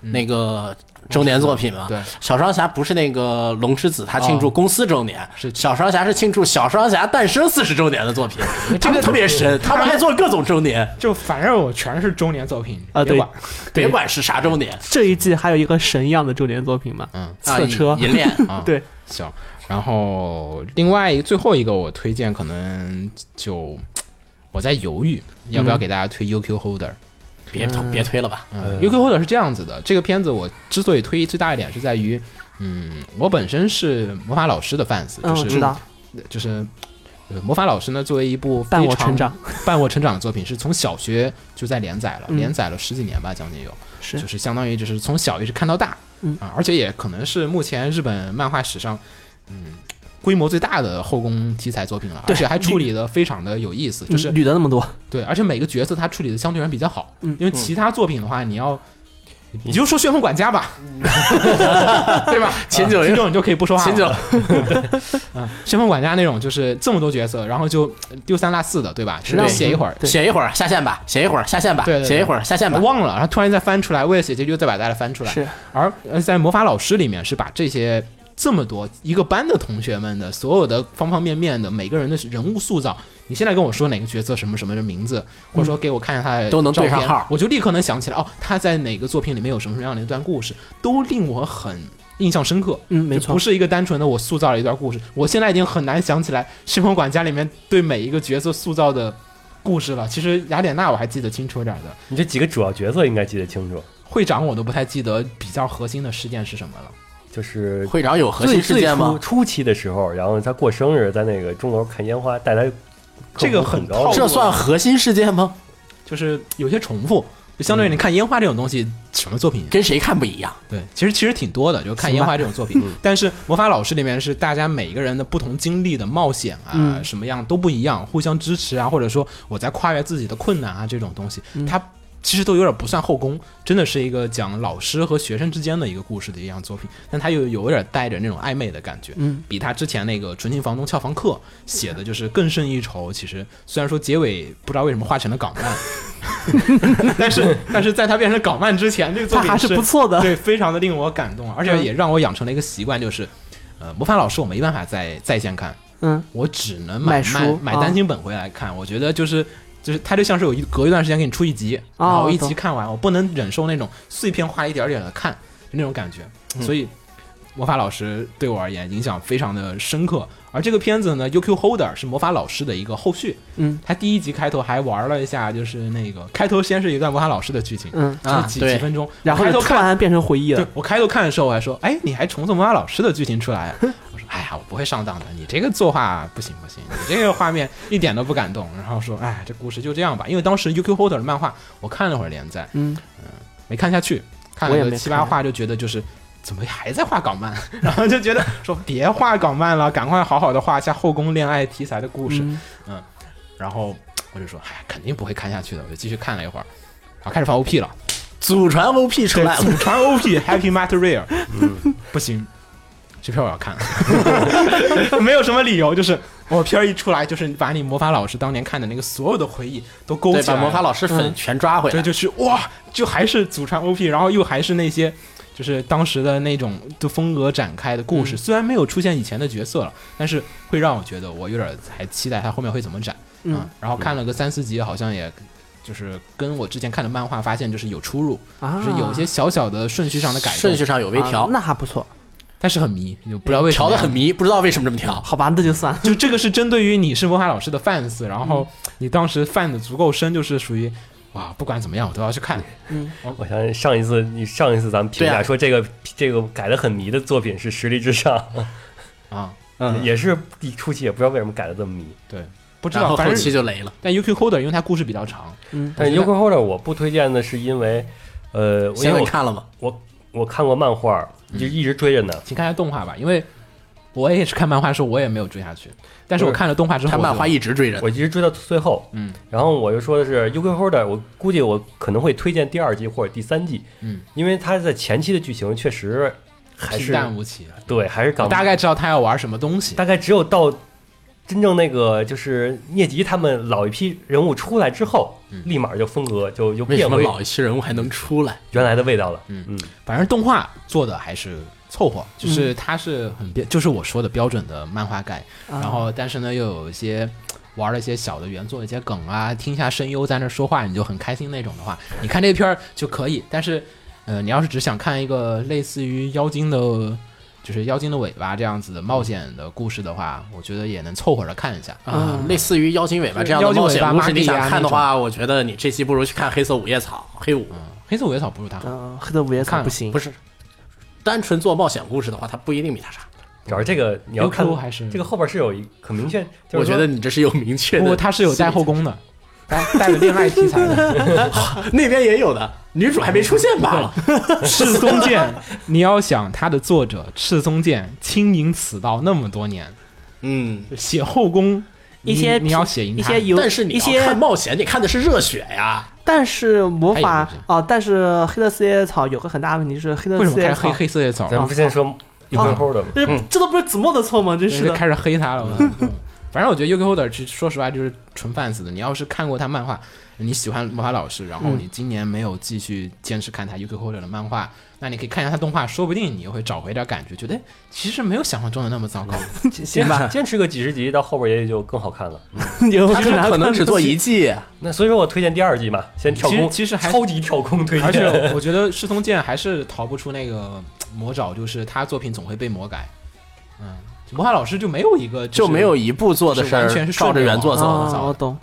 [SPEAKER 6] 那个周年作品嘛。
[SPEAKER 4] 对，
[SPEAKER 6] 小双侠不是那个龙之子，他庆祝
[SPEAKER 4] 哦
[SPEAKER 6] 公司周年，
[SPEAKER 4] 是
[SPEAKER 6] 小双嗯侠是庆祝小双侠诞生四十周年的作品，
[SPEAKER 4] 这
[SPEAKER 6] 他
[SPEAKER 4] 个
[SPEAKER 6] 们特别神，他们还做各种周年，
[SPEAKER 4] 就反正我全是周年作品
[SPEAKER 5] 啊
[SPEAKER 4] 别
[SPEAKER 5] 对
[SPEAKER 4] 管
[SPEAKER 6] 别管是啥周年
[SPEAKER 5] 这一季还有一个神一样的周年作品嘛？
[SPEAKER 4] 嗯
[SPEAKER 6] 啊，
[SPEAKER 5] 侧车。
[SPEAKER 6] 银银 链。
[SPEAKER 4] 啊，
[SPEAKER 5] 对，
[SPEAKER 4] 行。然后另外一最后一个我推荐，可能就我在犹豫要不
[SPEAKER 5] 嗯
[SPEAKER 4] 要给大家推 UQ Holder。
[SPEAKER 6] 别推别推了吧，
[SPEAKER 4] 嗯，UQ Holder 是这样子的，这个片子我之所以推最大一点是在于，嗯，我本身是魔法老师的 fans，
[SPEAKER 5] 嗯，我
[SPEAKER 4] 就是、
[SPEAKER 5] 知道，
[SPEAKER 4] 就是。呃魔法老师呢，作为一部非
[SPEAKER 5] 伴我
[SPEAKER 4] 常
[SPEAKER 5] 成长、
[SPEAKER 4] 伴我成长的作品，是从小学就在连载了，
[SPEAKER 5] 嗯
[SPEAKER 4] 连载了十几年吧，将近有。
[SPEAKER 5] 是
[SPEAKER 4] 就是相当于就是从小一直看到大，
[SPEAKER 5] 嗯
[SPEAKER 4] 啊，而且也可能是目前日本漫画史上，嗯，规模最大的后宫题材作品了，
[SPEAKER 5] 对
[SPEAKER 4] 而且还处理的非常的有意思，就是
[SPEAKER 5] 嗯捋的那么多，
[SPEAKER 4] 对，而且每个角色他处理的相对而言比较好，
[SPEAKER 5] 嗯
[SPEAKER 4] 因为其他作品的话，你要。
[SPEAKER 6] 嗯
[SPEAKER 4] 你就说《旋风管家》吧， 对吧？
[SPEAKER 6] 秦九
[SPEAKER 4] 啊
[SPEAKER 6] 英
[SPEAKER 4] 秦九你就可以不说话了。
[SPEAKER 6] 秦九
[SPEAKER 4] 啊，《旋风管家》那种就是这么多角色，然后就丢三落四的，对吧？
[SPEAKER 5] 是
[SPEAKER 4] 就是
[SPEAKER 5] 的
[SPEAKER 4] 写一会儿，
[SPEAKER 5] 对
[SPEAKER 6] 写一会儿下线吧，写一会儿下线吧
[SPEAKER 4] 对对，对
[SPEAKER 6] 写一会儿下线吧。
[SPEAKER 4] 忘了，然后突然再翻出来，为了写结局又再把大家翻出来。
[SPEAKER 5] 是
[SPEAKER 4] 而呃在魔法老师里面是把这些这么多一个班的同学们的所有的方方面面的每个人的人物塑造，你现在跟我说哪个角色什么什么的名字，或者说给我看一下他的
[SPEAKER 6] 嗯都能对上
[SPEAKER 4] 照片
[SPEAKER 6] 号
[SPEAKER 4] 我就立刻能想起来哦，他在哪个作品里面有什么什么样的一段故事，都令我很印象深刻。
[SPEAKER 5] 嗯，没
[SPEAKER 4] 就
[SPEAKER 5] 错
[SPEAKER 4] 不，是一个单纯的我塑造了一段故事，我现在已经很难想起来《旋风管家》里面对每一个角色塑造的故事了。其实雅典娜我还记得清楚点儿的，
[SPEAKER 2] 你这几个主要角色应该记得清楚，
[SPEAKER 4] 会长我都不太记得比较核心的事件是什么了。
[SPEAKER 2] 就是
[SPEAKER 6] 会长有核
[SPEAKER 2] 最
[SPEAKER 6] 心事
[SPEAKER 2] 哎最
[SPEAKER 6] 件
[SPEAKER 2] 初
[SPEAKER 6] 吗？
[SPEAKER 2] 初期的时候，然后他过生日，在那个钟楼看烟花，带他
[SPEAKER 4] 这个
[SPEAKER 2] 很
[SPEAKER 4] 很
[SPEAKER 2] 高
[SPEAKER 4] 套
[SPEAKER 2] 的，
[SPEAKER 6] 这算核心事件吗？
[SPEAKER 4] 就是有些重复，就相对于你看烟花这种东西，什么作品？
[SPEAKER 6] 跟谁看不一样？
[SPEAKER 4] 对，其实其实挺多的，就看烟花这种作品。 但是魔法老师里面是大家每一个人的不同经历的冒险啊，
[SPEAKER 5] 嗯嗯
[SPEAKER 4] 什么样都不一样，互相支持啊，或者说我在跨越自己的困难啊这种东西，它其实都有点不算后宫，真的是一个讲老师和学生之间的一个故事的一样作品，但它又有点带着那种暧昧的感觉，嗯，比他之前那个《纯情房东俏房客》写的就是更胜一筹。其实虽然说结尾不知道为什么画成了港漫， 但是但是在它变成港漫之前，这个作
[SPEAKER 5] 它
[SPEAKER 4] 品
[SPEAKER 5] 还是不 错的。
[SPEAKER 4] 对，非常的令我感动，啊而且
[SPEAKER 5] 嗯
[SPEAKER 4] 也让我养成了一个习惯，就是，呃，魔法老师我没办法在在线看，
[SPEAKER 5] 嗯，
[SPEAKER 4] 我只能
[SPEAKER 5] 买
[SPEAKER 4] 买
[SPEAKER 5] 书
[SPEAKER 4] 买
[SPEAKER 5] 啊
[SPEAKER 4] 单行本回来看。我觉得就是就是它就像是有一隔一段时间给你出一集，
[SPEAKER 5] 哦
[SPEAKER 4] 然后一
[SPEAKER 5] 懂
[SPEAKER 4] 集看完，我不能忍受那种碎片化一点点的看就那种感觉，
[SPEAKER 5] 嗯
[SPEAKER 4] 所以。魔法老师对我而言影响非常的深刻，而这个片子呢，UQ Holder 是魔法老师的一个后续。
[SPEAKER 5] 嗯，
[SPEAKER 4] 他第一集开头还玩了一下，就是那个开头先是一段魔法老师的剧情，
[SPEAKER 5] 嗯
[SPEAKER 4] 就是
[SPEAKER 6] 啊
[SPEAKER 4] 几
[SPEAKER 6] 对
[SPEAKER 4] 几分钟，
[SPEAKER 5] 然后
[SPEAKER 4] 开
[SPEAKER 5] 就
[SPEAKER 4] 头
[SPEAKER 5] 突
[SPEAKER 4] 看
[SPEAKER 5] 然变成回忆
[SPEAKER 4] 对
[SPEAKER 5] 了。
[SPEAKER 4] 我开头看的时候，我还说，哎，你还重做魔法老师的剧情出 来啊？我说，哎呀，我不会上当的，你这个作画不行不行，你这个画面一点都不感动。然后说，哎，这故事就这样吧。因为当时 UQ Holder 的漫画我看了会儿连载，
[SPEAKER 5] 嗯
[SPEAKER 4] 没看下去，看
[SPEAKER 5] 我也
[SPEAKER 4] 了
[SPEAKER 5] 没
[SPEAKER 4] 个七
[SPEAKER 5] 看
[SPEAKER 4] 八话就觉得就是。怎么还在画港漫？然后就觉得说别画港漫了，赶快好好的画一下后宫恋爱题材的故事。
[SPEAKER 5] 嗯
[SPEAKER 4] 然后我就说，哎，肯定不会看下去的，我就继续看了一会儿，然后开始发 OP 了。
[SPEAKER 6] 祖传 OP 出
[SPEAKER 4] 对，
[SPEAKER 6] 来了，嗯
[SPEAKER 4] 祖传 OP Happy Matter Rare，不行，这片儿我要看， 没有什么理由，就是我片儿一出来，就是把你魔法老师当年看的那个所有的回忆都勾
[SPEAKER 6] 对，
[SPEAKER 4] 起
[SPEAKER 6] 把
[SPEAKER 4] 来，
[SPEAKER 6] 魔法老师粉全抓回
[SPEAKER 4] 对，
[SPEAKER 6] 来。
[SPEAKER 4] 就是哇，就还是祖传 OP，然后又还是那些。就是当时的那种就风格展开的
[SPEAKER 6] 嗯
[SPEAKER 4] 故事，虽然没有出现以前的角色了，但是会让我觉得我有点还期待它后面会怎么展。
[SPEAKER 5] 嗯
[SPEAKER 4] 啊，然后看了个三四集，好像也就是跟我之前看的漫画发现就是有出入，
[SPEAKER 5] 啊
[SPEAKER 4] 就是有些小小的顺序上的改动，
[SPEAKER 6] 顺序上有微
[SPEAKER 5] 啊
[SPEAKER 6] 调，
[SPEAKER 5] 那还不错。
[SPEAKER 4] 但是很迷，就不知道为什么
[SPEAKER 6] 调的很。迷，不知道为什么这么调。
[SPEAKER 5] 好吧，那就算了。
[SPEAKER 4] 就这个是针对于你是魔法老师的 fans，然后
[SPEAKER 6] 嗯
[SPEAKER 4] 你当时 fan 的足够深，就是属于哇，不管怎么样我都要去看。
[SPEAKER 2] 我想起上一次你上一次咱们评
[SPEAKER 6] 对
[SPEAKER 2] 价
[SPEAKER 6] 啊
[SPEAKER 2] 说这个、这个改的很迷的作品是《实力至上》
[SPEAKER 4] 啊，
[SPEAKER 2] 也是一初期也不知道为什么改的这么迷。
[SPEAKER 4] 对，不知
[SPEAKER 6] 然
[SPEAKER 4] 道，
[SPEAKER 6] 后
[SPEAKER 4] 反
[SPEAKER 6] 后
[SPEAKER 4] 正
[SPEAKER 6] 期就雷了，
[SPEAKER 4] 但 UQ Holder 因为它故事比较长，
[SPEAKER 2] 但是
[SPEAKER 4] 我觉
[SPEAKER 2] Yoko
[SPEAKER 4] 得
[SPEAKER 2] Holder 我不推荐的是因为，呃，因
[SPEAKER 6] 贤
[SPEAKER 2] 为
[SPEAKER 6] 伟
[SPEAKER 2] 我
[SPEAKER 6] 看了吗？
[SPEAKER 2] 我我看过漫画，就一直追着呢。
[SPEAKER 4] 请看下动画吧，因为我也是看漫画的时候我也没有追下去，但是我看了动画之后，
[SPEAKER 6] 他漫画
[SPEAKER 4] 我就
[SPEAKER 6] 一直追着呢
[SPEAKER 2] 我。一直追到最后，
[SPEAKER 4] 嗯，
[SPEAKER 2] 然后我就说的是 UK Holder，我估计我可能会推荐第二季或者第三季，
[SPEAKER 4] 嗯，
[SPEAKER 2] 因为它在前期的剧情确实还
[SPEAKER 4] 平
[SPEAKER 2] 是
[SPEAKER 4] 淡无奇，
[SPEAKER 2] 对，还是
[SPEAKER 4] 我
[SPEAKER 2] 港
[SPEAKER 4] 大概知道他要玩什么东西。
[SPEAKER 2] 大概只有到真正那个就是聂吉他们老一批人物出来之后，立马就风格就又
[SPEAKER 6] 为嗯什
[SPEAKER 2] 变
[SPEAKER 6] 么
[SPEAKER 2] 回
[SPEAKER 6] 老一期人物还能出来？
[SPEAKER 2] 原来的味道了，
[SPEAKER 4] 嗯
[SPEAKER 2] 嗯，
[SPEAKER 4] 反正动画做的还是凑合，就是它是很标，就是我说的标准的漫画改，
[SPEAKER 5] 啊
[SPEAKER 4] 然后但是呢又有一些玩了一些小的原作，一些梗啊，听一下声优在那说话你就很开心那种的话，你看这片儿就可以。但是，呃，你要是只想看一个类似于《妖精的》，就是《妖精的尾巴》这样子的冒险的故事的话，我觉得也能凑合着看一下。嗯
[SPEAKER 6] 啊，类似于妖精尾巴这样的
[SPEAKER 4] 妖精
[SPEAKER 6] 冒
[SPEAKER 4] 尾巴
[SPEAKER 6] 险故事，你
[SPEAKER 4] 玛丽
[SPEAKER 6] 想
[SPEAKER 4] 亚
[SPEAKER 6] 看的话，我觉得你这期不如去看《黑色午夜草》黑五，
[SPEAKER 4] 黑色五叶草不如它好，
[SPEAKER 5] 嗯，黑的五叶
[SPEAKER 4] 看
[SPEAKER 5] 草
[SPEAKER 4] 了
[SPEAKER 5] 不行
[SPEAKER 6] 不，是单纯做冒险故事的话，它不一定比它差。
[SPEAKER 2] 主要是这个你要看
[SPEAKER 4] UQ 还是
[SPEAKER 2] 这个后边是有一很明确，就是
[SPEAKER 6] 我觉
[SPEAKER 2] 说
[SPEAKER 6] 得你这是有明确
[SPEAKER 4] 不过
[SPEAKER 6] 的，
[SPEAKER 4] 它是有带后宫的，带带有恋爱题材的。
[SPEAKER 6] 那边也有的，女主还没出现罢了。
[SPEAKER 4] 赤松健，你要想他的作者赤松健经营此道那么多年，
[SPEAKER 6] 嗯，
[SPEAKER 4] 写后宫，
[SPEAKER 5] 一些
[SPEAKER 4] 你你要写赢
[SPEAKER 5] 一
[SPEAKER 4] 他
[SPEAKER 5] 些有
[SPEAKER 6] 但是你
[SPEAKER 5] 一
[SPEAKER 6] 要看
[SPEAKER 5] 些，
[SPEAKER 6] 冒险，你看的是热血呀。
[SPEAKER 5] 但是魔
[SPEAKER 4] 它也
[SPEAKER 5] 法
[SPEAKER 4] 不是
[SPEAKER 5] 哦，但是黑的四叶草有个很大的问题是黑的
[SPEAKER 4] 为什么
[SPEAKER 5] 四
[SPEAKER 4] 开
[SPEAKER 5] 叶
[SPEAKER 4] 始
[SPEAKER 5] 草
[SPEAKER 4] 黑，黑色的草？
[SPEAKER 2] 咱们之前说 UK Holder 嘛
[SPEAKER 5] 这这都不是子墨的错吗？真是
[SPEAKER 4] 就
[SPEAKER 5] 的。
[SPEAKER 4] 开始黑他了。嗯反正我觉得 UK Holder 其实说实话就是纯 fans 的。你要是看过他漫画，你喜欢魔法老师，然
[SPEAKER 5] 嗯
[SPEAKER 4] 后你今年没有继续坚持看他 UK Holder 的漫画，那你可以看一下他动画，说不定你又会找回点感觉，觉得哎其实没有想象中的那么糟糕。
[SPEAKER 2] 坚持坚持个几十集，到后边也就更好看了。
[SPEAKER 5] 有
[SPEAKER 6] 他
[SPEAKER 5] 哪
[SPEAKER 6] 可能只做一季，
[SPEAKER 2] 那所以说我推荐第二季嘛，先跳空，
[SPEAKER 4] 其实其实还
[SPEAKER 2] 超级跳空推荐，
[SPEAKER 4] 而且我觉得施通健还是逃不出那个魔爪，就是他作品总会被魔改。嗯，魔法老师就没有一个
[SPEAKER 6] 就是没有，一部做的事
[SPEAKER 4] 是完全
[SPEAKER 6] 儿
[SPEAKER 4] 是
[SPEAKER 6] 照着原作哦走的。
[SPEAKER 5] 啊，我懂。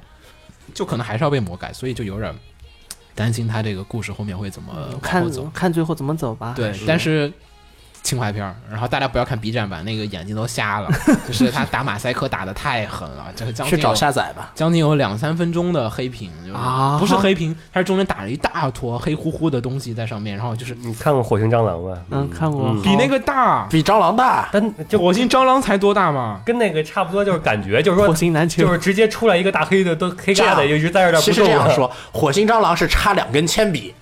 [SPEAKER 4] 就可能还是要被魔改，所以就有点呃担心他这个故事后面会怎么往后走
[SPEAKER 5] 看。看最后怎么走吧。嗯
[SPEAKER 4] 对，但是情怀片儿，然后大家不要看 B 站版，那个眼睛都瞎 了，就是他打马赛克打的太狠了，就是将
[SPEAKER 6] 去
[SPEAKER 4] 近
[SPEAKER 6] 找
[SPEAKER 4] 有
[SPEAKER 6] 下载吧。
[SPEAKER 4] 将近有两三分钟的黑屏，就是
[SPEAKER 5] 啊
[SPEAKER 4] 不是黑屏，它是中间打了一大坨黑乎乎的东西在上面，然后就是
[SPEAKER 2] 你看过《火星蟑螂》吧？
[SPEAKER 5] 嗯，看过
[SPEAKER 2] 嗯
[SPEAKER 4] 比那个大，
[SPEAKER 6] 比蟑螂大，
[SPEAKER 2] 但
[SPEAKER 4] 就
[SPEAKER 2] 就
[SPEAKER 4] 火星蟑螂才多大嘛？
[SPEAKER 2] 跟那个差不多，就是感觉就是说
[SPEAKER 5] 火，星难求
[SPEAKER 2] 就，是直接出来一个大黑的，都黑盖的，
[SPEAKER 6] 这样
[SPEAKER 2] 一直在那儿
[SPEAKER 6] 其
[SPEAKER 2] 不啊
[SPEAKER 6] 实这
[SPEAKER 2] 动
[SPEAKER 6] 样
[SPEAKER 2] 了。
[SPEAKER 6] 说，火星蟑螂是插两根铅笔，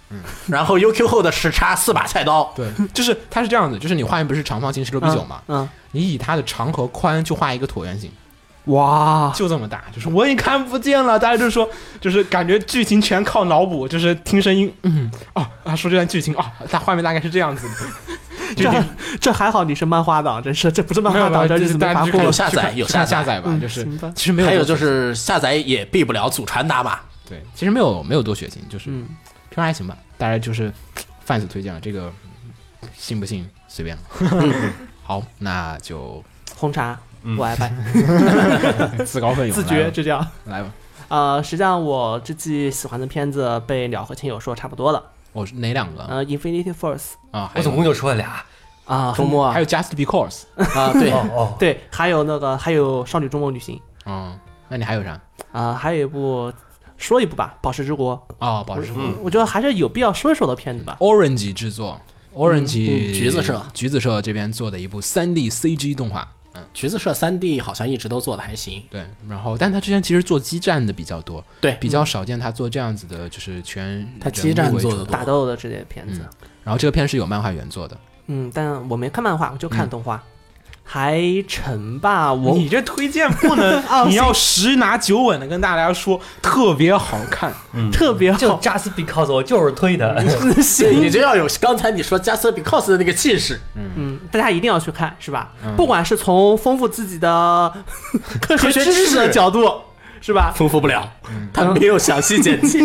[SPEAKER 6] 然后 UQ 后的是插四把菜刀，
[SPEAKER 4] 对，就是它是这样子，就是你画面不是长方形十六比九嘛，
[SPEAKER 5] 嗯，
[SPEAKER 4] 你以它的长和宽去画一个椭圆形，
[SPEAKER 5] 嗯哇，
[SPEAKER 4] 就这么大，就是我也看不见了。大家就说，就是感觉剧情全靠脑补，就是听声音，嗯，哦啊，说这段剧情啊，大画面大概是这 样子的。
[SPEAKER 5] 这这还好你是漫画党，真是这不是漫
[SPEAKER 4] 没有
[SPEAKER 5] 画
[SPEAKER 4] 吧
[SPEAKER 5] 党，这
[SPEAKER 4] 就是是
[SPEAKER 5] 没
[SPEAKER 4] 大家
[SPEAKER 5] 法
[SPEAKER 4] 去
[SPEAKER 5] 过
[SPEAKER 4] 看
[SPEAKER 6] 有下载
[SPEAKER 4] 去看
[SPEAKER 6] 有
[SPEAKER 4] 去看
[SPEAKER 6] 下
[SPEAKER 4] 下载吧，
[SPEAKER 5] 嗯
[SPEAKER 4] 就是
[SPEAKER 5] 行吧
[SPEAKER 4] 其实没有，
[SPEAKER 6] 还有就是下载也避不了祖传打码。
[SPEAKER 4] 对，其实没有没有多血腥，就是
[SPEAKER 5] 嗯，
[SPEAKER 4] 平时还行吧。大家就是贩子推荐了这个，信不信随便了。 好，那就
[SPEAKER 5] 红茶，我爱拜，
[SPEAKER 4] 自告奋勇，
[SPEAKER 5] 自觉就这样。
[SPEAKER 4] 来吧来吧。
[SPEAKER 5] 呃，实际上我这季喜欢的片子被鸟和亲友说差不多了。
[SPEAKER 4] 我是哪两个啊？
[SPEAKER 5] 呃，《Infinity Force
[SPEAKER 4] 还
[SPEAKER 2] 我
[SPEAKER 4] 有
[SPEAKER 2] 总共就说了俩。
[SPEAKER 5] 啊》
[SPEAKER 6] 周末啊
[SPEAKER 4] 还有 Just Because，
[SPEAKER 6] 啊，对，
[SPEAKER 2] 哦哦，
[SPEAKER 5] 对，还有那个还有《少女周末旅行》
[SPEAKER 4] 嗯，那你还有啥？
[SPEAKER 5] 啊、还有一部说一部吧，《宝石之国》
[SPEAKER 4] 哦，宝石
[SPEAKER 2] 嗯
[SPEAKER 5] 我觉得还是有必要说一说的片子吧。
[SPEAKER 4] Orange 制作，Orange、
[SPEAKER 6] 嗯橘子社
[SPEAKER 4] 橘子社这边做的一部3 D CG 动画，
[SPEAKER 6] 橘子社三 D 好像一直都做的还行。
[SPEAKER 4] 对，然后但他之前其实做基站的比较多，
[SPEAKER 6] 对
[SPEAKER 4] 比较少见他做这样子的，就是全
[SPEAKER 6] 嗯他
[SPEAKER 4] 人
[SPEAKER 6] 基站
[SPEAKER 4] 物为
[SPEAKER 6] 做
[SPEAKER 4] 主
[SPEAKER 6] 得多
[SPEAKER 5] 打斗的这类片子，
[SPEAKER 4] 然后这个片是有漫画原作的，
[SPEAKER 5] 嗯但我没看漫画，我就看动画，还成吧。我
[SPEAKER 4] 这推荐不 能
[SPEAKER 5] 啊你要
[SPEAKER 4] 十拿九稳的跟大家说，特别好看，
[SPEAKER 5] 特别
[SPEAKER 2] 就
[SPEAKER 5] 好，
[SPEAKER 2] just because 我 就是推他。
[SPEAKER 6] 对你就要有刚才你说 just because 的那个气势，
[SPEAKER 5] 嗯，大家一定要去看，是吧？不管是从丰富自己的科学
[SPEAKER 6] 科学
[SPEAKER 5] 知识
[SPEAKER 6] 知
[SPEAKER 5] 的
[SPEAKER 6] 识
[SPEAKER 5] 角度，是吧？
[SPEAKER 6] 丰富不了，
[SPEAKER 2] 嗯
[SPEAKER 6] 他没有详细简介。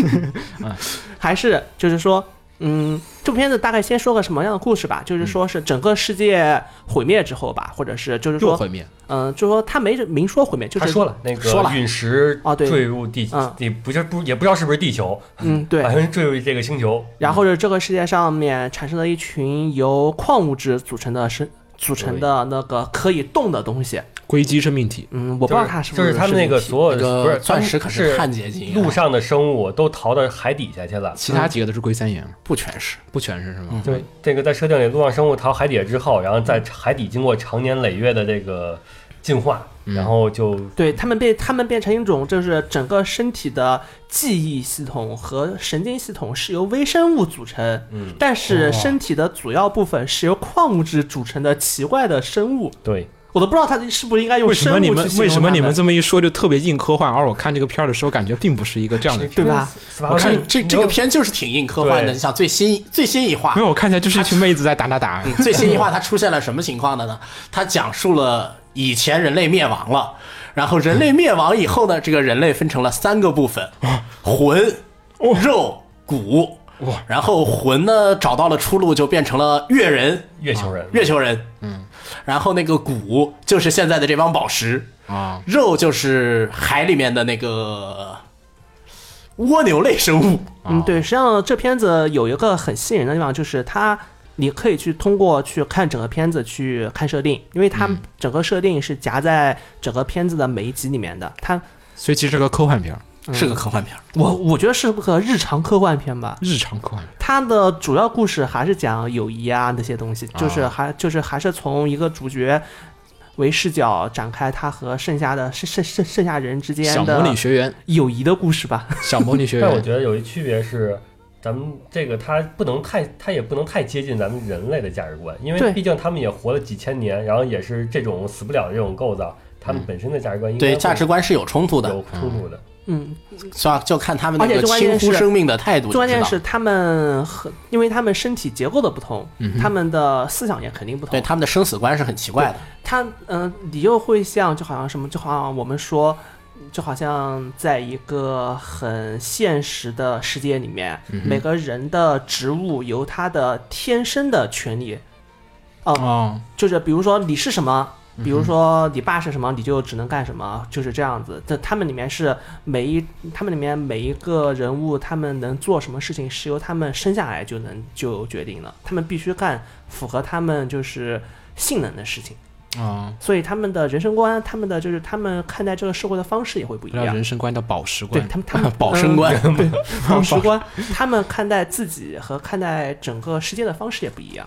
[SPEAKER 5] 还是就是说，嗯，这部片子大概先说个什么样的故事吧？就是说是整个世界毁灭之后吧，或者是就是
[SPEAKER 4] 又
[SPEAKER 5] 说
[SPEAKER 4] 毁，灭，
[SPEAKER 5] 嗯、就说他没明说毁灭，就
[SPEAKER 2] 他
[SPEAKER 5] 是
[SPEAKER 2] 说，了，那
[SPEAKER 6] 说
[SPEAKER 2] 个
[SPEAKER 6] 了
[SPEAKER 2] 陨石
[SPEAKER 5] 啊对
[SPEAKER 2] 坠入地
[SPEAKER 5] 嗯，
[SPEAKER 2] 地不是不也不知道是不是地球，
[SPEAKER 5] 嗯， 对
[SPEAKER 2] 好。像是坠入这个星球。
[SPEAKER 5] 然后是这个世界上面产生了一群由矿物质组成的生组成的那个可以动的东西，
[SPEAKER 4] 硅基生命体，
[SPEAKER 5] 嗯，我不知道它是不
[SPEAKER 2] 就是他们那个
[SPEAKER 5] 个
[SPEAKER 2] 所有 的不
[SPEAKER 6] 个
[SPEAKER 2] 是
[SPEAKER 6] 钻石可是
[SPEAKER 2] 是
[SPEAKER 6] 碳结晶啊，
[SPEAKER 2] 路上的生物都逃到海底下去了。
[SPEAKER 4] 其他几个都是硅酸盐，
[SPEAKER 5] 嗯
[SPEAKER 6] 不全是。
[SPEAKER 4] 不全是是吗？
[SPEAKER 2] 就是这个在设定里，陆上生物逃海底之后，然后在海底经过长年累月的这个进化，然后就
[SPEAKER 5] 对他们变他们变成一种就是整个身体的记忆系统和神经系统是由微生物组成，
[SPEAKER 2] 嗯，
[SPEAKER 5] 但是身体的主要部分是由矿物质组成的奇怪的生物，
[SPEAKER 2] 对，
[SPEAKER 5] 我都不知道它是不是应该用
[SPEAKER 4] 为什
[SPEAKER 5] 生
[SPEAKER 4] 么
[SPEAKER 5] 物去
[SPEAKER 4] 你们
[SPEAKER 5] 形容
[SPEAKER 4] 为什么
[SPEAKER 5] 它
[SPEAKER 4] 你们
[SPEAKER 5] 们
[SPEAKER 4] 这么一说就特别硬科幻？而我看这个片儿的时候，感觉并不是一个这 样的
[SPEAKER 5] 对吧？
[SPEAKER 2] 我
[SPEAKER 6] 我看这这个片就是挺硬科幻的，
[SPEAKER 2] 对
[SPEAKER 6] 你想最新最新一话嗯
[SPEAKER 4] 没，有，我看起来就是一群妹子在打打 打。
[SPEAKER 6] 最新一话它出现了什么情况的呢？它讲述了以前人类灭亡了，然后人类灭亡以后呢，这个人类分成了三个部分：
[SPEAKER 2] 啊
[SPEAKER 6] 魂、
[SPEAKER 2] 哦
[SPEAKER 6] 肉、骨。然后魂呢找到了出路，就变成了月人、
[SPEAKER 2] 月球人，
[SPEAKER 6] 月球人。嗯，然后那个骨就是现在的这帮宝石。
[SPEAKER 5] 嗯
[SPEAKER 4] 啊，
[SPEAKER 6] 肉就是海里面的那个蜗牛类生物，
[SPEAKER 5] 嗯，对，实际上这片子有一个很吸引人的地方，就是它你可以去通过去看整个片子去看设定，因为它
[SPEAKER 4] 嗯
[SPEAKER 5] 整个设定是夹在整个片子的每一集里面的。它
[SPEAKER 4] 所以其实是个科幻片儿，
[SPEAKER 6] 是个科幻片儿。
[SPEAKER 5] 我我觉得是个日常科幻片吧，
[SPEAKER 4] 日常科幻片。
[SPEAKER 5] 它的主要故事还是讲友谊啊那些东西，就是
[SPEAKER 4] 啊
[SPEAKER 5] 还就是还是从一个主角。为视角展开他和剩下的剩剩剩剩下人之间
[SPEAKER 4] 小魔
[SPEAKER 5] 的
[SPEAKER 4] 女学员，
[SPEAKER 5] 友谊的故事 吧。
[SPEAKER 4] 小魔女学
[SPEAKER 2] 但我
[SPEAKER 4] 员，
[SPEAKER 2] 觉得有一区别是。咱们这个它不能太，它也不能太接近咱们人类的价值观，因
[SPEAKER 5] 对
[SPEAKER 2] 为毕竟他们也活了几千年，然后也是这种死不了的这种构造，他们本身的价值观应该
[SPEAKER 6] 对价值观是嗯有冲突
[SPEAKER 2] 会
[SPEAKER 6] 的，
[SPEAKER 2] 有冲突的。
[SPEAKER 5] 嗯，
[SPEAKER 6] 所以就看他们那
[SPEAKER 5] 而且
[SPEAKER 6] 个
[SPEAKER 5] 最关
[SPEAKER 6] 轻
[SPEAKER 5] 键
[SPEAKER 6] 呼
[SPEAKER 5] 是
[SPEAKER 6] 生命的态度就知道。
[SPEAKER 5] 关键是他们和，因为他们身体结构的不同，他们的思想也肯定不同。
[SPEAKER 6] 嗯对他们的生死观是很奇怪的。
[SPEAKER 5] 他嗯、你又会像就好像什么，就好像我们说，就好像在一个很现实的世界里面，每个人的职务由他的天生的权利，
[SPEAKER 4] 哦，
[SPEAKER 5] 就是比如说你是什么，比如说你爸是什么，你就只能干什么，就是这样子。这他们里面是每一，他们里面每一个人物，他们能做什么事情是由他们生下来就能就决定了，他们必须干符合他们就是性能的事情。
[SPEAKER 4] 啊，
[SPEAKER 5] 所以他们的人生观，他们的就是他们看待这个社会的方式也会不一
[SPEAKER 4] 不叫
[SPEAKER 5] 样
[SPEAKER 4] 人。生观叫宝石
[SPEAKER 5] 对
[SPEAKER 4] 观，
[SPEAKER 5] 他们，他 们
[SPEAKER 6] 保身观，
[SPEAKER 5] 宝石观，他们看待自己和看待整个世界的方式也不一样。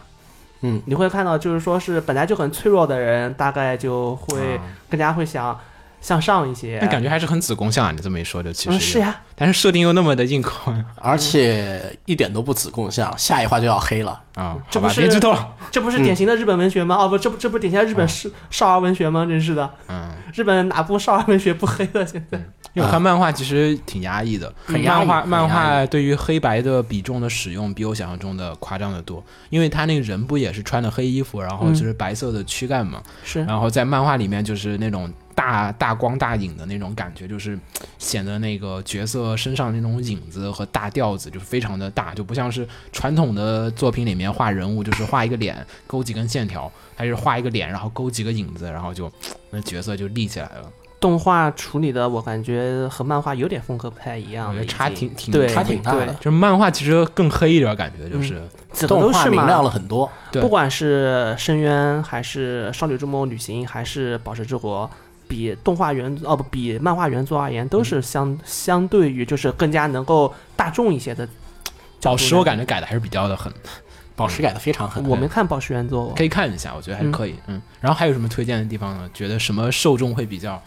[SPEAKER 6] 嗯，
[SPEAKER 5] 你会看到，就是说是本来就很脆弱的人，大概就会
[SPEAKER 4] 啊
[SPEAKER 5] 更加会想向上一些。
[SPEAKER 4] 但感觉还是很子宫像啊。你这么一说，就其
[SPEAKER 5] 嗯
[SPEAKER 4] 实
[SPEAKER 5] 是呀，
[SPEAKER 4] 但是设定又那么的硬核
[SPEAKER 6] 而且一点都不子贡像，下一话就要黑了。
[SPEAKER 4] 啊，
[SPEAKER 5] 这
[SPEAKER 4] 好
[SPEAKER 5] 不
[SPEAKER 4] 吧，
[SPEAKER 5] 是
[SPEAKER 4] 别剧透了。
[SPEAKER 5] 这不是典型的日本文学吗？哦不，这不这不是典型的日本少少儿文学吗？真是的，
[SPEAKER 4] 嗯，
[SPEAKER 5] 日本哪部少儿文学不黑了？ 现在
[SPEAKER 4] 因为我看漫画其实挺压抑的，
[SPEAKER 6] 很压
[SPEAKER 4] 漫
[SPEAKER 6] 抑
[SPEAKER 4] 画
[SPEAKER 6] 很
[SPEAKER 4] 漫
[SPEAKER 6] 压
[SPEAKER 4] 画对于黑白的比重的使用比我想象中的夸张的多，因为他那个人不也是穿的黑衣服，然后就是
[SPEAKER 6] 嗯
[SPEAKER 4] 白色的躯干嘛，
[SPEAKER 5] 是
[SPEAKER 4] 然后在漫画里面就是那种大大光大影的那种感觉，就是显得那个角色身上那种影子和大调子就是非常的大，就不像是传统的作品里面画人物就是画一个脸勾几根线条，还是画一个脸然后勾几个影子，然后就那角色就立起来了，
[SPEAKER 5] 动画处理的，我感觉和漫画有点风格不太一
[SPEAKER 4] 我
[SPEAKER 5] 样
[SPEAKER 4] 觉得
[SPEAKER 5] 了已经，
[SPEAKER 4] 差挺挺嗯
[SPEAKER 5] 对
[SPEAKER 6] 差挺大的
[SPEAKER 5] 对
[SPEAKER 4] 就是漫画其实更黑一点，感觉就是、
[SPEAKER 5] 整个
[SPEAKER 6] 动
[SPEAKER 5] 都
[SPEAKER 6] 画
[SPEAKER 5] 是
[SPEAKER 6] 明
[SPEAKER 5] 嘛。
[SPEAKER 6] 亮了很多，
[SPEAKER 4] 对
[SPEAKER 5] 不管是《深渊》还是《少女之梦旅行》还是《宝石之国》，比动画原哦不比漫画原作而言，都是相、相对于就是更加能够大众一些的。
[SPEAKER 4] 宝石，我感觉改的还是比较的狠，
[SPEAKER 6] 宝石改的非常狠。
[SPEAKER 5] 我没看宝石原作，
[SPEAKER 4] 可以看一下，我觉得还是可以。嗯然后还有什么推荐的地方呢？觉得什么受众会比较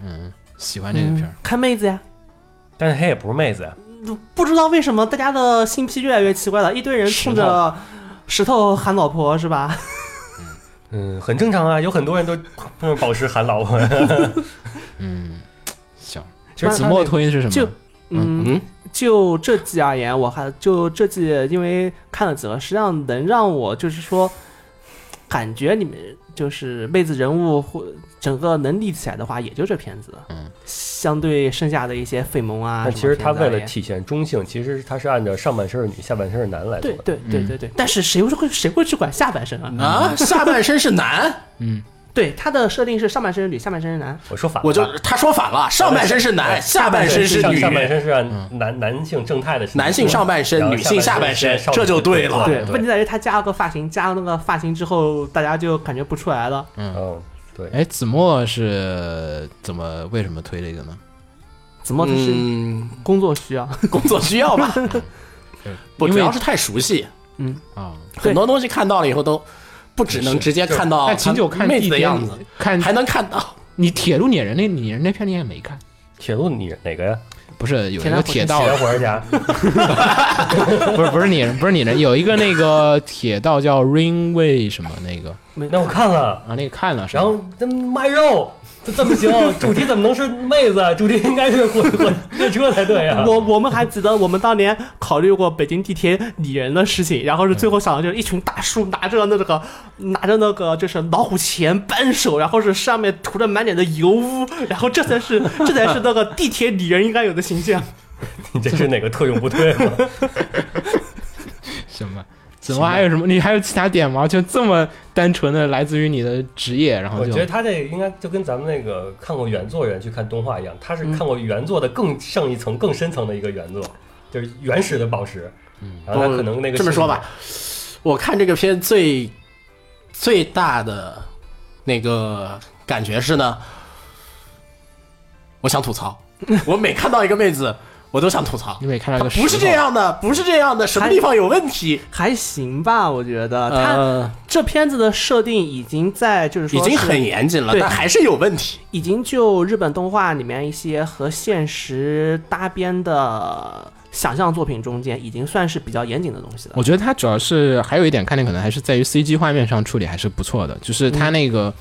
[SPEAKER 4] 嗯喜欢这个片儿？
[SPEAKER 5] 嗯看妹子呀。
[SPEAKER 2] 但是他也不是妹子呀，
[SPEAKER 5] 不知道为什么大家的新批越来越奇怪了，一堆人冲着石头喊老婆是吧？
[SPEAKER 2] 嗯，很正常啊，有很多人都 碰着宝石喊 老婆。
[SPEAKER 4] 嗯，行。
[SPEAKER 2] 其实
[SPEAKER 4] 子
[SPEAKER 2] 他
[SPEAKER 4] 墨
[SPEAKER 2] 那
[SPEAKER 6] 啊
[SPEAKER 4] 推是什么？
[SPEAKER 5] 就嗯，
[SPEAKER 6] 嗯，
[SPEAKER 5] 就这季而言，我还就这季，因为看了几个，实际上能让我就是说，感觉你们就是妹子人物或整个能立起来的话，也就这片子。
[SPEAKER 4] 嗯，
[SPEAKER 5] 相对剩下的一些绯萌啊，
[SPEAKER 2] 但其实
[SPEAKER 5] 什
[SPEAKER 2] 他
[SPEAKER 5] 么片子
[SPEAKER 2] 为
[SPEAKER 5] 而
[SPEAKER 2] 了
[SPEAKER 5] 言
[SPEAKER 2] 体现中性，其实他是按照上半身是女，下半身是男来做
[SPEAKER 5] 对
[SPEAKER 2] 的。
[SPEAKER 5] 对对对对，但是谁会谁会去管下半身啊？
[SPEAKER 6] 啊，下半身是男，
[SPEAKER 5] 对，他的设定是上半身是女，下半身是男。
[SPEAKER 2] 我说反了吧，啊
[SPEAKER 6] 我就他说反了，上半身是 男，下半身是
[SPEAKER 2] 上
[SPEAKER 6] 女，嗯
[SPEAKER 2] 上半身是按男男性正态的，
[SPEAKER 6] 男性上半身，
[SPEAKER 2] 然后
[SPEAKER 6] 女性下半身
[SPEAKER 2] 少，女
[SPEAKER 6] 这就对了。
[SPEAKER 5] 对，问
[SPEAKER 2] 对
[SPEAKER 5] 题，在于他加了个发型，加了那个发型之后，大家就感觉不出来了。
[SPEAKER 2] 嗯，对，
[SPEAKER 4] 哎，子墨是怎么为什么推这个呢？
[SPEAKER 5] 怎么他是
[SPEAKER 6] 嗯，
[SPEAKER 5] 工作需要？
[SPEAKER 6] 工作需要吧， 不
[SPEAKER 4] 因
[SPEAKER 6] 主
[SPEAKER 4] 为
[SPEAKER 6] 要是太熟悉，
[SPEAKER 4] 啊，
[SPEAKER 6] 很多东西看到了以后都不只能直接看到
[SPEAKER 4] 但秦九看
[SPEAKER 6] 哦妹子
[SPEAKER 4] 地
[SPEAKER 6] 的
[SPEAKER 4] 铁啊
[SPEAKER 6] 样子，，
[SPEAKER 4] 看
[SPEAKER 6] 还能看到
[SPEAKER 4] 你铁路碾人那碾人那片你也没看，
[SPEAKER 2] 铁路你哪个呀？
[SPEAKER 4] 不是有一
[SPEAKER 5] 铁道
[SPEAKER 4] 个
[SPEAKER 5] 火
[SPEAKER 4] 铁
[SPEAKER 5] 车
[SPEAKER 4] 道
[SPEAKER 2] 铁人火车 侠，
[SPEAKER 4] 不是不是你不是你人，有一个那个铁道叫 Ringway 什么那个
[SPEAKER 2] 那我看了。
[SPEAKER 4] 啊，那个看了是吧
[SPEAKER 2] 然后这卖肉，这这么行？主题怎么能是妹子？啊主题应该是火火列车才对啊！
[SPEAKER 5] 我我们还记得我们当年考虑过北京地铁拟人的事情，然后是最后想的就是一群大叔拿着那个拿着那个就是老虎钳扳手，然后是上面涂着满脸的油污，然后这才是这才 是那个地铁拟人应该有的形象。
[SPEAKER 2] 你这是哪个特种部 队啊吗？
[SPEAKER 4] 行吧。子墨还有什么？你还有其他点吗？就这么单纯的来自于你的职业，然后
[SPEAKER 2] 我
[SPEAKER 4] 就
[SPEAKER 2] 觉得他这应该就跟咱们那个看过原作人去看动画一样，他是看过原作的更上一层、更深层的一个原作，就是原始的宝石。嗯，然后他可能那个
[SPEAKER 6] 这么说吧，，我看这个片最最大的那个感觉是呢，我想吐槽，我每看到一个妹子，我都想吐槽
[SPEAKER 4] 你，每看到一个
[SPEAKER 6] 不是
[SPEAKER 4] 石头
[SPEAKER 6] 这，样的，不是这样的，什么地方有问题？
[SPEAKER 5] 还行吧，我觉得他、
[SPEAKER 6] 呃，
[SPEAKER 5] 这片子的设定已经在就是说
[SPEAKER 6] 已经
[SPEAKER 5] 是
[SPEAKER 6] 很严谨了，
[SPEAKER 5] 对
[SPEAKER 6] 但还是有问题。
[SPEAKER 5] 已经就日本动画里面一些和现实搭边的想象作品中间，已经算是比较严谨的东西了
[SPEAKER 4] 我。觉得它主要是还有一点看点，可能还是在于 CG 画面上处理还是不错的，就是
[SPEAKER 6] 嗯
[SPEAKER 4] 它那个。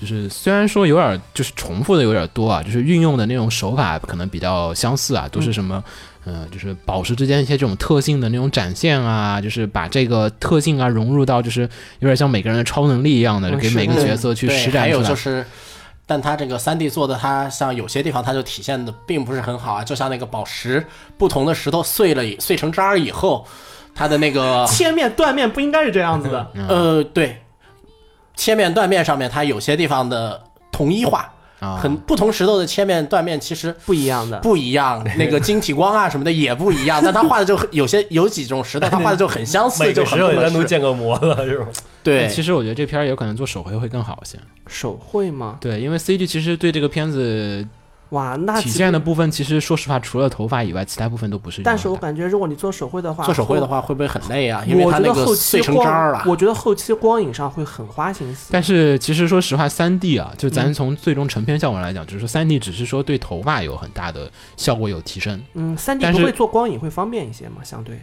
[SPEAKER 4] 就是虽然说有点儿就是重复的有点儿多啊，就是运用的那种手法可能比较相似啊，都是什么，嗯、就是宝石之间一些这种特性的那种展现啊，就是把这个特性啊融入到就是有点像每个人的超能力一样的，
[SPEAKER 5] 嗯
[SPEAKER 4] 给
[SPEAKER 5] 是
[SPEAKER 4] 每个
[SPEAKER 5] 的
[SPEAKER 4] 角色去
[SPEAKER 6] 对
[SPEAKER 4] 施展
[SPEAKER 6] 还
[SPEAKER 4] 出
[SPEAKER 6] 有
[SPEAKER 4] 来
[SPEAKER 6] 就。是，但它这个三 D 做的，它像有些地方它就体现的并不是很好啊，就像那个宝石，不同的石头碎了以碎成渣儿以后，它的那个
[SPEAKER 4] 嗯
[SPEAKER 5] 啊
[SPEAKER 6] 呃
[SPEAKER 5] 切面断面不应该是这样子的，
[SPEAKER 6] 呃，对，切面、断面上面，它有些地方的统一化，
[SPEAKER 4] 啊
[SPEAKER 6] 很不同石头的切面、断面其实
[SPEAKER 5] 不一样的。
[SPEAKER 6] 不一 样，那个晶体光啊什么的也不一样，但它画的就很有些有几种石头，它画的就很相似，
[SPEAKER 2] 每
[SPEAKER 6] 就
[SPEAKER 2] 个
[SPEAKER 6] 很
[SPEAKER 2] 时
[SPEAKER 6] 不
[SPEAKER 2] 候
[SPEAKER 6] 合
[SPEAKER 2] 单独
[SPEAKER 6] 适。
[SPEAKER 2] 建个模了，是吧？
[SPEAKER 6] 对，
[SPEAKER 4] 其实我觉得这片儿有可能做手绘会更好一些。
[SPEAKER 5] 手绘吗？
[SPEAKER 4] 对，因为 CG 其实对这个片子
[SPEAKER 5] 哇，那
[SPEAKER 4] 体
[SPEAKER 5] 啊其实
[SPEAKER 4] 现的部分，其实说实话，除了头发以外，其他部分都不是。
[SPEAKER 5] 但是我感觉如果你做手绘的话，
[SPEAKER 6] 做手绘的话会不会很累啊？因为
[SPEAKER 5] 我
[SPEAKER 6] 它
[SPEAKER 5] 觉
[SPEAKER 6] 那
[SPEAKER 5] 得
[SPEAKER 6] 个
[SPEAKER 5] 后
[SPEAKER 6] 碎
[SPEAKER 5] 期
[SPEAKER 6] 成渣儿啊
[SPEAKER 5] 光
[SPEAKER 6] 了，。
[SPEAKER 5] 我觉得后期光影上会很花心思。
[SPEAKER 4] 但是其实说实话，三 D 啊，就
[SPEAKER 5] 嗯
[SPEAKER 4] 咱从最终成片效果来讲，就是说三 D 只是说对头发有很大的效果有提升，
[SPEAKER 5] 嗯，三 D
[SPEAKER 4] 但
[SPEAKER 5] 不
[SPEAKER 4] 是
[SPEAKER 5] 会做光影会方便一些嘛？相对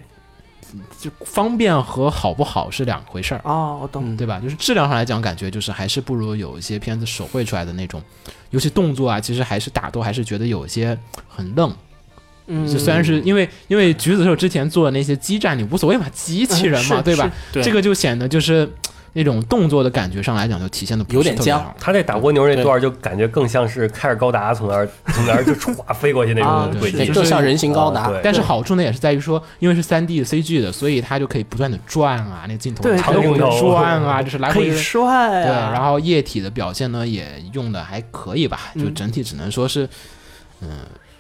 [SPEAKER 4] 就方便和好不好是两回事儿，
[SPEAKER 5] 哦，我懂。
[SPEAKER 4] 对吧？就是质量上来讲，感觉就是还是不如有一些片子手绘出来的那种，尤其动作啊，其实还是打斗还是觉得有一些很愣。
[SPEAKER 5] 嗯，
[SPEAKER 4] 就虽然是因为因为橘子兽之前做的那些激战，你无所谓嘛，机器人嘛，
[SPEAKER 5] 嗯是
[SPEAKER 4] 对吧？
[SPEAKER 6] 对
[SPEAKER 4] 这个就显得就是那种动作的感觉上来讲，就体现的
[SPEAKER 6] 有点僵
[SPEAKER 2] 他那打蜗牛那段就感觉更像是开着高达从那儿从那儿就歘飞过去那
[SPEAKER 5] 啊
[SPEAKER 2] 种轨
[SPEAKER 4] 对
[SPEAKER 2] 迹
[SPEAKER 6] 对，
[SPEAKER 4] 就，
[SPEAKER 6] 就是像人形高
[SPEAKER 2] 啊
[SPEAKER 6] 达，
[SPEAKER 2] 对
[SPEAKER 4] 但是好处呢，也是在于说，因为是三 D CG 的，所以它就可以不断的转啊，那镜头
[SPEAKER 5] 对
[SPEAKER 4] 长镜
[SPEAKER 2] 对
[SPEAKER 4] 头
[SPEAKER 2] 对
[SPEAKER 4] 转啊，就是来
[SPEAKER 5] 可
[SPEAKER 4] 回
[SPEAKER 5] 以帅
[SPEAKER 4] 对，
[SPEAKER 5] 啊，
[SPEAKER 4] 然后液体的表现呢，也用的还可以吧，就
[SPEAKER 5] 嗯
[SPEAKER 4] 整体只能说是，嗯、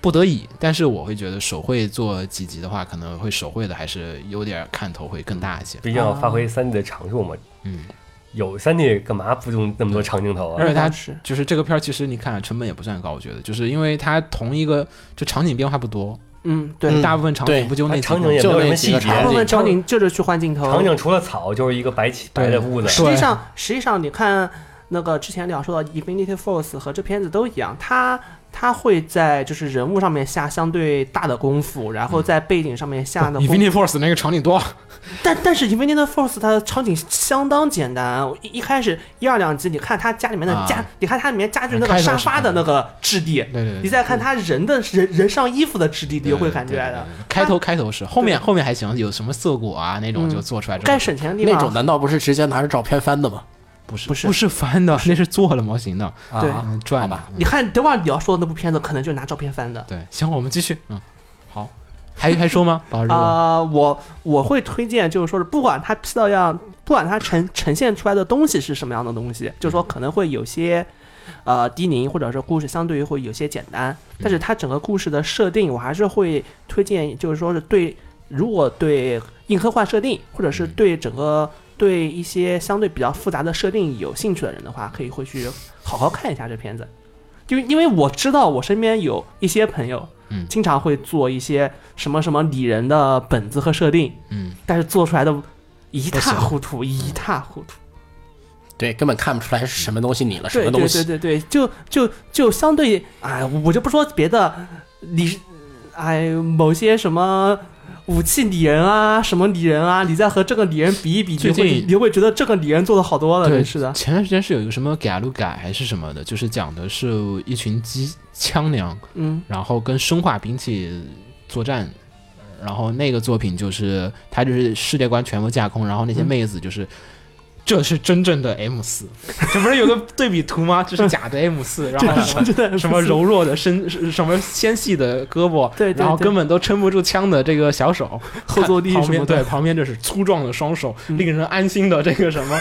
[SPEAKER 4] 不得已。但是我会觉得手绘做几集的话，可能会手绘的还是有点看头会更大一些。
[SPEAKER 2] 毕竟要发挥三 D 的长处嘛。
[SPEAKER 4] 嗯，
[SPEAKER 2] 有三 D 干嘛不用那么多长镜头啊
[SPEAKER 4] 而？且它
[SPEAKER 5] 那倒是
[SPEAKER 4] 就是这个片儿，其实你看成本也不算高，我觉得，就是因为它同一个就场景变化不多，
[SPEAKER 5] 嗯，对，
[SPEAKER 4] 大部分场
[SPEAKER 6] 对
[SPEAKER 4] 景不就那
[SPEAKER 2] 它
[SPEAKER 4] 几
[SPEAKER 2] 场
[SPEAKER 4] 个
[SPEAKER 2] 景也没有什
[SPEAKER 6] 就那
[SPEAKER 2] 么
[SPEAKER 6] 几
[SPEAKER 2] 细
[SPEAKER 6] 个
[SPEAKER 2] 节，
[SPEAKER 5] 大部分
[SPEAKER 2] 场
[SPEAKER 5] 场景就是去换镜头，
[SPEAKER 2] 景除了草就是一个白起白的屋子，
[SPEAKER 5] 实
[SPEAKER 4] 对
[SPEAKER 5] 际上，实际上你看那个之前聊说到《Infinity Force》和这片子都一样，它它会在就是人物上面下相对大的功夫，然后在背景上面下的功
[SPEAKER 4] 嗯
[SPEAKER 5] 夫。
[SPEAKER 4] 哦 Infinity Force 那个场景多，
[SPEAKER 5] 但但是《Infinity Force》它的场景相当简单，一一开始一二两集，你看它家里面的
[SPEAKER 4] 啊嗯
[SPEAKER 5] 家，你看它里面家具那
[SPEAKER 4] 开
[SPEAKER 5] 个
[SPEAKER 4] 头
[SPEAKER 5] 沙
[SPEAKER 4] 是
[SPEAKER 5] 发的那个质地，
[SPEAKER 4] 对对对
[SPEAKER 5] 你再看它人的人人上衣服的质地，你就会感觉来的。
[SPEAKER 4] 开头开头是，后面后面还行，有什么涩谷啊那
[SPEAKER 5] 嗯
[SPEAKER 4] 种就做出来之后。
[SPEAKER 5] 该省钱的地
[SPEAKER 6] 那
[SPEAKER 5] 方，
[SPEAKER 6] 种难道不是直接拿着照片翻的吗？
[SPEAKER 4] 不是
[SPEAKER 5] 不是
[SPEAKER 4] 不是翻的，那是做了模型的，
[SPEAKER 5] 对
[SPEAKER 6] 啊
[SPEAKER 4] 嗯，转
[SPEAKER 6] 好
[SPEAKER 4] 的
[SPEAKER 6] 吧。
[SPEAKER 5] 你看等会儿你要说的那部片子，可能就拿照片翻的。
[SPEAKER 4] 对，行，我们继续。嗯，好，还还说吗？宝石啊，
[SPEAKER 5] 啊、我我会推荐，就是说是不管它 P 到样，不管它呈呈现出来的东西是什么样的东西，就是说可能会有些呃低龄，或者是故事相对于会有些简单，但是它整个故事的设定，我还是会推荐，就是说是对，如果对硬科幻设定，或者是对整个对一些相对比较复杂的设定有兴趣的人的话，可以会去好好看一下这片子。因为因为我知道我身边有一些朋友，
[SPEAKER 4] 嗯
[SPEAKER 5] 经常会做一些什么什么拟人的本子和设定，
[SPEAKER 4] 嗯，
[SPEAKER 5] 但是做出来的一
[SPEAKER 4] 不行
[SPEAKER 5] 塌糊涂，一塌糊涂。
[SPEAKER 6] 对，根本看不出来是什么东西你了，什
[SPEAKER 5] 对
[SPEAKER 6] 么
[SPEAKER 5] 对
[SPEAKER 6] 东
[SPEAKER 5] 对
[SPEAKER 6] 西。
[SPEAKER 5] 对对，就就就相对，哎，我就不说别的，你，哎，某些什么。武器拟人啊，什么拟人啊？你再和这个拟人比一比，你
[SPEAKER 4] 最
[SPEAKER 5] 会
[SPEAKER 4] 近
[SPEAKER 5] 你会觉得这个拟人做的好多了，
[SPEAKER 4] 对，
[SPEAKER 5] 真哦是的。
[SPEAKER 4] 前段时间是有一个什么改路改还是什么的，就是讲的是一群机枪娘，
[SPEAKER 5] 嗯，
[SPEAKER 4] 然后跟生化兵器作战。然后那个作品就是，它就是世界观全部架空，然后那些
[SPEAKER 5] 嗯
[SPEAKER 4] 妹子就是，这是真正的 M 四，这不是有个对比图吗？这是假的 M 四，然后什么
[SPEAKER 5] 真的
[SPEAKER 4] 什么柔弱的身，什么纤细的胳膊，
[SPEAKER 5] 对对
[SPEAKER 4] 然后
[SPEAKER 5] 对
[SPEAKER 4] 根本都撑不住枪的这个小手，
[SPEAKER 5] 后坐力
[SPEAKER 4] 旁
[SPEAKER 5] 什
[SPEAKER 4] 边
[SPEAKER 5] 么
[SPEAKER 4] 对
[SPEAKER 5] 的，
[SPEAKER 4] 旁边就是粗壮的双手，令人安心的这个什 么，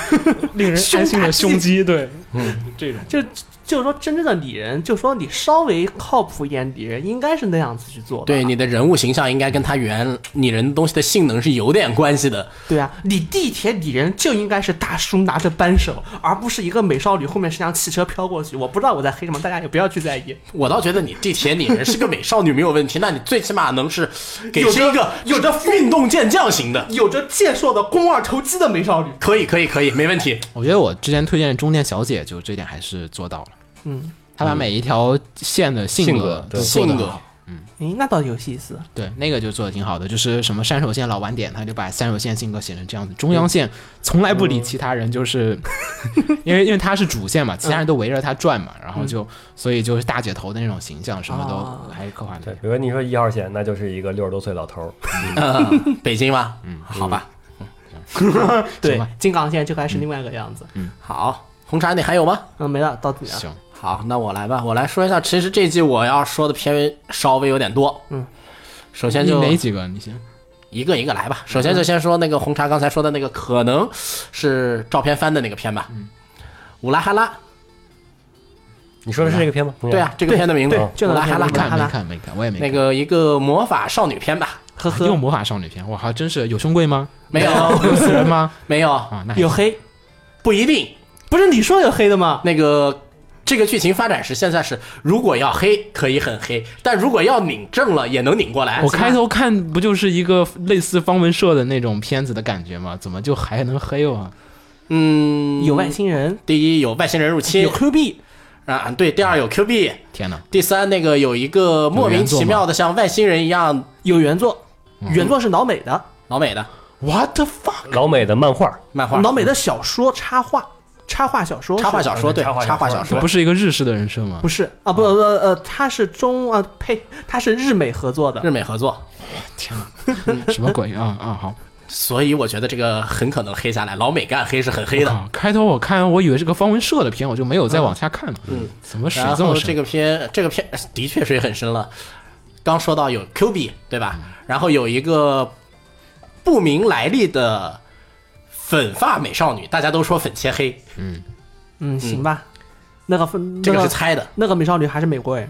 [SPEAKER 4] 令人安心的嗯胸肌，对，嗯，这种
[SPEAKER 5] 就就是说真正的拟人，就说你稍微靠谱一点拟人，应该是那样子去做的。
[SPEAKER 6] 对你的人物形象应该跟它原拟人的东西的性能是有点关系的。
[SPEAKER 5] 对啊，你地铁里人就应该是大叔拿着扳手，而不是一个美少女后面是辆汽车飘过去。我不知道我在黑什么，大家也不要去在意。
[SPEAKER 6] 我倒觉得你地铁拟人是个美少女没有问题，那你最起码能是给
[SPEAKER 5] 有
[SPEAKER 6] 是
[SPEAKER 5] 着
[SPEAKER 6] 一个有着运动健将型的，
[SPEAKER 5] 有着健硕的肱二头肌的美少女，
[SPEAKER 6] 可以可以可以，没问题。
[SPEAKER 4] 我觉得我之前推荐的中间小姐，就这点还是做到了，
[SPEAKER 5] 嗯，
[SPEAKER 4] 她把每一条线的性
[SPEAKER 2] 性
[SPEAKER 4] 格
[SPEAKER 2] 格
[SPEAKER 4] 都
[SPEAKER 2] 对
[SPEAKER 4] 做得
[SPEAKER 6] 性格
[SPEAKER 4] 好，
[SPEAKER 5] 诶，那倒有意思。
[SPEAKER 4] 对，那个就做的挺好的，就是什么山手线老晚点，他就把山手线性格写成这样子。中央线从来不理其他人，就是因为因为他是主线嘛，其他人都围着他转嘛，然后就所以就是大姐头的那种形象，什么
[SPEAKER 5] 啊
[SPEAKER 4] 都还刻画
[SPEAKER 2] 对，
[SPEAKER 4] 的
[SPEAKER 2] 比。如说你说一号线，那就是一个六十多岁老头儿，
[SPEAKER 6] 嗯，北京吗？嗯，好吧，
[SPEAKER 5] 对
[SPEAKER 4] 吧，
[SPEAKER 5] 金港线就该是另外一个样子。嗯，
[SPEAKER 6] 好。红茶，你还有吗？
[SPEAKER 5] 没了，到啊你了。
[SPEAKER 4] 行，
[SPEAKER 6] 好，那我来吧，我来说一下。其实这季我要说的片稍微有点多，
[SPEAKER 5] 嗯，
[SPEAKER 6] 首先
[SPEAKER 4] 你
[SPEAKER 6] 就
[SPEAKER 4] 哪几个？你先
[SPEAKER 6] 一个一个来吧。首先就先说那个红茶刚才说的那个，可能是照片翻的那个片吧。嗯，乌拉哈拉。
[SPEAKER 2] 你说的是这个片吗？冯
[SPEAKER 6] 对
[SPEAKER 2] 远
[SPEAKER 6] 啊，，这个片的名字
[SPEAKER 5] 对就
[SPEAKER 6] 乌
[SPEAKER 5] 那
[SPEAKER 6] 拉
[SPEAKER 5] 个
[SPEAKER 6] 哈拉
[SPEAKER 5] 片
[SPEAKER 4] 没
[SPEAKER 5] 子
[SPEAKER 4] 看
[SPEAKER 5] 哈拉
[SPEAKER 4] 没看没看，我也没看。啊
[SPEAKER 6] 那个一个魔法少女片吧？
[SPEAKER 5] 呵
[SPEAKER 4] 又
[SPEAKER 5] 呵，
[SPEAKER 4] 魔法少女片，我还真是有胸贵吗？
[SPEAKER 6] 没有，
[SPEAKER 4] 有死人 吗？
[SPEAKER 6] 没有，
[SPEAKER 4] 啊，那还
[SPEAKER 5] 有黑，
[SPEAKER 6] 不一定。
[SPEAKER 5] 不是你说有黑的吗？
[SPEAKER 6] 那个这个剧情发展是现在是，如果要黑可以很黑，但如果要拧正了也能拧过来。
[SPEAKER 4] 我开头看不就是一个类似方文社的那种片子的感觉吗？怎么就还能黑我、啊？
[SPEAKER 6] 嗯，
[SPEAKER 5] 有外星人，
[SPEAKER 6] 第一有外星人入侵
[SPEAKER 5] 有 Q 币，
[SPEAKER 6] 啊，对，第二有 Q 币，
[SPEAKER 4] 天哪！
[SPEAKER 6] 第三那个有一个莫名其妙的像外星人一样
[SPEAKER 5] 有原作，原作是老美的，
[SPEAKER 6] 老美的
[SPEAKER 4] What the fuck？
[SPEAKER 2] 老美的漫画，
[SPEAKER 6] 漫画，
[SPEAKER 5] 老美的小说插画，插画小说是，
[SPEAKER 6] 插画小说，对，
[SPEAKER 2] 插画小说
[SPEAKER 6] 插画小
[SPEAKER 4] 这
[SPEAKER 6] 说
[SPEAKER 4] 不。是一个日式的人设吗
[SPEAKER 5] 不？是啊，不呃呃，它是中啊呸，它是日美合作
[SPEAKER 6] 日
[SPEAKER 5] 的，
[SPEAKER 6] 美合作，
[SPEAKER 4] 天哪，什么鬼啊啊！好，
[SPEAKER 6] 所以我觉得这个很可能黑下来。老美干黑是很黑的。
[SPEAKER 4] 啊开头我看我以为是个方文社的片，我就没有再往下看了。嗯，怎么水
[SPEAKER 6] 然
[SPEAKER 4] 这么
[SPEAKER 6] 后
[SPEAKER 4] 深？
[SPEAKER 6] 这个片，这个片的确水很深了。刚说到有 Q 币，对吧？然后有一个不明来历的粉发美少女，大家都说粉切黑，
[SPEAKER 5] 嗯，行吧，那个分
[SPEAKER 6] 这
[SPEAKER 5] 那
[SPEAKER 6] 个是猜的，
[SPEAKER 5] 那个美少女还是美国人，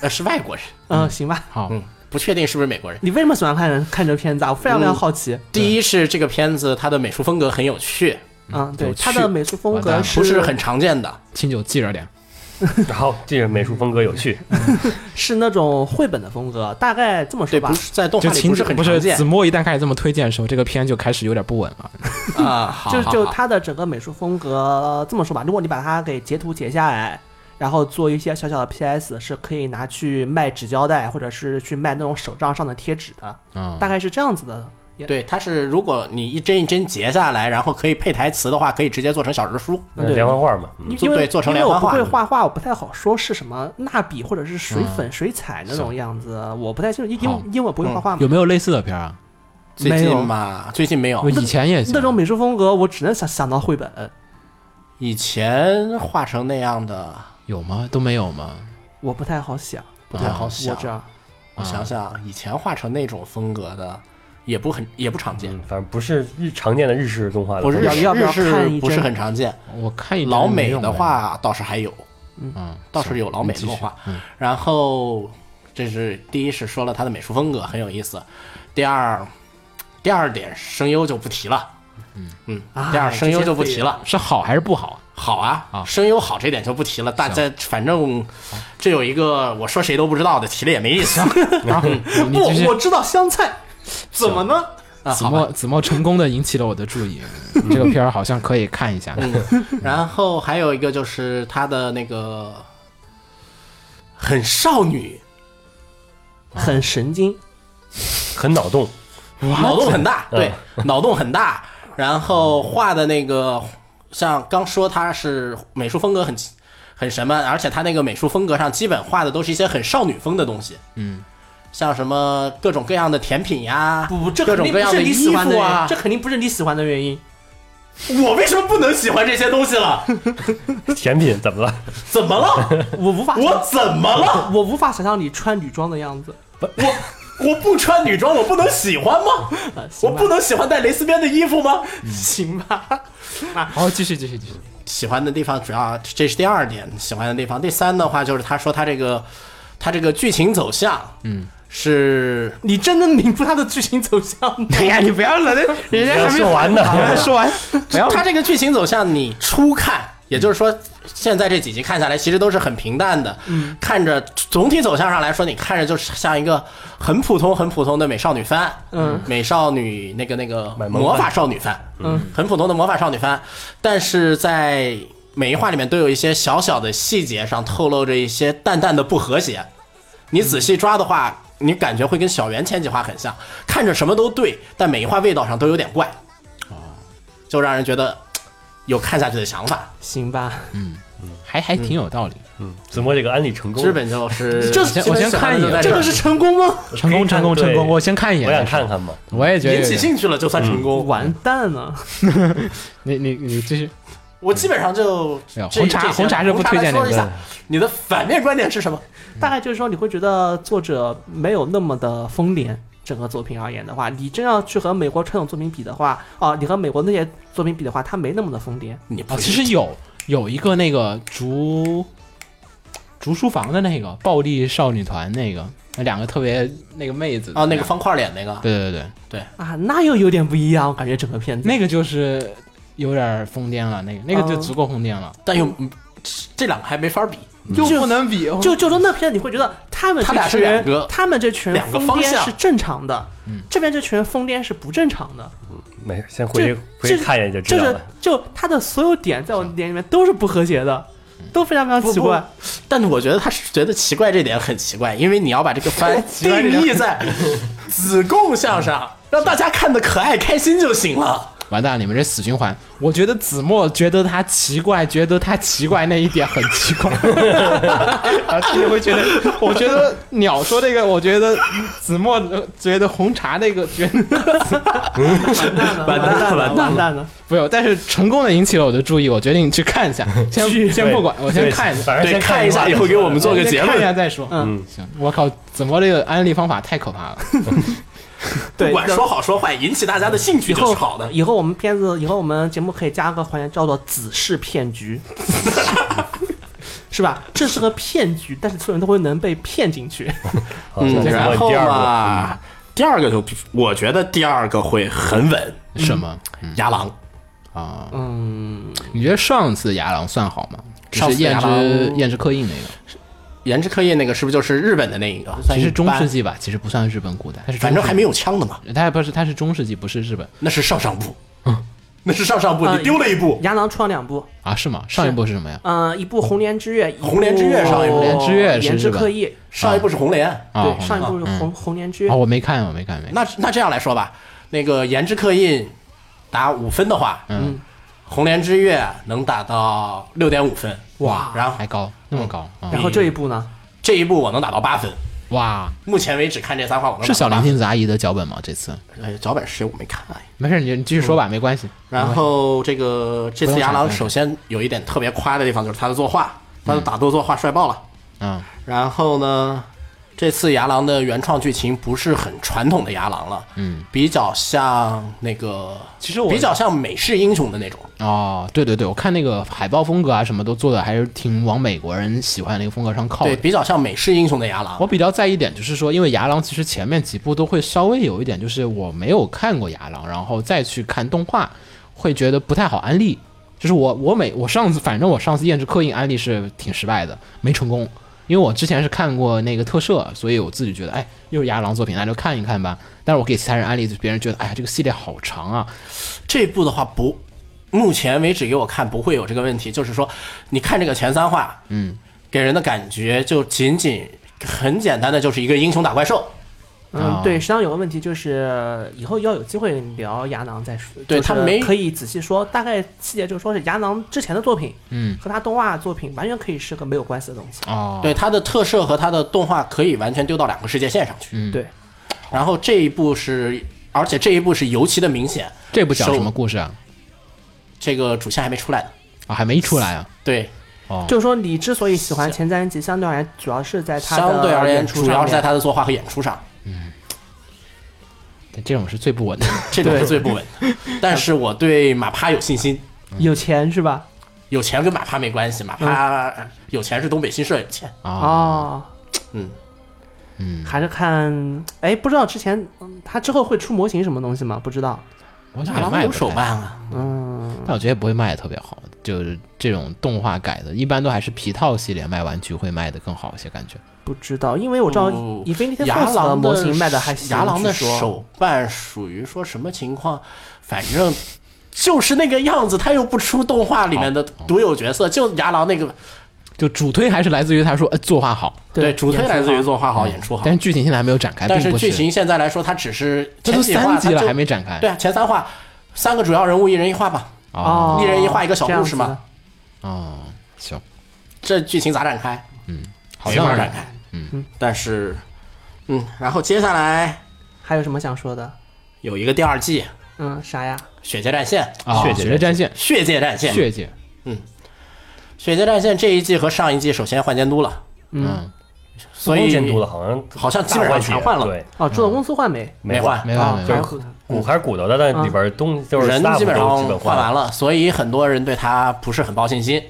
[SPEAKER 6] 呃，是外国人，
[SPEAKER 5] 嗯，行吧，
[SPEAKER 4] 好，
[SPEAKER 6] 嗯，不确定是不是美国人。
[SPEAKER 5] 你为什么喜欢看看这片子啊？我非常非
[SPEAKER 6] 嗯
[SPEAKER 5] 常好奇，
[SPEAKER 6] 第一是这个片子它的美术风格很有趣，
[SPEAKER 5] 嗯，
[SPEAKER 4] 有
[SPEAKER 5] 对，
[SPEAKER 4] 趣
[SPEAKER 5] 它的美术风
[SPEAKER 4] 完蛋
[SPEAKER 5] 格
[SPEAKER 4] 了
[SPEAKER 5] 是
[SPEAKER 6] 不是很常见的。
[SPEAKER 4] 清酒记着点。
[SPEAKER 2] 然后这个美术风格有趣，
[SPEAKER 5] 是那种绘本的风格，大概这么说
[SPEAKER 6] 对，
[SPEAKER 5] 吧
[SPEAKER 6] 不。是在动
[SPEAKER 4] 就
[SPEAKER 6] 画里
[SPEAKER 4] 秦
[SPEAKER 6] 不是很
[SPEAKER 4] 不
[SPEAKER 6] 常
[SPEAKER 4] 是
[SPEAKER 6] 见
[SPEAKER 4] 子墨一旦开始这么推荐的时候，这个片就开始有点不稳了。
[SPEAKER 6] 啊，好
[SPEAKER 5] 就
[SPEAKER 6] 好
[SPEAKER 5] 就
[SPEAKER 6] 好
[SPEAKER 5] 它的整个美术风格，这么说吧，如果你把它给截图截下来，然后做一些小小的 PS，是可以拿去卖纸胶带，或者是去卖那种手账上的贴纸
[SPEAKER 6] 嗯哦
[SPEAKER 5] 的，
[SPEAKER 4] 啊
[SPEAKER 5] 大概是这样子的。也，
[SPEAKER 6] 对，它是如果你一帧一帧截下来，然后可以配台词的话，可以直接做成小人书。
[SPEAKER 5] 嗯对
[SPEAKER 2] 连环画嘛，
[SPEAKER 5] 因
[SPEAKER 6] 做
[SPEAKER 5] 因为
[SPEAKER 6] 对做成
[SPEAKER 5] 因为
[SPEAKER 6] 连
[SPEAKER 5] 我
[SPEAKER 6] 环
[SPEAKER 5] 不
[SPEAKER 6] 画
[SPEAKER 5] 会画画，我不太好说是什么蜡笔或者是水粉、水彩那种样子，我不太清楚，因
[SPEAKER 4] 好
[SPEAKER 5] 因因为我不会画画嘛
[SPEAKER 4] 有。没有类似的片啊？
[SPEAKER 6] 最
[SPEAKER 5] 没有
[SPEAKER 6] 近嘛，最近没有
[SPEAKER 4] 我，以前也
[SPEAKER 5] 那种美术风格，我只能想想到绘本。
[SPEAKER 6] 以前画成那样的，
[SPEAKER 4] 有吗？都没有吗？
[SPEAKER 5] 我不太好想，
[SPEAKER 6] 不太好想
[SPEAKER 5] 嗯我嗯这。样
[SPEAKER 6] 我想想，以前画成那种风格的，也不很也不常见
[SPEAKER 2] 嗯，，反正不是日常见的日式动画的
[SPEAKER 6] 不
[SPEAKER 2] 风
[SPEAKER 6] 是
[SPEAKER 2] 格，
[SPEAKER 6] 日
[SPEAKER 5] 要要不要
[SPEAKER 6] 日式
[SPEAKER 5] 看一
[SPEAKER 6] 不是
[SPEAKER 5] 帧嗯
[SPEAKER 6] 很常见。
[SPEAKER 4] 我看一
[SPEAKER 6] 老美
[SPEAKER 4] 美
[SPEAKER 6] 的，话倒是还有，
[SPEAKER 4] 嗯，
[SPEAKER 6] 倒是有老美的动画。
[SPEAKER 5] 嗯
[SPEAKER 6] 然后这是第一是说了他的美术风格很有意思，第二第二点声优就不提了，嗯
[SPEAKER 5] 啊
[SPEAKER 6] 第二声优
[SPEAKER 5] 这些
[SPEAKER 6] 就不
[SPEAKER 5] 废
[SPEAKER 6] 提
[SPEAKER 5] 人
[SPEAKER 6] 了。
[SPEAKER 4] 是好还是不 好？
[SPEAKER 6] 好啊，
[SPEAKER 4] 啊
[SPEAKER 6] 声优好这点就不提了，大家反正这有一个我说谁都不知道的，提了也没意 思。
[SPEAKER 4] 然后啊你继续
[SPEAKER 5] 不，我知道香菜，怎么呢？
[SPEAKER 6] 啊，
[SPEAKER 4] 子
[SPEAKER 6] 好吧。
[SPEAKER 4] 墨子墨成功的引起了我的注 意，嗯这个片儿好像可以看一下。
[SPEAKER 6] 然后还有一个就是她的那个很少女，
[SPEAKER 5] 很神经，
[SPEAKER 2] 很脑洞，
[SPEAKER 6] 脑洞很大，
[SPEAKER 5] 嗯
[SPEAKER 6] 对，脑洞很大。然后画的那个，像刚说她是美术风格很很什么，而且她那个美术风格上基本画的都是一些很少女风的东西，嗯，像什么各种各样的甜品呀，
[SPEAKER 5] 不不，这
[SPEAKER 6] 啊各
[SPEAKER 5] 肯
[SPEAKER 6] 种
[SPEAKER 5] 定
[SPEAKER 6] 各
[SPEAKER 5] 不
[SPEAKER 6] 样
[SPEAKER 5] 是你
[SPEAKER 6] 衣
[SPEAKER 5] 喜欢的
[SPEAKER 6] 服
[SPEAKER 5] 原
[SPEAKER 6] 啊
[SPEAKER 5] 因，这，肯定不是你喜欢的原因。
[SPEAKER 6] 我为什么不能喜欢这些东西 了？
[SPEAKER 2] 甜品怎么了？
[SPEAKER 6] 怎么了？
[SPEAKER 5] 我无法，
[SPEAKER 6] 我怎么了？
[SPEAKER 5] 我无法想象你穿女装的样子。
[SPEAKER 6] 我我不穿女装，我不能喜欢吗？
[SPEAKER 5] 呃
[SPEAKER 6] 我
[SPEAKER 5] 行吧
[SPEAKER 6] 不能喜欢带蕾丝边的衣服吗？
[SPEAKER 5] 行吧？
[SPEAKER 4] 好，继续继续继续。
[SPEAKER 6] 喜欢的地方主要这是第二点，喜欢的地方。第三的话就是他说他这个他这个剧情走向，嗯，是
[SPEAKER 5] 你真的明白它的剧情走向吗？
[SPEAKER 4] 哎呀，你不要了，那人
[SPEAKER 2] 还没说完呢
[SPEAKER 4] 还没说完，不 要
[SPEAKER 6] 他这个剧情走向你初看，也就是说现在这几集看下来其实都是很平淡的，嗯，看着总体走向上来说，你看着就像一个很普通很普通的美少女番，
[SPEAKER 5] 嗯，
[SPEAKER 6] 美少女那个那个
[SPEAKER 2] 买萌番
[SPEAKER 6] 魔法少女番，
[SPEAKER 5] 嗯，
[SPEAKER 6] 很普通的魔法少女番，但是在每一话里面都有一些小小的细节上透露着一些淡淡的不和谐。你仔细抓的话，你感觉会跟小圆前几话很像，看着什么都对，但每一话味道上都有点怪，
[SPEAKER 4] 哦
[SPEAKER 6] 就让人觉得嘖有看下去的想法。
[SPEAKER 5] 行吧，
[SPEAKER 4] 还还挺有道理。
[SPEAKER 2] 嗯，子墨这个安利成功了，
[SPEAKER 6] 基本 就是，
[SPEAKER 5] 这
[SPEAKER 6] 基本
[SPEAKER 4] 我先
[SPEAKER 6] 想
[SPEAKER 4] 看一眼
[SPEAKER 6] 的就在
[SPEAKER 5] 这
[SPEAKER 6] 儿
[SPEAKER 5] 个是成功吗？
[SPEAKER 4] 成功成功
[SPEAKER 2] 对
[SPEAKER 4] 成功！我先看一眼，
[SPEAKER 2] 我想看，看嘛，
[SPEAKER 4] 我也觉得
[SPEAKER 6] 引
[SPEAKER 4] 有
[SPEAKER 6] 起
[SPEAKER 4] 点。
[SPEAKER 6] 兴趣了就算成
[SPEAKER 4] 嗯
[SPEAKER 6] 功。
[SPEAKER 5] 完蛋了！
[SPEAKER 4] 你你你继续，
[SPEAKER 6] 我基本上就
[SPEAKER 4] 没有
[SPEAKER 6] 这
[SPEAKER 4] 哎红茶
[SPEAKER 6] 这些
[SPEAKER 4] 红茶是不推荐
[SPEAKER 6] 红茶来说一下
[SPEAKER 4] 的，
[SPEAKER 6] 你的反面观点是什么？
[SPEAKER 5] 大概就是说，你会觉得作者没有那么的疯癫，整个作品而言的话，你真要去和美国传统作品比的话，哦，你和美国那些作品比的话，它没那么的疯癫。
[SPEAKER 6] 你不
[SPEAKER 4] 啊，其实有有一个那个竹竹书房的那个暴力少女团那个，那两个特别那个妹子
[SPEAKER 6] 啊，那个方块脸那个，
[SPEAKER 4] 对对对，
[SPEAKER 5] 啊，那又有点不一样，我感觉整个片子。
[SPEAKER 4] 那个就是有点疯癫了，那个那个就
[SPEAKER 5] 嗯
[SPEAKER 4] 足够疯癫了，
[SPEAKER 6] 但又嗯这两个还没法比，
[SPEAKER 4] 就不能比，
[SPEAKER 5] 就就说那片，你会觉得他们
[SPEAKER 6] 他
[SPEAKER 5] 这
[SPEAKER 6] 俩是
[SPEAKER 5] 群
[SPEAKER 6] 两个
[SPEAKER 5] 他们这群
[SPEAKER 6] 两个
[SPEAKER 5] 疯
[SPEAKER 6] 方
[SPEAKER 5] 癫
[SPEAKER 6] 向
[SPEAKER 5] 是正常的，
[SPEAKER 4] 嗯
[SPEAKER 5] 这边这群疯癫是不正常的。
[SPEAKER 2] 没事，先回去回去看一眼就知
[SPEAKER 5] 就
[SPEAKER 2] 道
[SPEAKER 5] 是
[SPEAKER 2] 了。
[SPEAKER 5] 就他的所有点在我眼里面都是不和谐的，
[SPEAKER 6] 嗯
[SPEAKER 5] 都非常非常奇怪。
[SPEAKER 6] 但我觉得他是觉得奇怪这点很奇怪，因为你要把这个番定义在 子贡像上，让大家看的可爱开心就行了。
[SPEAKER 4] 完蛋了，你们这死循环。我觉得子墨觉得他奇怪，觉得他奇怪那一点很奇 怪，而且会觉得，我觉得鸟说这个，我觉得子墨呃觉得红茶那个觉得
[SPEAKER 5] 完
[SPEAKER 2] 完蛋了
[SPEAKER 5] 蛋了，了，
[SPEAKER 2] 完蛋了
[SPEAKER 5] 完蛋了！
[SPEAKER 4] 不有，但是成功的引起了我的注意，我决定去看一 下，先先不管，我先看一下。
[SPEAKER 2] 反正
[SPEAKER 6] 对，
[SPEAKER 2] 先
[SPEAKER 6] 看一
[SPEAKER 2] 一
[SPEAKER 6] 下，以后给我们做个结
[SPEAKER 4] 先看一下
[SPEAKER 6] 论。
[SPEAKER 4] 再说。
[SPEAKER 5] 嗯，
[SPEAKER 4] 行，我靠，子墨这个安利方法太可怕了。
[SPEAKER 5] 对，
[SPEAKER 6] 不管
[SPEAKER 5] 就
[SPEAKER 6] 说好说坏，引起大家的兴趣
[SPEAKER 5] 以
[SPEAKER 6] 就
[SPEAKER 5] 后
[SPEAKER 6] 是好的。
[SPEAKER 5] 以后我们片子，以后我们节目可以加个环节叫做“子式 骗局”，是吧？这是个骗局，但是所有人都会能被骗进去。
[SPEAKER 2] 好那我们
[SPEAKER 6] 嗯然后
[SPEAKER 2] 嗯第二个，
[SPEAKER 6] 嘛，第二个就比我觉得第二个会很稳，嗯
[SPEAKER 4] 什么
[SPEAKER 6] 牙狼。
[SPEAKER 4] 啊？
[SPEAKER 5] 嗯，
[SPEAKER 4] 你觉得上次牙狼算好吗？就
[SPEAKER 6] 上
[SPEAKER 4] 是
[SPEAKER 6] 次
[SPEAKER 4] 胭
[SPEAKER 6] 牙狼
[SPEAKER 4] 脂胭脂刻印那个。
[SPEAKER 6] 颜值刻印那个是不是就是日本的那一个？
[SPEAKER 4] 其实中世
[SPEAKER 6] 世纪，
[SPEAKER 4] 纪吧，其实不算日本古代，它是
[SPEAKER 6] 反正还没
[SPEAKER 4] 有，
[SPEAKER 6] 有枪的嘛，
[SPEAKER 4] 它还不是，它是中世纪，不是日本
[SPEAKER 6] 那是上上部，那是上上部，
[SPEAKER 5] 啊
[SPEAKER 6] 你丢了一部。
[SPEAKER 5] 牙狼出了两部，
[SPEAKER 4] 啊？是吗？上一部是什么呀？
[SPEAKER 5] 嗯，一部《红莲之月》，
[SPEAKER 6] 红莲之月上一部
[SPEAKER 5] 部《
[SPEAKER 6] 红
[SPEAKER 4] 莲之月是
[SPEAKER 5] 颜值
[SPEAKER 4] 日本
[SPEAKER 5] 刻意》，
[SPEAKER 6] 上一部是红莲，
[SPEAKER 4] 啊，
[SPEAKER 5] 对，上一部
[SPEAKER 4] 红
[SPEAKER 5] 是
[SPEAKER 4] 莲
[SPEAKER 5] 《红红莲之月
[SPEAKER 4] 啊，》，我没看，我没看，没看。
[SPEAKER 6] 那那这样来说吧，那个颜值刻印打五分的话，
[SPEAKER 4] 嗯，
[SPEAKER 6] 红莲之月能打到六点五分，
[SPEAKER 5] 哇
[SPEAKER 6] 然后
[SPEAKER 4] 还高，那么高啊
[SPEAKER 5] 然！后这一部呢？
[SPEAKER 6] 这一部我能打到八分。
[SPEAKER 4] 哇，
[SPEAKER 6] 目前为止看这三话，我能打
[SPEAKER 4] 是
[SPEAKER 6] 到
[SPEAKER 4] 小嗯
[SPEAKER 6] 八
[SPEAKER 4] 林
[SPEAKER 6] 分。
[SPEAKER 4] 幸子阿姨的脚本吗？这次
[SPEAKER 6] 哎，脚本是谁我没看哎。
[SPEAKER 4] 没事，你你继续说吧，没关系。
[SPEAKER 6] 然后这个这次牙
[SPEAKER 4] 不用
[SPEAKER 6] 狼
[SPEAKER 4] 想
[SPEAKER 6] 首先有一点特别夸的地方就是他的作画，他的打斗作画帅爆了。
[SPEAKER 4] 嗯，
[SPEAKER 6] 然后呢，这次牙狼的原创剧情不是很传统的牙狼了，
[SPEAKER 4] 嗯，
[SPEAKER 6] 比较像那个，
[SPEAKER 4] 其实我
[SPEAKER 6] 比较像美式英雄的那种。
[SPEAKER 4] 哦，对对对，我看那个海报风格啊，什么都做的还是挺往美国人喜欢那个风格上靠
[SPEAKER 6] 对，
[SPEAKER 4] 的。
[SPEAKER 6] 比较像美式英雄的牙狼
[SPEAKER 4] 我。比较在意一点就是说，因为牙狼其实前面几部都会稍微有一点，就是我没有看过牙狼，然后再去看动画，会觉得不太好安利。就是我我每我上次反正我上次验制刻印安利是挺失败的，没成功。因为我之前是看过那个特摄，所以我自己觉得，哎，又是牙狼作品，那就看一看吧。但是我给其他人安利，就别人觉得，哎呀，这个系列好长啊，
[SPEAKER 6] 这部的话不，目前为止给我看不会有这个问题，就是说，你看这个前三话，
[SPEAKER 4] 嗯，
[SPEAKER 6] 给人的感觉就仅仅很简单的就是一个英雄打怪兽，
[SPEAKER 4] 啊
[SPEAKER 5] 嗯，对，实际上有个问题就是，以后要有机会聊牙囊再说，
[SPEAKER 6] 对
[SPEAKER 5] 就是
[SPEAKER 6] 他没
[SPEAKER 5] 可以仔细说，大概细节就说是牙囊之前的作品，
[SPEAKER 4] 嗯，
[SPEAKER 5] 和他动画作品完全可以是个没有关系的东西。
[SPEAKER 4] 哦，
[SPEAKER 6] 对，它的特摄和它的动画可以完全丢到两个世界线上去。
[SPEAKER 4] 嗯
[SPEAKER 5] 对，
[SPEAKER 6] 然后这一部是，而且这一部是尤其的明显，
[SPEAKER 4] 这部讲
[SPEAKER 6] 手
[SPEAKER 4] 什么故事啊？
[SPEAKER 6] 这个主线还没出来呢。
[SPEAKER 4] 啊，还没出来啊。
[SPEAKER 6] 对，
[SPEAKER 4] 哦，
[SPEAKER 5] 就是说你之所以喜欢前三集，相对而言主要是在他的
[SPEAKER 6] 相对而言，
[SPEAKER 5] 演出
[SPEAKER 6] 主
[SPEAKER 5] 上
[SPEAKER 6] 要是在
[SPEAKER 5] 面。
[SPEAKER 6] 他的作画和演出上，
[SPEAKER 4] 但这种是最不稳的。
[SPEAKER 6] 这种是最不稳的。但是我对马趴有信心，
[SPEAKER 5] 有钱是吧？
[SPEAKER 6] 有钱跟马趴没关系，马趴有钱是东北新社有钱。
[SPEAKER 4] 啊，
[SPEAKER 5] 哦，
[SPEAKER 6] 嗯，
[SPEAKER 4] 嗯，
[SPEAKER 5] 还是看，哎，不知道之前嗯他之后会出模型什么东西吗？不知道。
[SPEAKER 4] 我
[SPEAKER 6] 马
[SPEAKER 4] 想
[SPEAKER 6] 郎
[SPEAKER 4] 卖
[SPEAKER 6] 有
[SPEAKER 4] 不
[SPEAKER 6] 手
[SPEAKER 4] 太
[SPEAKER 6] 办啊，
[SPEAKER 5] 嗯，
[SPEAKER 4] 但我觉得不会卖的特别好，就是这种动画改的，一般都还是皮套系列卖玩具会卖的更好一些，感觉。
[SPEAKER 5] 不知道，因为我知道
[SPEAKER 6] 不
[SPEAKER 5] Infinity
[SPEAKER 6] 哦牙
[SPEAKER 5] Force 的
[SPEAKER 6] 狼
[SPEAKER 5] 模型卖的还行。
[SPEAKER 6] 牙狼的
[SPEAKER 5] 据说
[SPEAKER 6] 手办属于说什么情况？反正就是那个样子，他又不出动画里面的独有角色，就牙狼那个
[SPEAKER 4] 就主推还是来自于他说，呃，作画好，
[SPEAKER 5] 对
[SPEAKER 6] 主推
[SPEAKER 5] 演出
[SPEAKER 6] 来自
[SPEAKER 5] 好
[SPEAKER 6] 于作画好，演出好
[SPEAKER 4] 但。嗯是剧情现在还没有展开，
[SPEAKER 6] 但
[SPEAKER 4] 并
[SPEAKER 6] 是
[SPEAKER 4] 不
[SPEAKER 6] 剧情现在来说，它只是
[SPEAKER 4] 这
[SPEAKER 6] 前
[SPEAKER 4] 都
[SPEAKER 6] 几话
[SPEAKER 4] 三集
[SPEAKER 6] 它
[SPEAKER 4] 了
[SPEAKER 6] 就
[SPEAKER 4] 还没展开。
[SPEAKER 6] 对啊，前三话三个主要人物一人一话吧，
[SPEAKER 4] 哦
[SPEAKER 5] 哦，
[SPEAKER 6] 一人一画一个小故事嘛
[SPEAKER 5] 这样子的。
[SPEAKER 4] 哦，行，
[SPEAKER 6] 这剧情咋展开？
[SPEAKER 4] 好
[SPEAKER 6] 没法
[SPEAKER 4] 像
[SPEAKER 6] 展
[SPEAKER 4] 是
[SPEAKER 6] 开。嗯，但是，嗯，然后接下来
[SPEAKER 5] 还有什么想说的？
[SPEAKER 6] 有一个第二季《
[SPEAKER 5] 嗯，啥呀？
[SPEAKER 6] 血界战线
[SPEAKER 4] 啊，
[SPEAKER 2] 血
[SPEAKER 4] 血
[SPEAKER 2] 界
[SPEAKER 4] 界战线》，，
[SPEAKER 6] 血界战线，
[SPEAKER 4] 血界，
[SPEAKER 6] 血界战线这一季和上一季首先换监督了，
[SPEAKER 5] 嗯，
[SPEAKER 4] 嗯，
[SPEAKER 6] 所以
[SPEAKER 2] 不光监督了，好像
[SPEAKER 6] 好像基
[SPEAKER 2] 大
[SPEAKER 6] 本上
[SPEAKER 2] 换血
[SPEAKER 6] 全换了，
[SPEAKER 2] 对，
[SPEAKER 5] 哦，制作公司换没？哦
[SPEAKER 6] 没换
[SPEAKER 4] 嗯没办法，没
[SPEAKER 5] 还
[SPEAKER 4] 办
[SPEAKER 5] 有
[SPEAKER 4] 法。
[SPEAKER 5] 可能
[SPEAKER 2] 骨还是骨头的，但里边东西就是
[SPEAKER 6] 人
[SPEAKER 2] staff
[SPEAKER 6] 基本
[SPEAKER 2] 都
[SPEAKER 6] 上
[SPEAKER 2] 基本
[SPEAKER 6] 换
[SPEAKER 2] 了。
[SPEAKER 6] 完了，所以很多人对他不是很抱信心。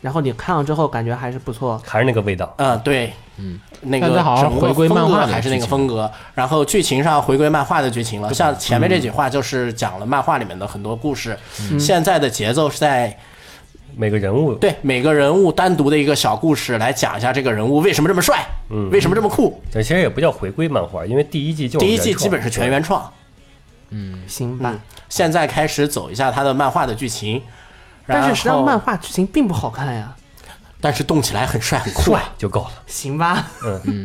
[SPEAKER 5] 然后你看了之后感觉还是不错，
[SPEAKER 2] 还是那个味道，
[SPEAKER 6] 嗯，对，
[SPEAKER 4] 嗯，
[SPEAKER 6] 那
[SPEAKER 4] 但
[SPEAKER 6] 个
[SPEAKER 4] 它好像
[SPEAKER 6] 整个
[SPEAKER 4] 回归漫画
[SPEAKER 6] 风
[SPEAKER 4] 的
[SPEAKER 6] 格还是那个
[SPEAKER 4] 剧情
[SPEAKER 6] 风格，然后剧情上回归漫画的剧情了。像前面这几话就是讲了漫画里面的很多故事，现在的节奏是在
[SPEAKER 2] 每个人物
[SPEAKER 6] 对每个人物单独的一个小故事来讲一下这个人物为什么这么帅，
[SPEAKER 2] 嗯
[SPEAKER 6] 为什么这么酷。
[SPEAKER 2] 这其实也不叫回归漫画，因为第一季就是
[SPEAKER 6] 第一季
[SPEAKER 2] 原创
[SPEAKER 6] 基本是全原创，
[SPEAKER 5] 行
[SPEAKER 6] 嗯
[SPEAKER 5] 吧。
[SPEAKER 6] 现在开始走一下它的漫画的剧情，然
[SPEAKER 5] 但是实际上
[SPEAKER 6] 后
[SPEAKER 5] 漫画剧情并不好看呀，
[SPEAKER 6] 但是动起来很帅很酷
[SPEAKER 2] 帅。就够了。
[SPEAKER 5] 行吧？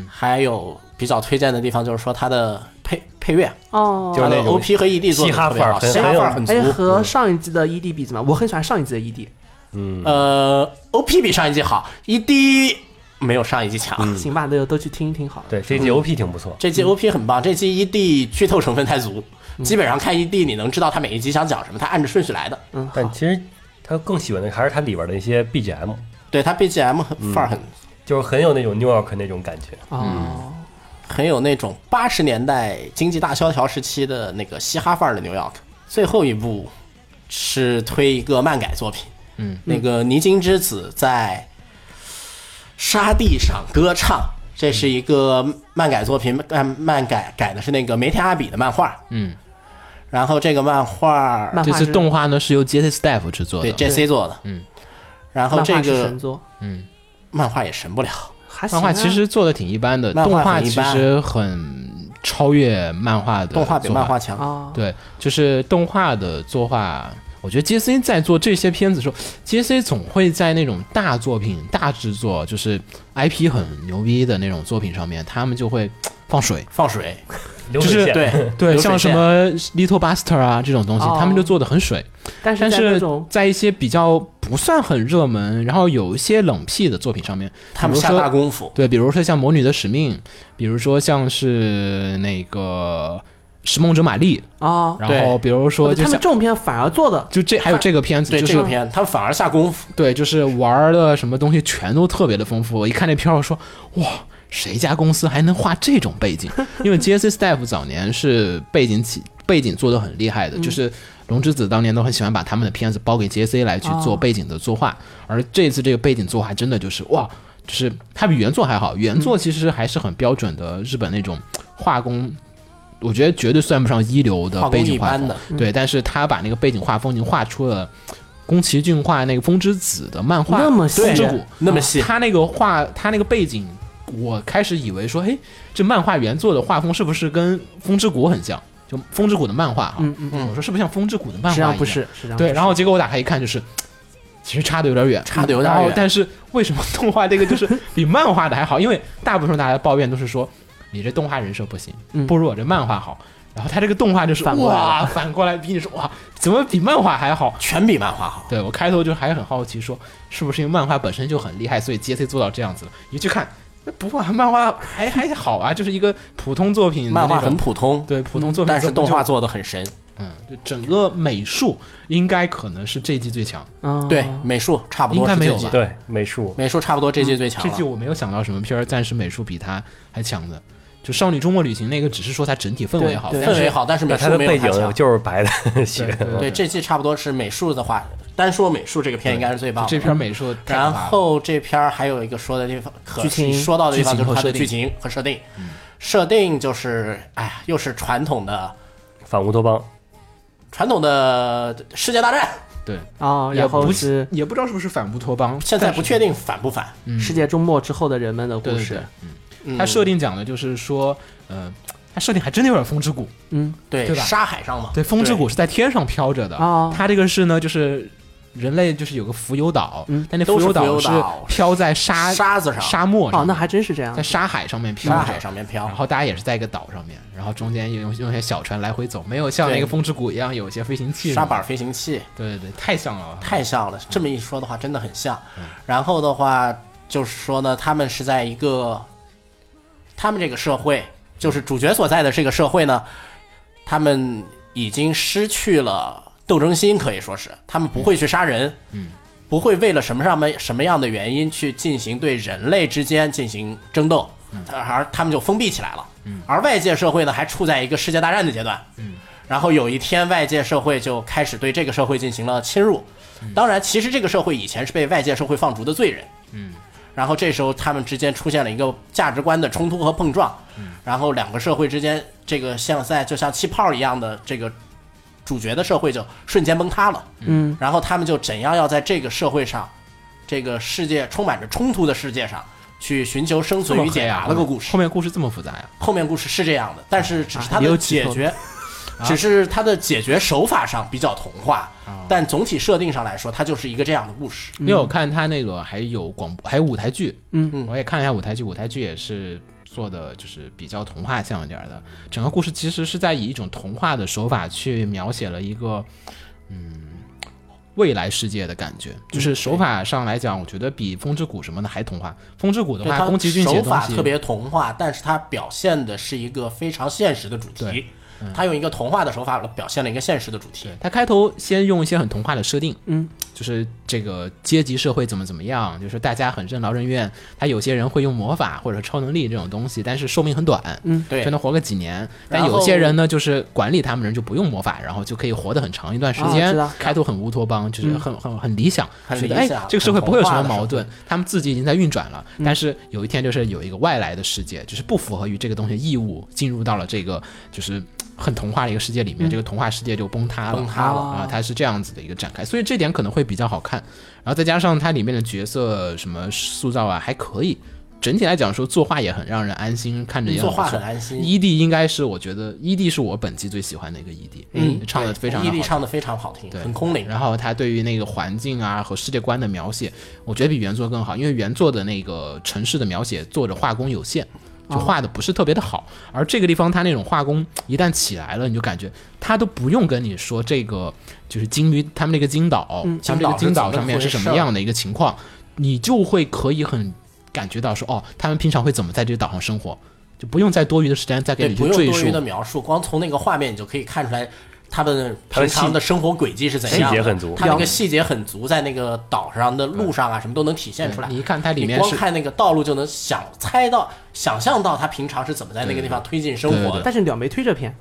[SPEAKER 6] 还有比较推荐的地方就是说它的配配乐，
[SPEAKER 5] 哦，
[SPEAKER 2] 就是
[SPEAKER 6] 它的
[SPEAKER 2] 那种
[SPEAKER 6] OP 和 ED 做的
[SPEAKER 2] 嘻哈
[SPEAKER 6] 特别
[SPEAKER 2] 范儿
[SPEAKER 6] 好，
[SPEAKER 2] 很
[SPEAKER 6] 嘻哈
[SPEAKER 2] 很
[SPEAKER 6] 范
[SPEAKER 2] 有
[SPEAKER 6] 儿很足
[SPEAKER 5] 哎，。和上一季的 ED 比怎么样？我很喜欢上一季的 E ED，
[SPEAKER 6] 呃，OP 比上一季好，ED 没有上一季强。
[SPEAKER 2] 嗯
[SPEAKER 5] 行吧？那就都去听一听好了。
[SPEAKER 6] 嗯
[SPEAKER 2] 对，这一季 OP 挺不错，
[SPEAKER 6] 这
[SPEAKER 5] 嗯
[SPEAKER 6] 季 OP 很棒，这季 ED 剧透成分太足，基本上看 ED 你能知道他每一集想讲什么，他按着顺序来的。
[SPEAKER 5] 嗯，好
[SPEAKER 2] 但其实他更喜欢的还是它里边的一些 BGM，
[SPEAKER 6] 对他 BGM 很
[SPEAKER 2] 嗯
[SPEAKER 6] 范儿很
[SPEAKER 2] 就是很有那种 New York 那种感觉。
[SPEAKER 4] 嗯
[SPEAKER 5] 哦，
[SPEAKER 6] 很有那种八十年代经济大萧条时期的那个嘻哈范儿的 New York。最后一部是推一个漫改作品，
[SPEAKER 4] 嗯，
[SPEAKER 6] 那个泥金之子在沙地上歌唱，这是一个漫改作品，漫漫改改的是那个梅田阿比的漫画，
[SPEAKER 4] 嗯，
[SPEAKER 6] 然后这个漫画
[SPEAKER 5] 漫
[SPEAKER 4] 这
[SPEAKER 5] 画
[SPEAKER 4] 次
[SPEAKER 5] 是
[SPEAKER 4] 动画呢是由 JT Staff 制作
[SPEAKER 6] 对
[SPEAKER 4] 的，
[SPEAKER 6] JC 做的，
[SPEAKER 4] 嗯，
[SPEAKER 6] 然后
[SPEAKER 5] 漫
[SPEAKER 6] 这
[SPEAKER 5] 画是
[SPEAKER 6] 个
[SPEAKER 5] 神作，
[SPEAKER 6] 漫画也神不了，
[SPEAKER 5] 还行
[SPEAKER 4] 漫
[SPEAKER 5] 啊
[SPEAKER 4] 画其实做的挺一般的，
[SPEAKER 6] 漫画
[SPEAKER 4] 动
[SPEAKER 6] 很
[SPEAKER 4] 画
[SPEAKER 6] 一
[SPEAKER 4] 其
[SPEAKER 6] 般
[SPEAKER 4] 实很超越漫画的
[SPEAKER 6] 动画比
[SPEAKER 4] 做法
[SPEAKER 6] 漫画强，
[SPEAKER 5] 哦，
[SPEAKER 4] 对，就是动画的作画，我觉得 JC 在做这些片子的时候，JC 总会在那种大作品、大制作，就是 IP 很牛逼的那种作品上面，他们就会放水。
[SPEAKER 6] 放水，
[SPEAKER 2] 流
[SPEAKER 4] 就是
[SPEAKER 2] 水线
[SPEAKER 6] 对
[SPEAKER 4] 对，
[SPEAKER 6] 流水
[SPEAKER 4] 像什
[SPEAKER 6] 线
[SPEAKER 4] 么 Little Buster 啊这种东西，
[SPEAKER 5] 哦
[SPEAKER 4] 他们就做的很水。
[SPEAKER 5] 但是
[SPEAKER 4] 但
[SPEAKER 5] 在那
[SPEAKER 4] 是
[SPEAKER 5] 种
[SPEAKER 4] 在一些比较不算很热门，然后有一些冷僻的作品上面，
[SPEAKER 6] 他们
[SPEAKER 4] 比如
[SPEAKER 6] 下
[SPEAKER 4] 说
[SPEAKER 6] 大功夫，
[SPEAKER 4] 对，比如说像《魔女的使命》，比如说像是那个《拾梦者玛丽
[SPEAKER 5] 哦》，，
[SPEAKER 4] 然后比如说就哦
[SPEAKER 5] 他们
[SPEAKER 4] 像
[SPEAKER 5] 这种片反而做的
[SPEAKER 4] 就这还有这个片子，
[SPEAKER 6] 对
[SPEAKER 4] 就
[SPEAKER 6] 这
[SPEAKER 4] 是
[SPEAKER 6] 个片他们反而下功夫，
[SPEAKER 4] 对，就是玩儿的什么东西全都特别的丰富。我一看这片儿，我说哇，谁家公司还能画这种背景？因为 JC Staff 早年是背景起背景做的很厉害
[SPEAKER 6] 嗯
[SPEAKER 4] 的，就是龙之子当年都很喜欢把他们的片子包给 JC 来去做
[SPEAKER 5] 哦
[SPEAKER 4] 背景的作画，而这次这个背景作画真的就是哇。就是它比原作还好，原
[SPEAKER 6] 嗯
[SPEAKER 4] 作其实还是很标准的日本那种画工，我觉得绝对算不上一流的
[SPEAKER 6] 画工
[SPEAKER 4] 背
[SPEAKER 6] 一
[SPEAKER 4] 景画
[SPEAKER 6] 般
[SPEAKER 4] 风
[SPEAKER 6] 的。嗯
[SPEAKER 4] 对，但是他把那个背景画风已经画出了宫崎骏画那个《风之子》的漫画，
[SPEAKER 5] 那么细
[SPEAKER 4] 风之
[SPEAKER 5] 啊
[SPEAKER 4] 谷
[SPEAKER 6] 那么细
[SPEAKER 4] 他那个画，他那个背景，我开始以为说，嘿，这漫画原作的画风是不是跟《风之谷》很像？就《风之谷》的漫画啊，
[SPEAKER 5] 嗯嗯嗯
[SPEAKER 4] 我说是不是像《风之谷》的漫画？
[SPEAKER 5] 实际上不，是，实际上
[SPEAKER 4] 对。然后结果我打开一看，就是。其实差的有点远，
[SPEAKER 6] 差得有点
[SPEAKER 4] 然后
[SPEAKER 6] 远
[SPEAKER 4] 但是为什么动画这个就是比漫画的还好？因为大部分大家抱怨都是说你这动画人设不行，
[SPEAKER 5] 嗯
[SPEAKER 4] 不如我这漫画好。然后他这个动画就是
[SPEAKER 5] 反过来
[SPEAKER 4] 哇，反过来比你说哇，怎么比漫画还好？
[SPEAKER 6] 全比漫画好。
[SPEAKER 4] 对我开头就还很好奇说，是不是因为漫画本身就很厉害，所以 JC 做到这样子了？一去看，那不啊，漫画还 还好啊，就是一个普通作品的那
[SPEAKER 6] 漫
[SPEAKER 4] 种，
[SPEAKER 6] 画很普通，
[SPEAKER 4] 对普通作品，
[SPEAKER 6] 嗯但是动画，做的很神。
[SPEAKER 4] 嗯，就整个美术应该可能是这季最强。
[SPEAKER 5] 嗯
[SPEAKER 6] 对，美术差不多
[SPEAKER 4] 哦应该
[SPEAKER 6] 是
[SPEAKER 4] 没
[SPEAKER 6] 这
[SPEAKER 4] 有
[SPEAKER 6] 季
[SPEAKER 4] 吧，
[SPEAKER 2] 对美术，
[SPEAKER 6] 美术差不多这季最强
[SPEAKER 4] 这季
[SPEAKER 6] 了。
[SPEAKER 4] 我没有想到什么片儿暂时美术比它还强的，就《少女周末旅行》那个只是说它整体氛围好，
[SPEAKER 5] 对
[SPEAKER 4] 但
[SPEAKER 6] 氛
[SPEAKER 4] 是
[SPEAKER 6] 围好，但是美
[SPEAKER 2] 它
[SPEAKER 6] 术
[SPEAKER 2] 的
[SPEAKER 6] 没有
[SPEAKER 2] 背
[SPEAKER 6] 它
[SPEAKER 2] 景
[SPEAKER 6] 强。
[SPEAKER 2] 就是白的 雪
[SPEAKER 4] 对，对
[SPEAKER 6] 对，
[SPEAKER 4] 对
[SPEAKER 6] 这季差不多是美术的话，单说美术这个片应该是最棒的。
[SPEAKER 4] 这片儿美术太可怕
[SPEAKER 6] 然
[SPEAKER 4] 了
[SPEAKER 6] 后这片儿还有一个说的地方，可
[SPEAKER 5] 剧情
[SPEAKER 6] 说到的地方就是它的
[SPEAKER 4] 剧
[SPEAKER 6] 剧
[SPEAKER 4] 情
[SPEAKER 6] 情和设定。
[SPEAKER 4] 嗯
[SPEAKER 6] 设定就是，哎呀，又是传统的
[SPEAKER 2] 反乌托邦，
[SPEAKER 6] 传统的世界大战，
[SPEAKER 4] 对，
[SPEAKER 5] 哦，
[SPEAKER 4] 也
[SPEAKER 5] 然后
[SPEAKER 4] 不
[SPEAKER 5] 是
[SPEAKER 4] 也不知道是不是反乌托邦，
[SPEAKER 6] 现在
[SPEAKER 4] 但是
[SPEAKER 6] 不确定反不反。
[SPEAKER 4] 嗯
[SPEAKER 5] 世界终末之后的人们的
[SPEAKER 4] 对
[SPEAKER 5] 故
[SPEAKER 4] 对对
[SPEAKER 5] 事，，
[SPEAKER 6] 嗯
[SPEAKER 4] 它设定讲的就是说，呃，它设定还真的有点风之谷，
[SPEAKER 5] 嗯，
[SPEAKER 6] 对
[SPEAKER 4] 对吧
[SPEAKER 6] 沙海上嘛，
[SPEAKER 4] 对，风之谷是在天上飘着的
[SPEAKER 5] 哦，
[SPEAKER 4] 它这个是呢就是。人类就是有个浮游岛，
[SPEAKER 5] 嗯
[SPEAKER 4] 但那
[SPEAKER 6] 都
[SPEAKER 4] 浮
[SPEAKER 6] 是
[SPEAKER 4] 游岛
[SPEAKER 6] 浮游
[SPEAKER 4] 是
[SPEAKER 6] 岛
[SPEAKER 4] 飘在沙
[SPEAKER 6] 沙子上
[SPEAKER 4] 沙漠上
[SPEAKER 5] 哦，那还真是这样
[SPEAKER 4] 在，沙海上面飘着，
[SPEAKER 6] 沙海上哦面飘
[SPEAKER 4] 然。后大家也是在一个岛上面，然后中间用用一些小船来回走，没有像那个风之谷一样有一些飞行器什么
[SPEAKER 6] 沙
[SPEAKER 4] 的
[SPEAKER 6] 板飞行器
[SPEAKER 4] 对对对，太像了，
[SPEAKER 6] 太像了，这么一说的话，真的很像。然后的话，就是说呢，他们是在一个，他们这个社会，就是主角所在的这个社会呢，他们已经失去了斗争心，可以说是他们不会去杀人，嗯，不会为了什么上面什么样的原因去进行对人类之间进行争斗，而他们就封闭起来了。而外界社会呢，还处在一个世界大战的阶段。然后有一天外界社会就开始对这个社会进行了侵入。当然，其实这个社会以前是被外界社会放逐的罪人。
[SPEAKER 4] 嗯
[SPEAKER 6] 然后这时候他们之间出现了一个价值观的冲突和碰撞，
[SPEAKER 4] 嗯
[SPEAKER 6] 然后两个社会之间这个像在就像气泡一样的这个主角的社会就瞬间崩塌了，
[SPEAKER 5] 嗯，
[SPEAKER 6] 然后他们就怎样要在这个社会上，这个世界充满着冲突的世界上去寻求生
[SPEAKER 4] 这
[SPEAKER 6] 存
[SPEAKER 4] 么
[SPEAKER 6] 与
[SPEAKER 4] 黑
[SPEAKER 6] 解
[SPEAKER 4] 啊
[SPEAKER 6] 答了个故事
[SPEAKER 4] 后。面故事这么复杂呀？
[SPEAKER 6] 后面故事是这样的，但
[SPEAKER 4] 啊
[SPEAKER 6] 是只是它
[SPEAKER 5] 也有
[SPEAKER 6] 的
[SPEAKER 5] 剧
[SPEAKER 6] 解
[SPEAKER 5] 透
[SPEAKER 6] 决，只是它的解决手法上比较童话，
[SPEAKER 4] 啊
[SPEAKER 6] 但总体设定上来说，它就是一个这样的故事。
[SPEAKER 4] 因为我看他那个还有广播，还有舞台剧，
[SPEAKER 5] 嗯
[SPEAKER 6] 嗯
[SPEAKER 4] 我也看了一下舞台剧，舞台剧也是做的就是比较童话像一点儿的，整个故事其实是在以一种童话的手法去描写了一个，嗯，未来世界的感觉，就是手法上来讲，我觉得比《风之谷》什么的还童话，《风之谷》的
[SPEAKER 6] 对
[SPEAKER 4] 话，
[SPEAKER 6] 它
[SPEAKER 4] 宫崎骏写
[SPEAKER 6] 手
[SPEAKER 4] 的东
[SPEAKER 6] 法
[SPEAKER 4] 西
[SPEAKER 6] 特别童话，但是它表现的是一个非常现实的主
[SPEAKER 4] 对嗯
[SPEAKER 6] 题。它用一个童话的手法表现了一个现实的主题
[SPEAKER 4] 对。他开头先用一些很童话的设定，
[SPEAKER 5] 嗯，
[SPEAKER 4] 就是这个阶级社会怎么怎么样，就是大家很任劳任怨。他有些人会用魔法或者超能力这种东西，但是寿命很短，
[SPEAKER 5] 嗯
[SPEAKER 6] 对
[SPEAKER 4] 就能活个几年。但
[SPEAKER 6] 然后
[SPEAKER 4] 有些人呢，就是管理他们人就不用魔法，然后就可以活得很长一段时
[SPEAKER 5] 啊
[SPEAKER 4] 间
[SPEAKER 5] 知道。
[SPEAKER 4] 开头很乌托邦，就是很很很理想，
[SPEAKER 6] 很
[SPEAKER 4] 觉得
[SPEAKER 6] 理
[SPEAKER 4] 哎
[SPEAKER 6] 想，
[SPEAKER 4] 这个社会
[SPEAKER 6] 很
[SPEAKER 4] 不会有什
[SPEAKER 6] 童话
[SPEAKER 4] 么
[SPEAKER 6] 的
[SPEAKER 4] 矛
[SPEAKER 6] 社
[SPEAKER 4] 盾，他们自己已经在运转了。
[SPEAKER 6] 嗯
[SPEAKER 4] 但是有一天，就是有一个外来的世界，就是不符合于这个东西的义务，进入到了这个就是。很童话的一个世界里面，这个童话世界就崩塌了，
[SPEAKER 6] 嗯崩塌了
[SPEAKER 4] 啊！它是这样子的一个展开，所以这点可能会比较好看。然后再加上它里面的角色什么塑造啊，还可以。整体来讲说，作画也很让人安心，看着也
[SPEAKER 6] 嗯作画
[SPEAKER 4] 不错
[SPEAKER 6] 很安心
[SPEAKER 4] ED 应该是我觉得 ED 是我本季最喜欢的一个 ED，唱
[SPEAKER 6] 嗯
[SPEAKER 4] 的非常的
[SPEAKER 6] 伊
[SPEAKER 4] 好
[SPEAKER 6] 利
[SPEAKER 4] 听。
[SPEAKER 6] 唱的非常好听，
[SPEAKER 4] 对
[SPEAKER 6] 很空灵。
[SPEAKER 4] 然后他对于那个环境啊和世界观的描写，我觉得比原作更好，因为原作的那个城市的描写，作者画工有限，就
[SPEAKER 6] 哦
[SPEAKER 4] 画的不是特别的好。而这个地方他那种画工一旦起来了，你就感觉他都不用跟你说这个就是鲸鱼他们那个金岛，
[SPEAKER 6] 嗯
[SPEAKER 4] 他们这个金岛上面是什么样的一个情况，你就会可以很感觉到说哦，他们平常会怎么在这个岛上生活。就不用再多余的时间再给
[SPEAKER 6] 对，
[SPEAKER 4] 你去
[SPEAKER 6] 不用
[SPEAKER 4] 赘
[SPEAKER 6] 多
[SPEAKER 4] 述
[SPEAKER 6] 余的描述，光从那个画面你就可以看出来他们平常的生活轨迹是怎样的。
[SPEAKER 2] 细节很足
[SPEAKER 6] 他那个细节很足，在那个岛上的路上啊，什么都能体现出来。
[SPEAKER 4] 对你一看它里面
[SPEAKER 6] 你光
[SPEAKER 4] 是
[SPEAKER 6] 看那个道路就能想猜到、想象到他平常是怎么在那个地方推进生
[SPEAKER 4] 对
[SPEAKER 6] 活
[SPEAKER 4] 对
[SPEAKER 6] 的。
[SPEAKER 5] 但是鸟没推这篇，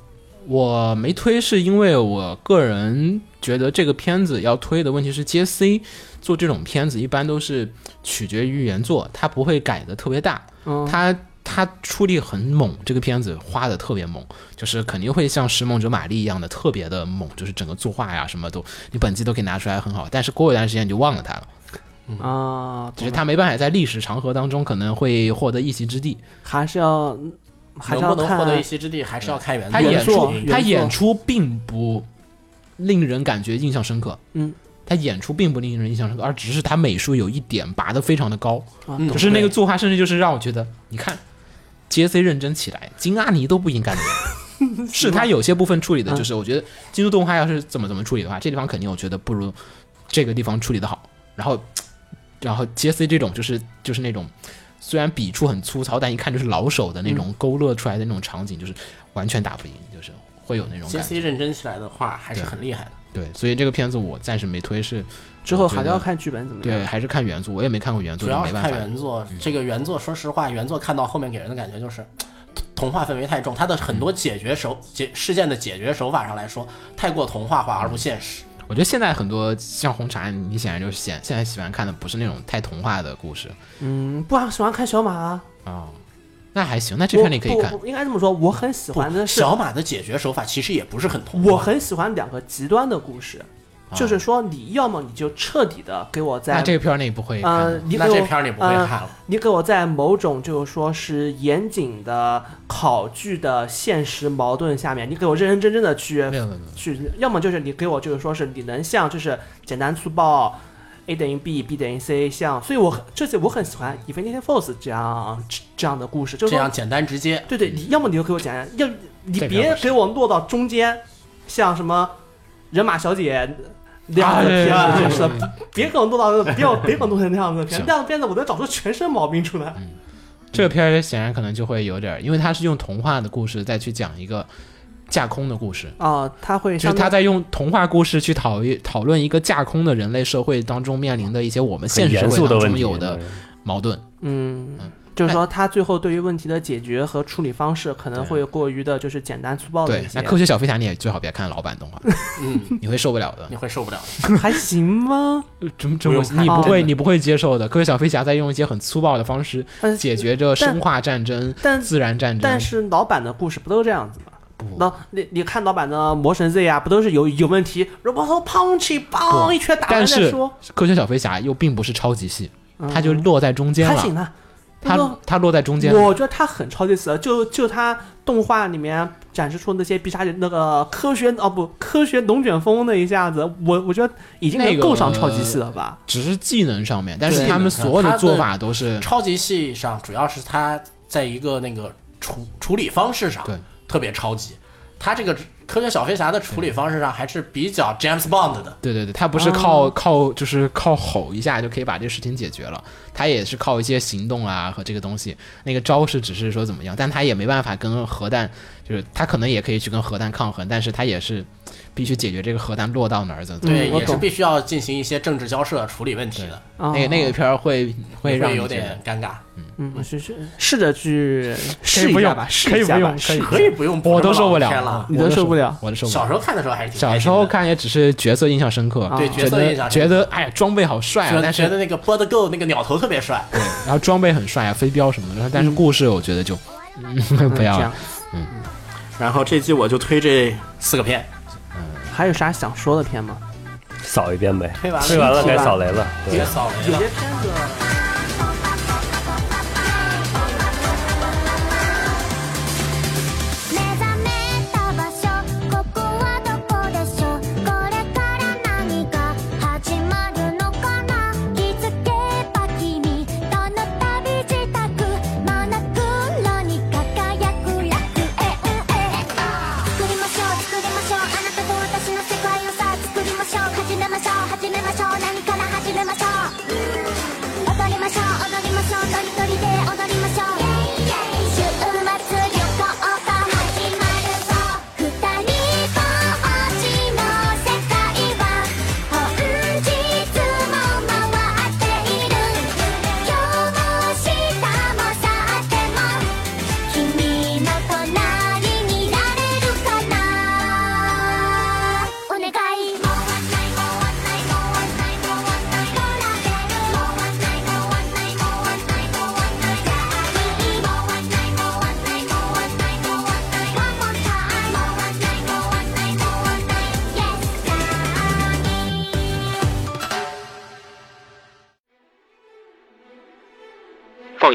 [SPEAKER 4] 我没推，是因为我个人觉得这个片子要推的问题是接 C，做这种片子一般都是取决于原作，它不会改的特别大，
[SPEAKER 5] 嗯
[SPEAKER 4] 它它出力很猛，这个片子花的特别猛，就是肯定会像《拾梦者玛丽》一样的特别的猛，就是整个作画呀什么都，你本季都可以拿出来很好，但是过一段时间你就忘了它了，嗯
[SPEAKER 5] 啊，
[SPEAKER 4] 只
[SPEAKER 5] 懂
[SPEAKER 4] 是
[SPEAKER 5] 了
[SPEAKER 4] 它没办法在历史长河当中可能会获得一席之地。
[SPEAKER 5] 还是要还是
[SPEAKER 6] 能
[SPEAKER 5] 要
[SPEAKER 6] 不能获
[SPEAKER 5] 看
[SPEAKER 6] 得一席之地，还是要看原
[SPEAKER 4] 他
[SPEAKER 6] 作
[SPEAKER 4] 演出
[SPEAKER 5] 原作
[SPEAKER 4] 他演出并不令人感觉印象深刻，
[SPEAKER 5] 嗯，
[SPEAKER 4] 他演出并不令人印象深刻，而只是他美术有一点拔得非常的高，
[SPEAKER 6] 嗯
[SPEAKER 4] 就是那个作画，甚至就是让我觉得，你看杰 C 认真起来，金阿尼都不应该的。是他有些部分处理的，就是我觉得京都动画要是怎么怎么处理的话，这地方肯定我觉得不如这个地方处理的好。然后，然后杰 C 这种就是就是那种虽然笔触很粗糙，但一看就是老手的那种勾勒出来的那种场景，就是完全打不赢，就是会有那种感
[SPEAKER 6] JC
[SPEAKER 4] 觉。
[SPEAKER 6] 认真起来的话，还是很厉害的。
[SPEAKER 4] 对，所以这个片子我暂时没推，是
[SPEAKER 5] 之后
[SPEAKER 4] 我觉
[SPEAKER 5] 还是
[SPEAKER 4] 得
[SPEAKER 5] 要看剧本怎么
[SPEAKER 4] 对，
[SPEAKER 5] 样。
[SPEAKER 4] 还是看原作，我也没看过原作，
[SPEAKER 6] 主
[SPEAKER 4] 就
[SPEAKER 6] 要
[SPEAKER 4] 没
[SPEAKER 6] 是
[SPEAKER 4] 办
[SPEAKER 6] 看
[SPEAKER 4] 法。嗯
[SPEAKER 6] 原作，这个原作，说实话，原作看到后面给人的感觉就是童话氛围太重，它的很
[SPEAKER 4] 嗯
[SPEAKER 6] 多解决手解事件的解决手法上来说，太过童话化而不现实。
[SPEAKER 4] 我觉得现在很多像红茶，你显然就是现现在喜欢看的不是那种太童话的故事
[SPEAKER 5] 嗯，不喜欢看小马啊，
[SPEAKER 4] 啊、那还行，那这片你可以
[SPEAKER 5] 我
[SPEAKER 4] 看
[SPEAKER 5] 我。我应该这么说，我很喜欢的是
[SPEAKER 6] 小马的解决手法其实也不是很童话，
[SPEAKER 5] 我很喜欢两个极端的故事，就是说你要么你就彻底的给我
[SPEAKER 4] 啊那
[SPEAKER 5] 在
[SPEAKER 4] 这个片儿你不会看
[SPEAKER 5] 呃
[SPEAKER 2] 啊
[SPEAKER 4] 的，
[SPEAKER 5] 你
[SPEAKER 6] 那
[SPEAKER 5] 给
[SPEAKER 6] 这
[SPEAKER 5] 我
[SPEAKER 6] 片儿你不会
[SPEAKER 5] 呃
[SPEAKER 6] 看了
[SPEAKER 5] 你给我在某种就是说是严谨的考据的现实矛盾下面，你给我认认真真的去
[SPEAKER 4] 没有没有没有
[SPEAKER 5] 去，要么就是你给我就是说是你能像就是简单粗暴。A 等于 B，B 等于 C，像，所以我很这次我很喜欢《i n f i n i t y Force》这样这这样的故事，就是
[SPEAKER 6] 这
[SPEAKER 5] 说
[SPEAKER 6] 样简单直接。
[SPEAKER 5] 对对，你要么你就给我讲，要你
[SPEAKER 4] 嗯这个
[SPEAKER 5] 别
[SPEAKER 4] 不是
[SPEAKER 5] 给我落到中间，像什么人马小姐那样的
[SPEAKER 4] 哎
[SPEAKER 5] 片
[SPEAKER 4] 是是
[SPEAKER 5] 子是的，别给我弄到不要别给我弄成那样子的片
[SPEAKER 4] 行，嗯
[SPEAKER 5] 那样的片子我能找出全身毛病出来。
[SPEAKER 4] 这个片儿显然可能就会有点儿，因为它是用童话的故事再去讲一个架空的故事。
[SPEAKER 5] 啊，他会
[SPEAKER 4] 就是
[SPEAKER 5] 相
[SPEAKER 4] 他
[SPEAKER 5] 当
[SPEAKER 4] 在用童话故事去讨论讨论一个架空的人类社会当中面临的一些我们现
[SPEAKER 2] 很
[SPEAKER 4] 实社
[SPEAKER 2] 严
[SPEAKER 4] 会
[SPEAKER 2] 肃的
[SPEAKER 4] 当
[SPEAKER 2] 问
[SPEAKER 4] 中
[SPEAKER 2] 题
[SPEAKER 4] 有的矛盾。
[SPEAKER 5] 嗯，就是
[SPEAKER 4] 哎
[SPEAKER 5] 说他最后对于问题的解决和处理方式可能会过于的就是简单粗暴的
[SPEAKER 4] 对
[SPEAKER 5] 一，些
[SPEAKER 4] 那，科学小飞侠你也最好别看老版动 画，
[SPEAKER 6] 嗯，
[SPEAKER 4] 你会受不了的
[SPEAKER 6] 你。会受不了。
[SPEAKER 5] 还行吗？
[SPEAKER 4] 中中国
[SPEAKER 6] 不用看
[SPEAKER 4] 你不
[SPEAKER 5] 真
[SPEAKER 4] 会你不会接受的。科学小飞侠在用一些很粗暴的方式
[SPEAKER 5] 但是
[SPEAKER 4] 解决着生化战争、
[SPEAKER 5] 但
[SPEAKER 4] 自然战争
[SPEAKER 5] 但。是老版的故事不都这样子吗？
[SPEAKER 4] 不
[SPEAKER 5] 那你你看老版的魔神 Z 啊，不都是有有问题，然后头砰起砰
[SPEAKER 4] 不
[SPEAKER 5] 一拳打完
[SPEAKER 4] 但
[SPEAKER 5] 再
[SPEAKER 4] 是
[SPEAKER 5] 说，
[SPEAKER 4] 科学小飞侠又并不是超级系，
[SPEAKER 5] 嗯
[SPEAKER 4] 它就落在中间
[SPEAKER 5] 还
[SPEAKER 4] 了
[SPEAKER 5] 行。呢。
[SPEAKER 4] 它
[SPEAKER 5] 那个
[SPEAKER 4] 它落在中间了，
[SPEAKER 5] 我觉得他很超级死，就就他动画里面展示出那些必杀技，那个科学哦不科学龙卷风那一下子，我我觉得已经
[SPEAKER 4] 那
[SPEAKER 5] 能
[SPEAKER 4] 个
[SPEAKER 5] 够上超级系了吧？
[SPEAKER 4] 只是技能上面，但是
[SPEAKER 6] 对
[SPEAKER 4] 他们所有
[SPEAKER 6] 它
[SPEAKER 4] 的
[SPEAKER 6] 的
[SPEAKER 4] 做法都是
[SPEAKER 6] 超级系上主要是它在一个那个处处理方式上
[SPEAKER 4] 对
[SPEAKER 6] 特别超级，它这个科学小飞侠的处理方式上还是比较 James Bond 的。
[SPEAKER 4] 对对对，他不是靠、
[SPEAKER 5] 哦
[SPEAKER 4] 靠就是靠吼一下就可以把这个事情解决了，他也是靠一些行动啊和这个东西，那个招式只是说怎么样，但他也没办法跟核弹，就是他可能也可以去跟核弹抗衡，但是他也是必须解决这个核弹落到哪儿怎么怎么
[SPEAKER 6] 对，
[SPEAKER 4] 样。
[SPEAKER 5] 我
[SPEAKER 6] 也是
[SPEAKER 5] 懂
[SPEAKER 6] 必须要进行一些政治交涉处理问题的，
[SPEAKER 5] 啊，
[SPEAKER 4] 那个那个片儿会会让
[SPEAKER 6] 会
[SPEAKER 4] 你
[SPEAKER 6] 有
[SPEAKER 4] 觉得
[SPEAKER 6] 点尴尬。
[SPEAKER 5] 嗯，是是试着去试一下吧，试一下吧，试一下
[SPEAKER 6] 可以不用，
[SPEAKER 4] 我都受不了
[SPEAKER 6] 天了。
[SPEAKER 5] 你都受不了
[SPEAKER 4] 我都受不
[SPEAKER 6] 小
[SPEAKER 4] 了。
[SPEAKER 6] 时候看的时候还是挺开
[SPEAKER 4] 小
[SPEAKER 6] 心
[SPEAKER 4] 时候
[SPEAKER 6] 的，啊
[SPEAKER 4] 看也只是角色印象深刻，
[SPEAKER 5] 对
[SPEAKER 6] 角色
[SPEAKER 4] 觉得
[SPEAKER 6] 印象深
[SPEAKER 4] 觉
[SPEAKER 6] 刻
[SPEAKER 4] 得哎呀装备好帅啊，
[SPEAKER 6] 觉得
[SPEAKER 4] 但
[SPEAKER 6] 觉
[SPEAKER 4] 是
[SPEAKER 6] 得那个 Bird Go 那个鸟头特别帅，
[SPEAKER 4] 对，然后装备很帅啊，飞镖什么的，但是故事我觉得就、嗯、 不
[SPEAKER 5] 嗯
[SPEAKER 4] 要
[SPEAKER 5] 这
[SPEAKER 4] 了
[SPEAKER 5] 样。。
[SPEAKER 6] 然后这季我就推这四个片，
[SPEAKER 5] 还有啥想说的片吗？
[SPEAKER 2] 扫一遍呗，
[SPEAKER 6] 推完了
[SPEAKER 2] 推完了
[SPEAKER 5] 推
[SPEAKER 2] 该
[SPEAKER 5] 完
[SPEAKER 2] 扫雷了。对
[SPEAKER 6] 别，扫雷
[SPEAKER 5] 有
[SPEAKER 6] 了
[SPEAKER 5] 些。片子
[SPEAKER 3] 目覚めた場所ここはどこでしょうこれから何が始まるのかな気づけば君との旅自宅真夏黒に輝く楽園作りましょう作りましょうあなたと私の世界をさ作りましょう始めましょう始めましょう何から始めましょう踊りましょう踊りましょうとりとりで踊りましょう週末旅行が始まるぞ二人ぼっちの世界は本日も回っている今日も明日もさっても君の隣になれるかなお願いもうないもうないもうないもうないもうないもうないもうないもうないもうない Yeah.
[SPEAKER 7] 放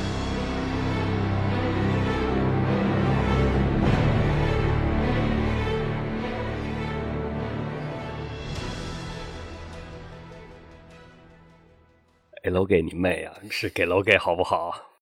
[SPEAKER 2] 给楼给你妹啊，是给楼给好不好？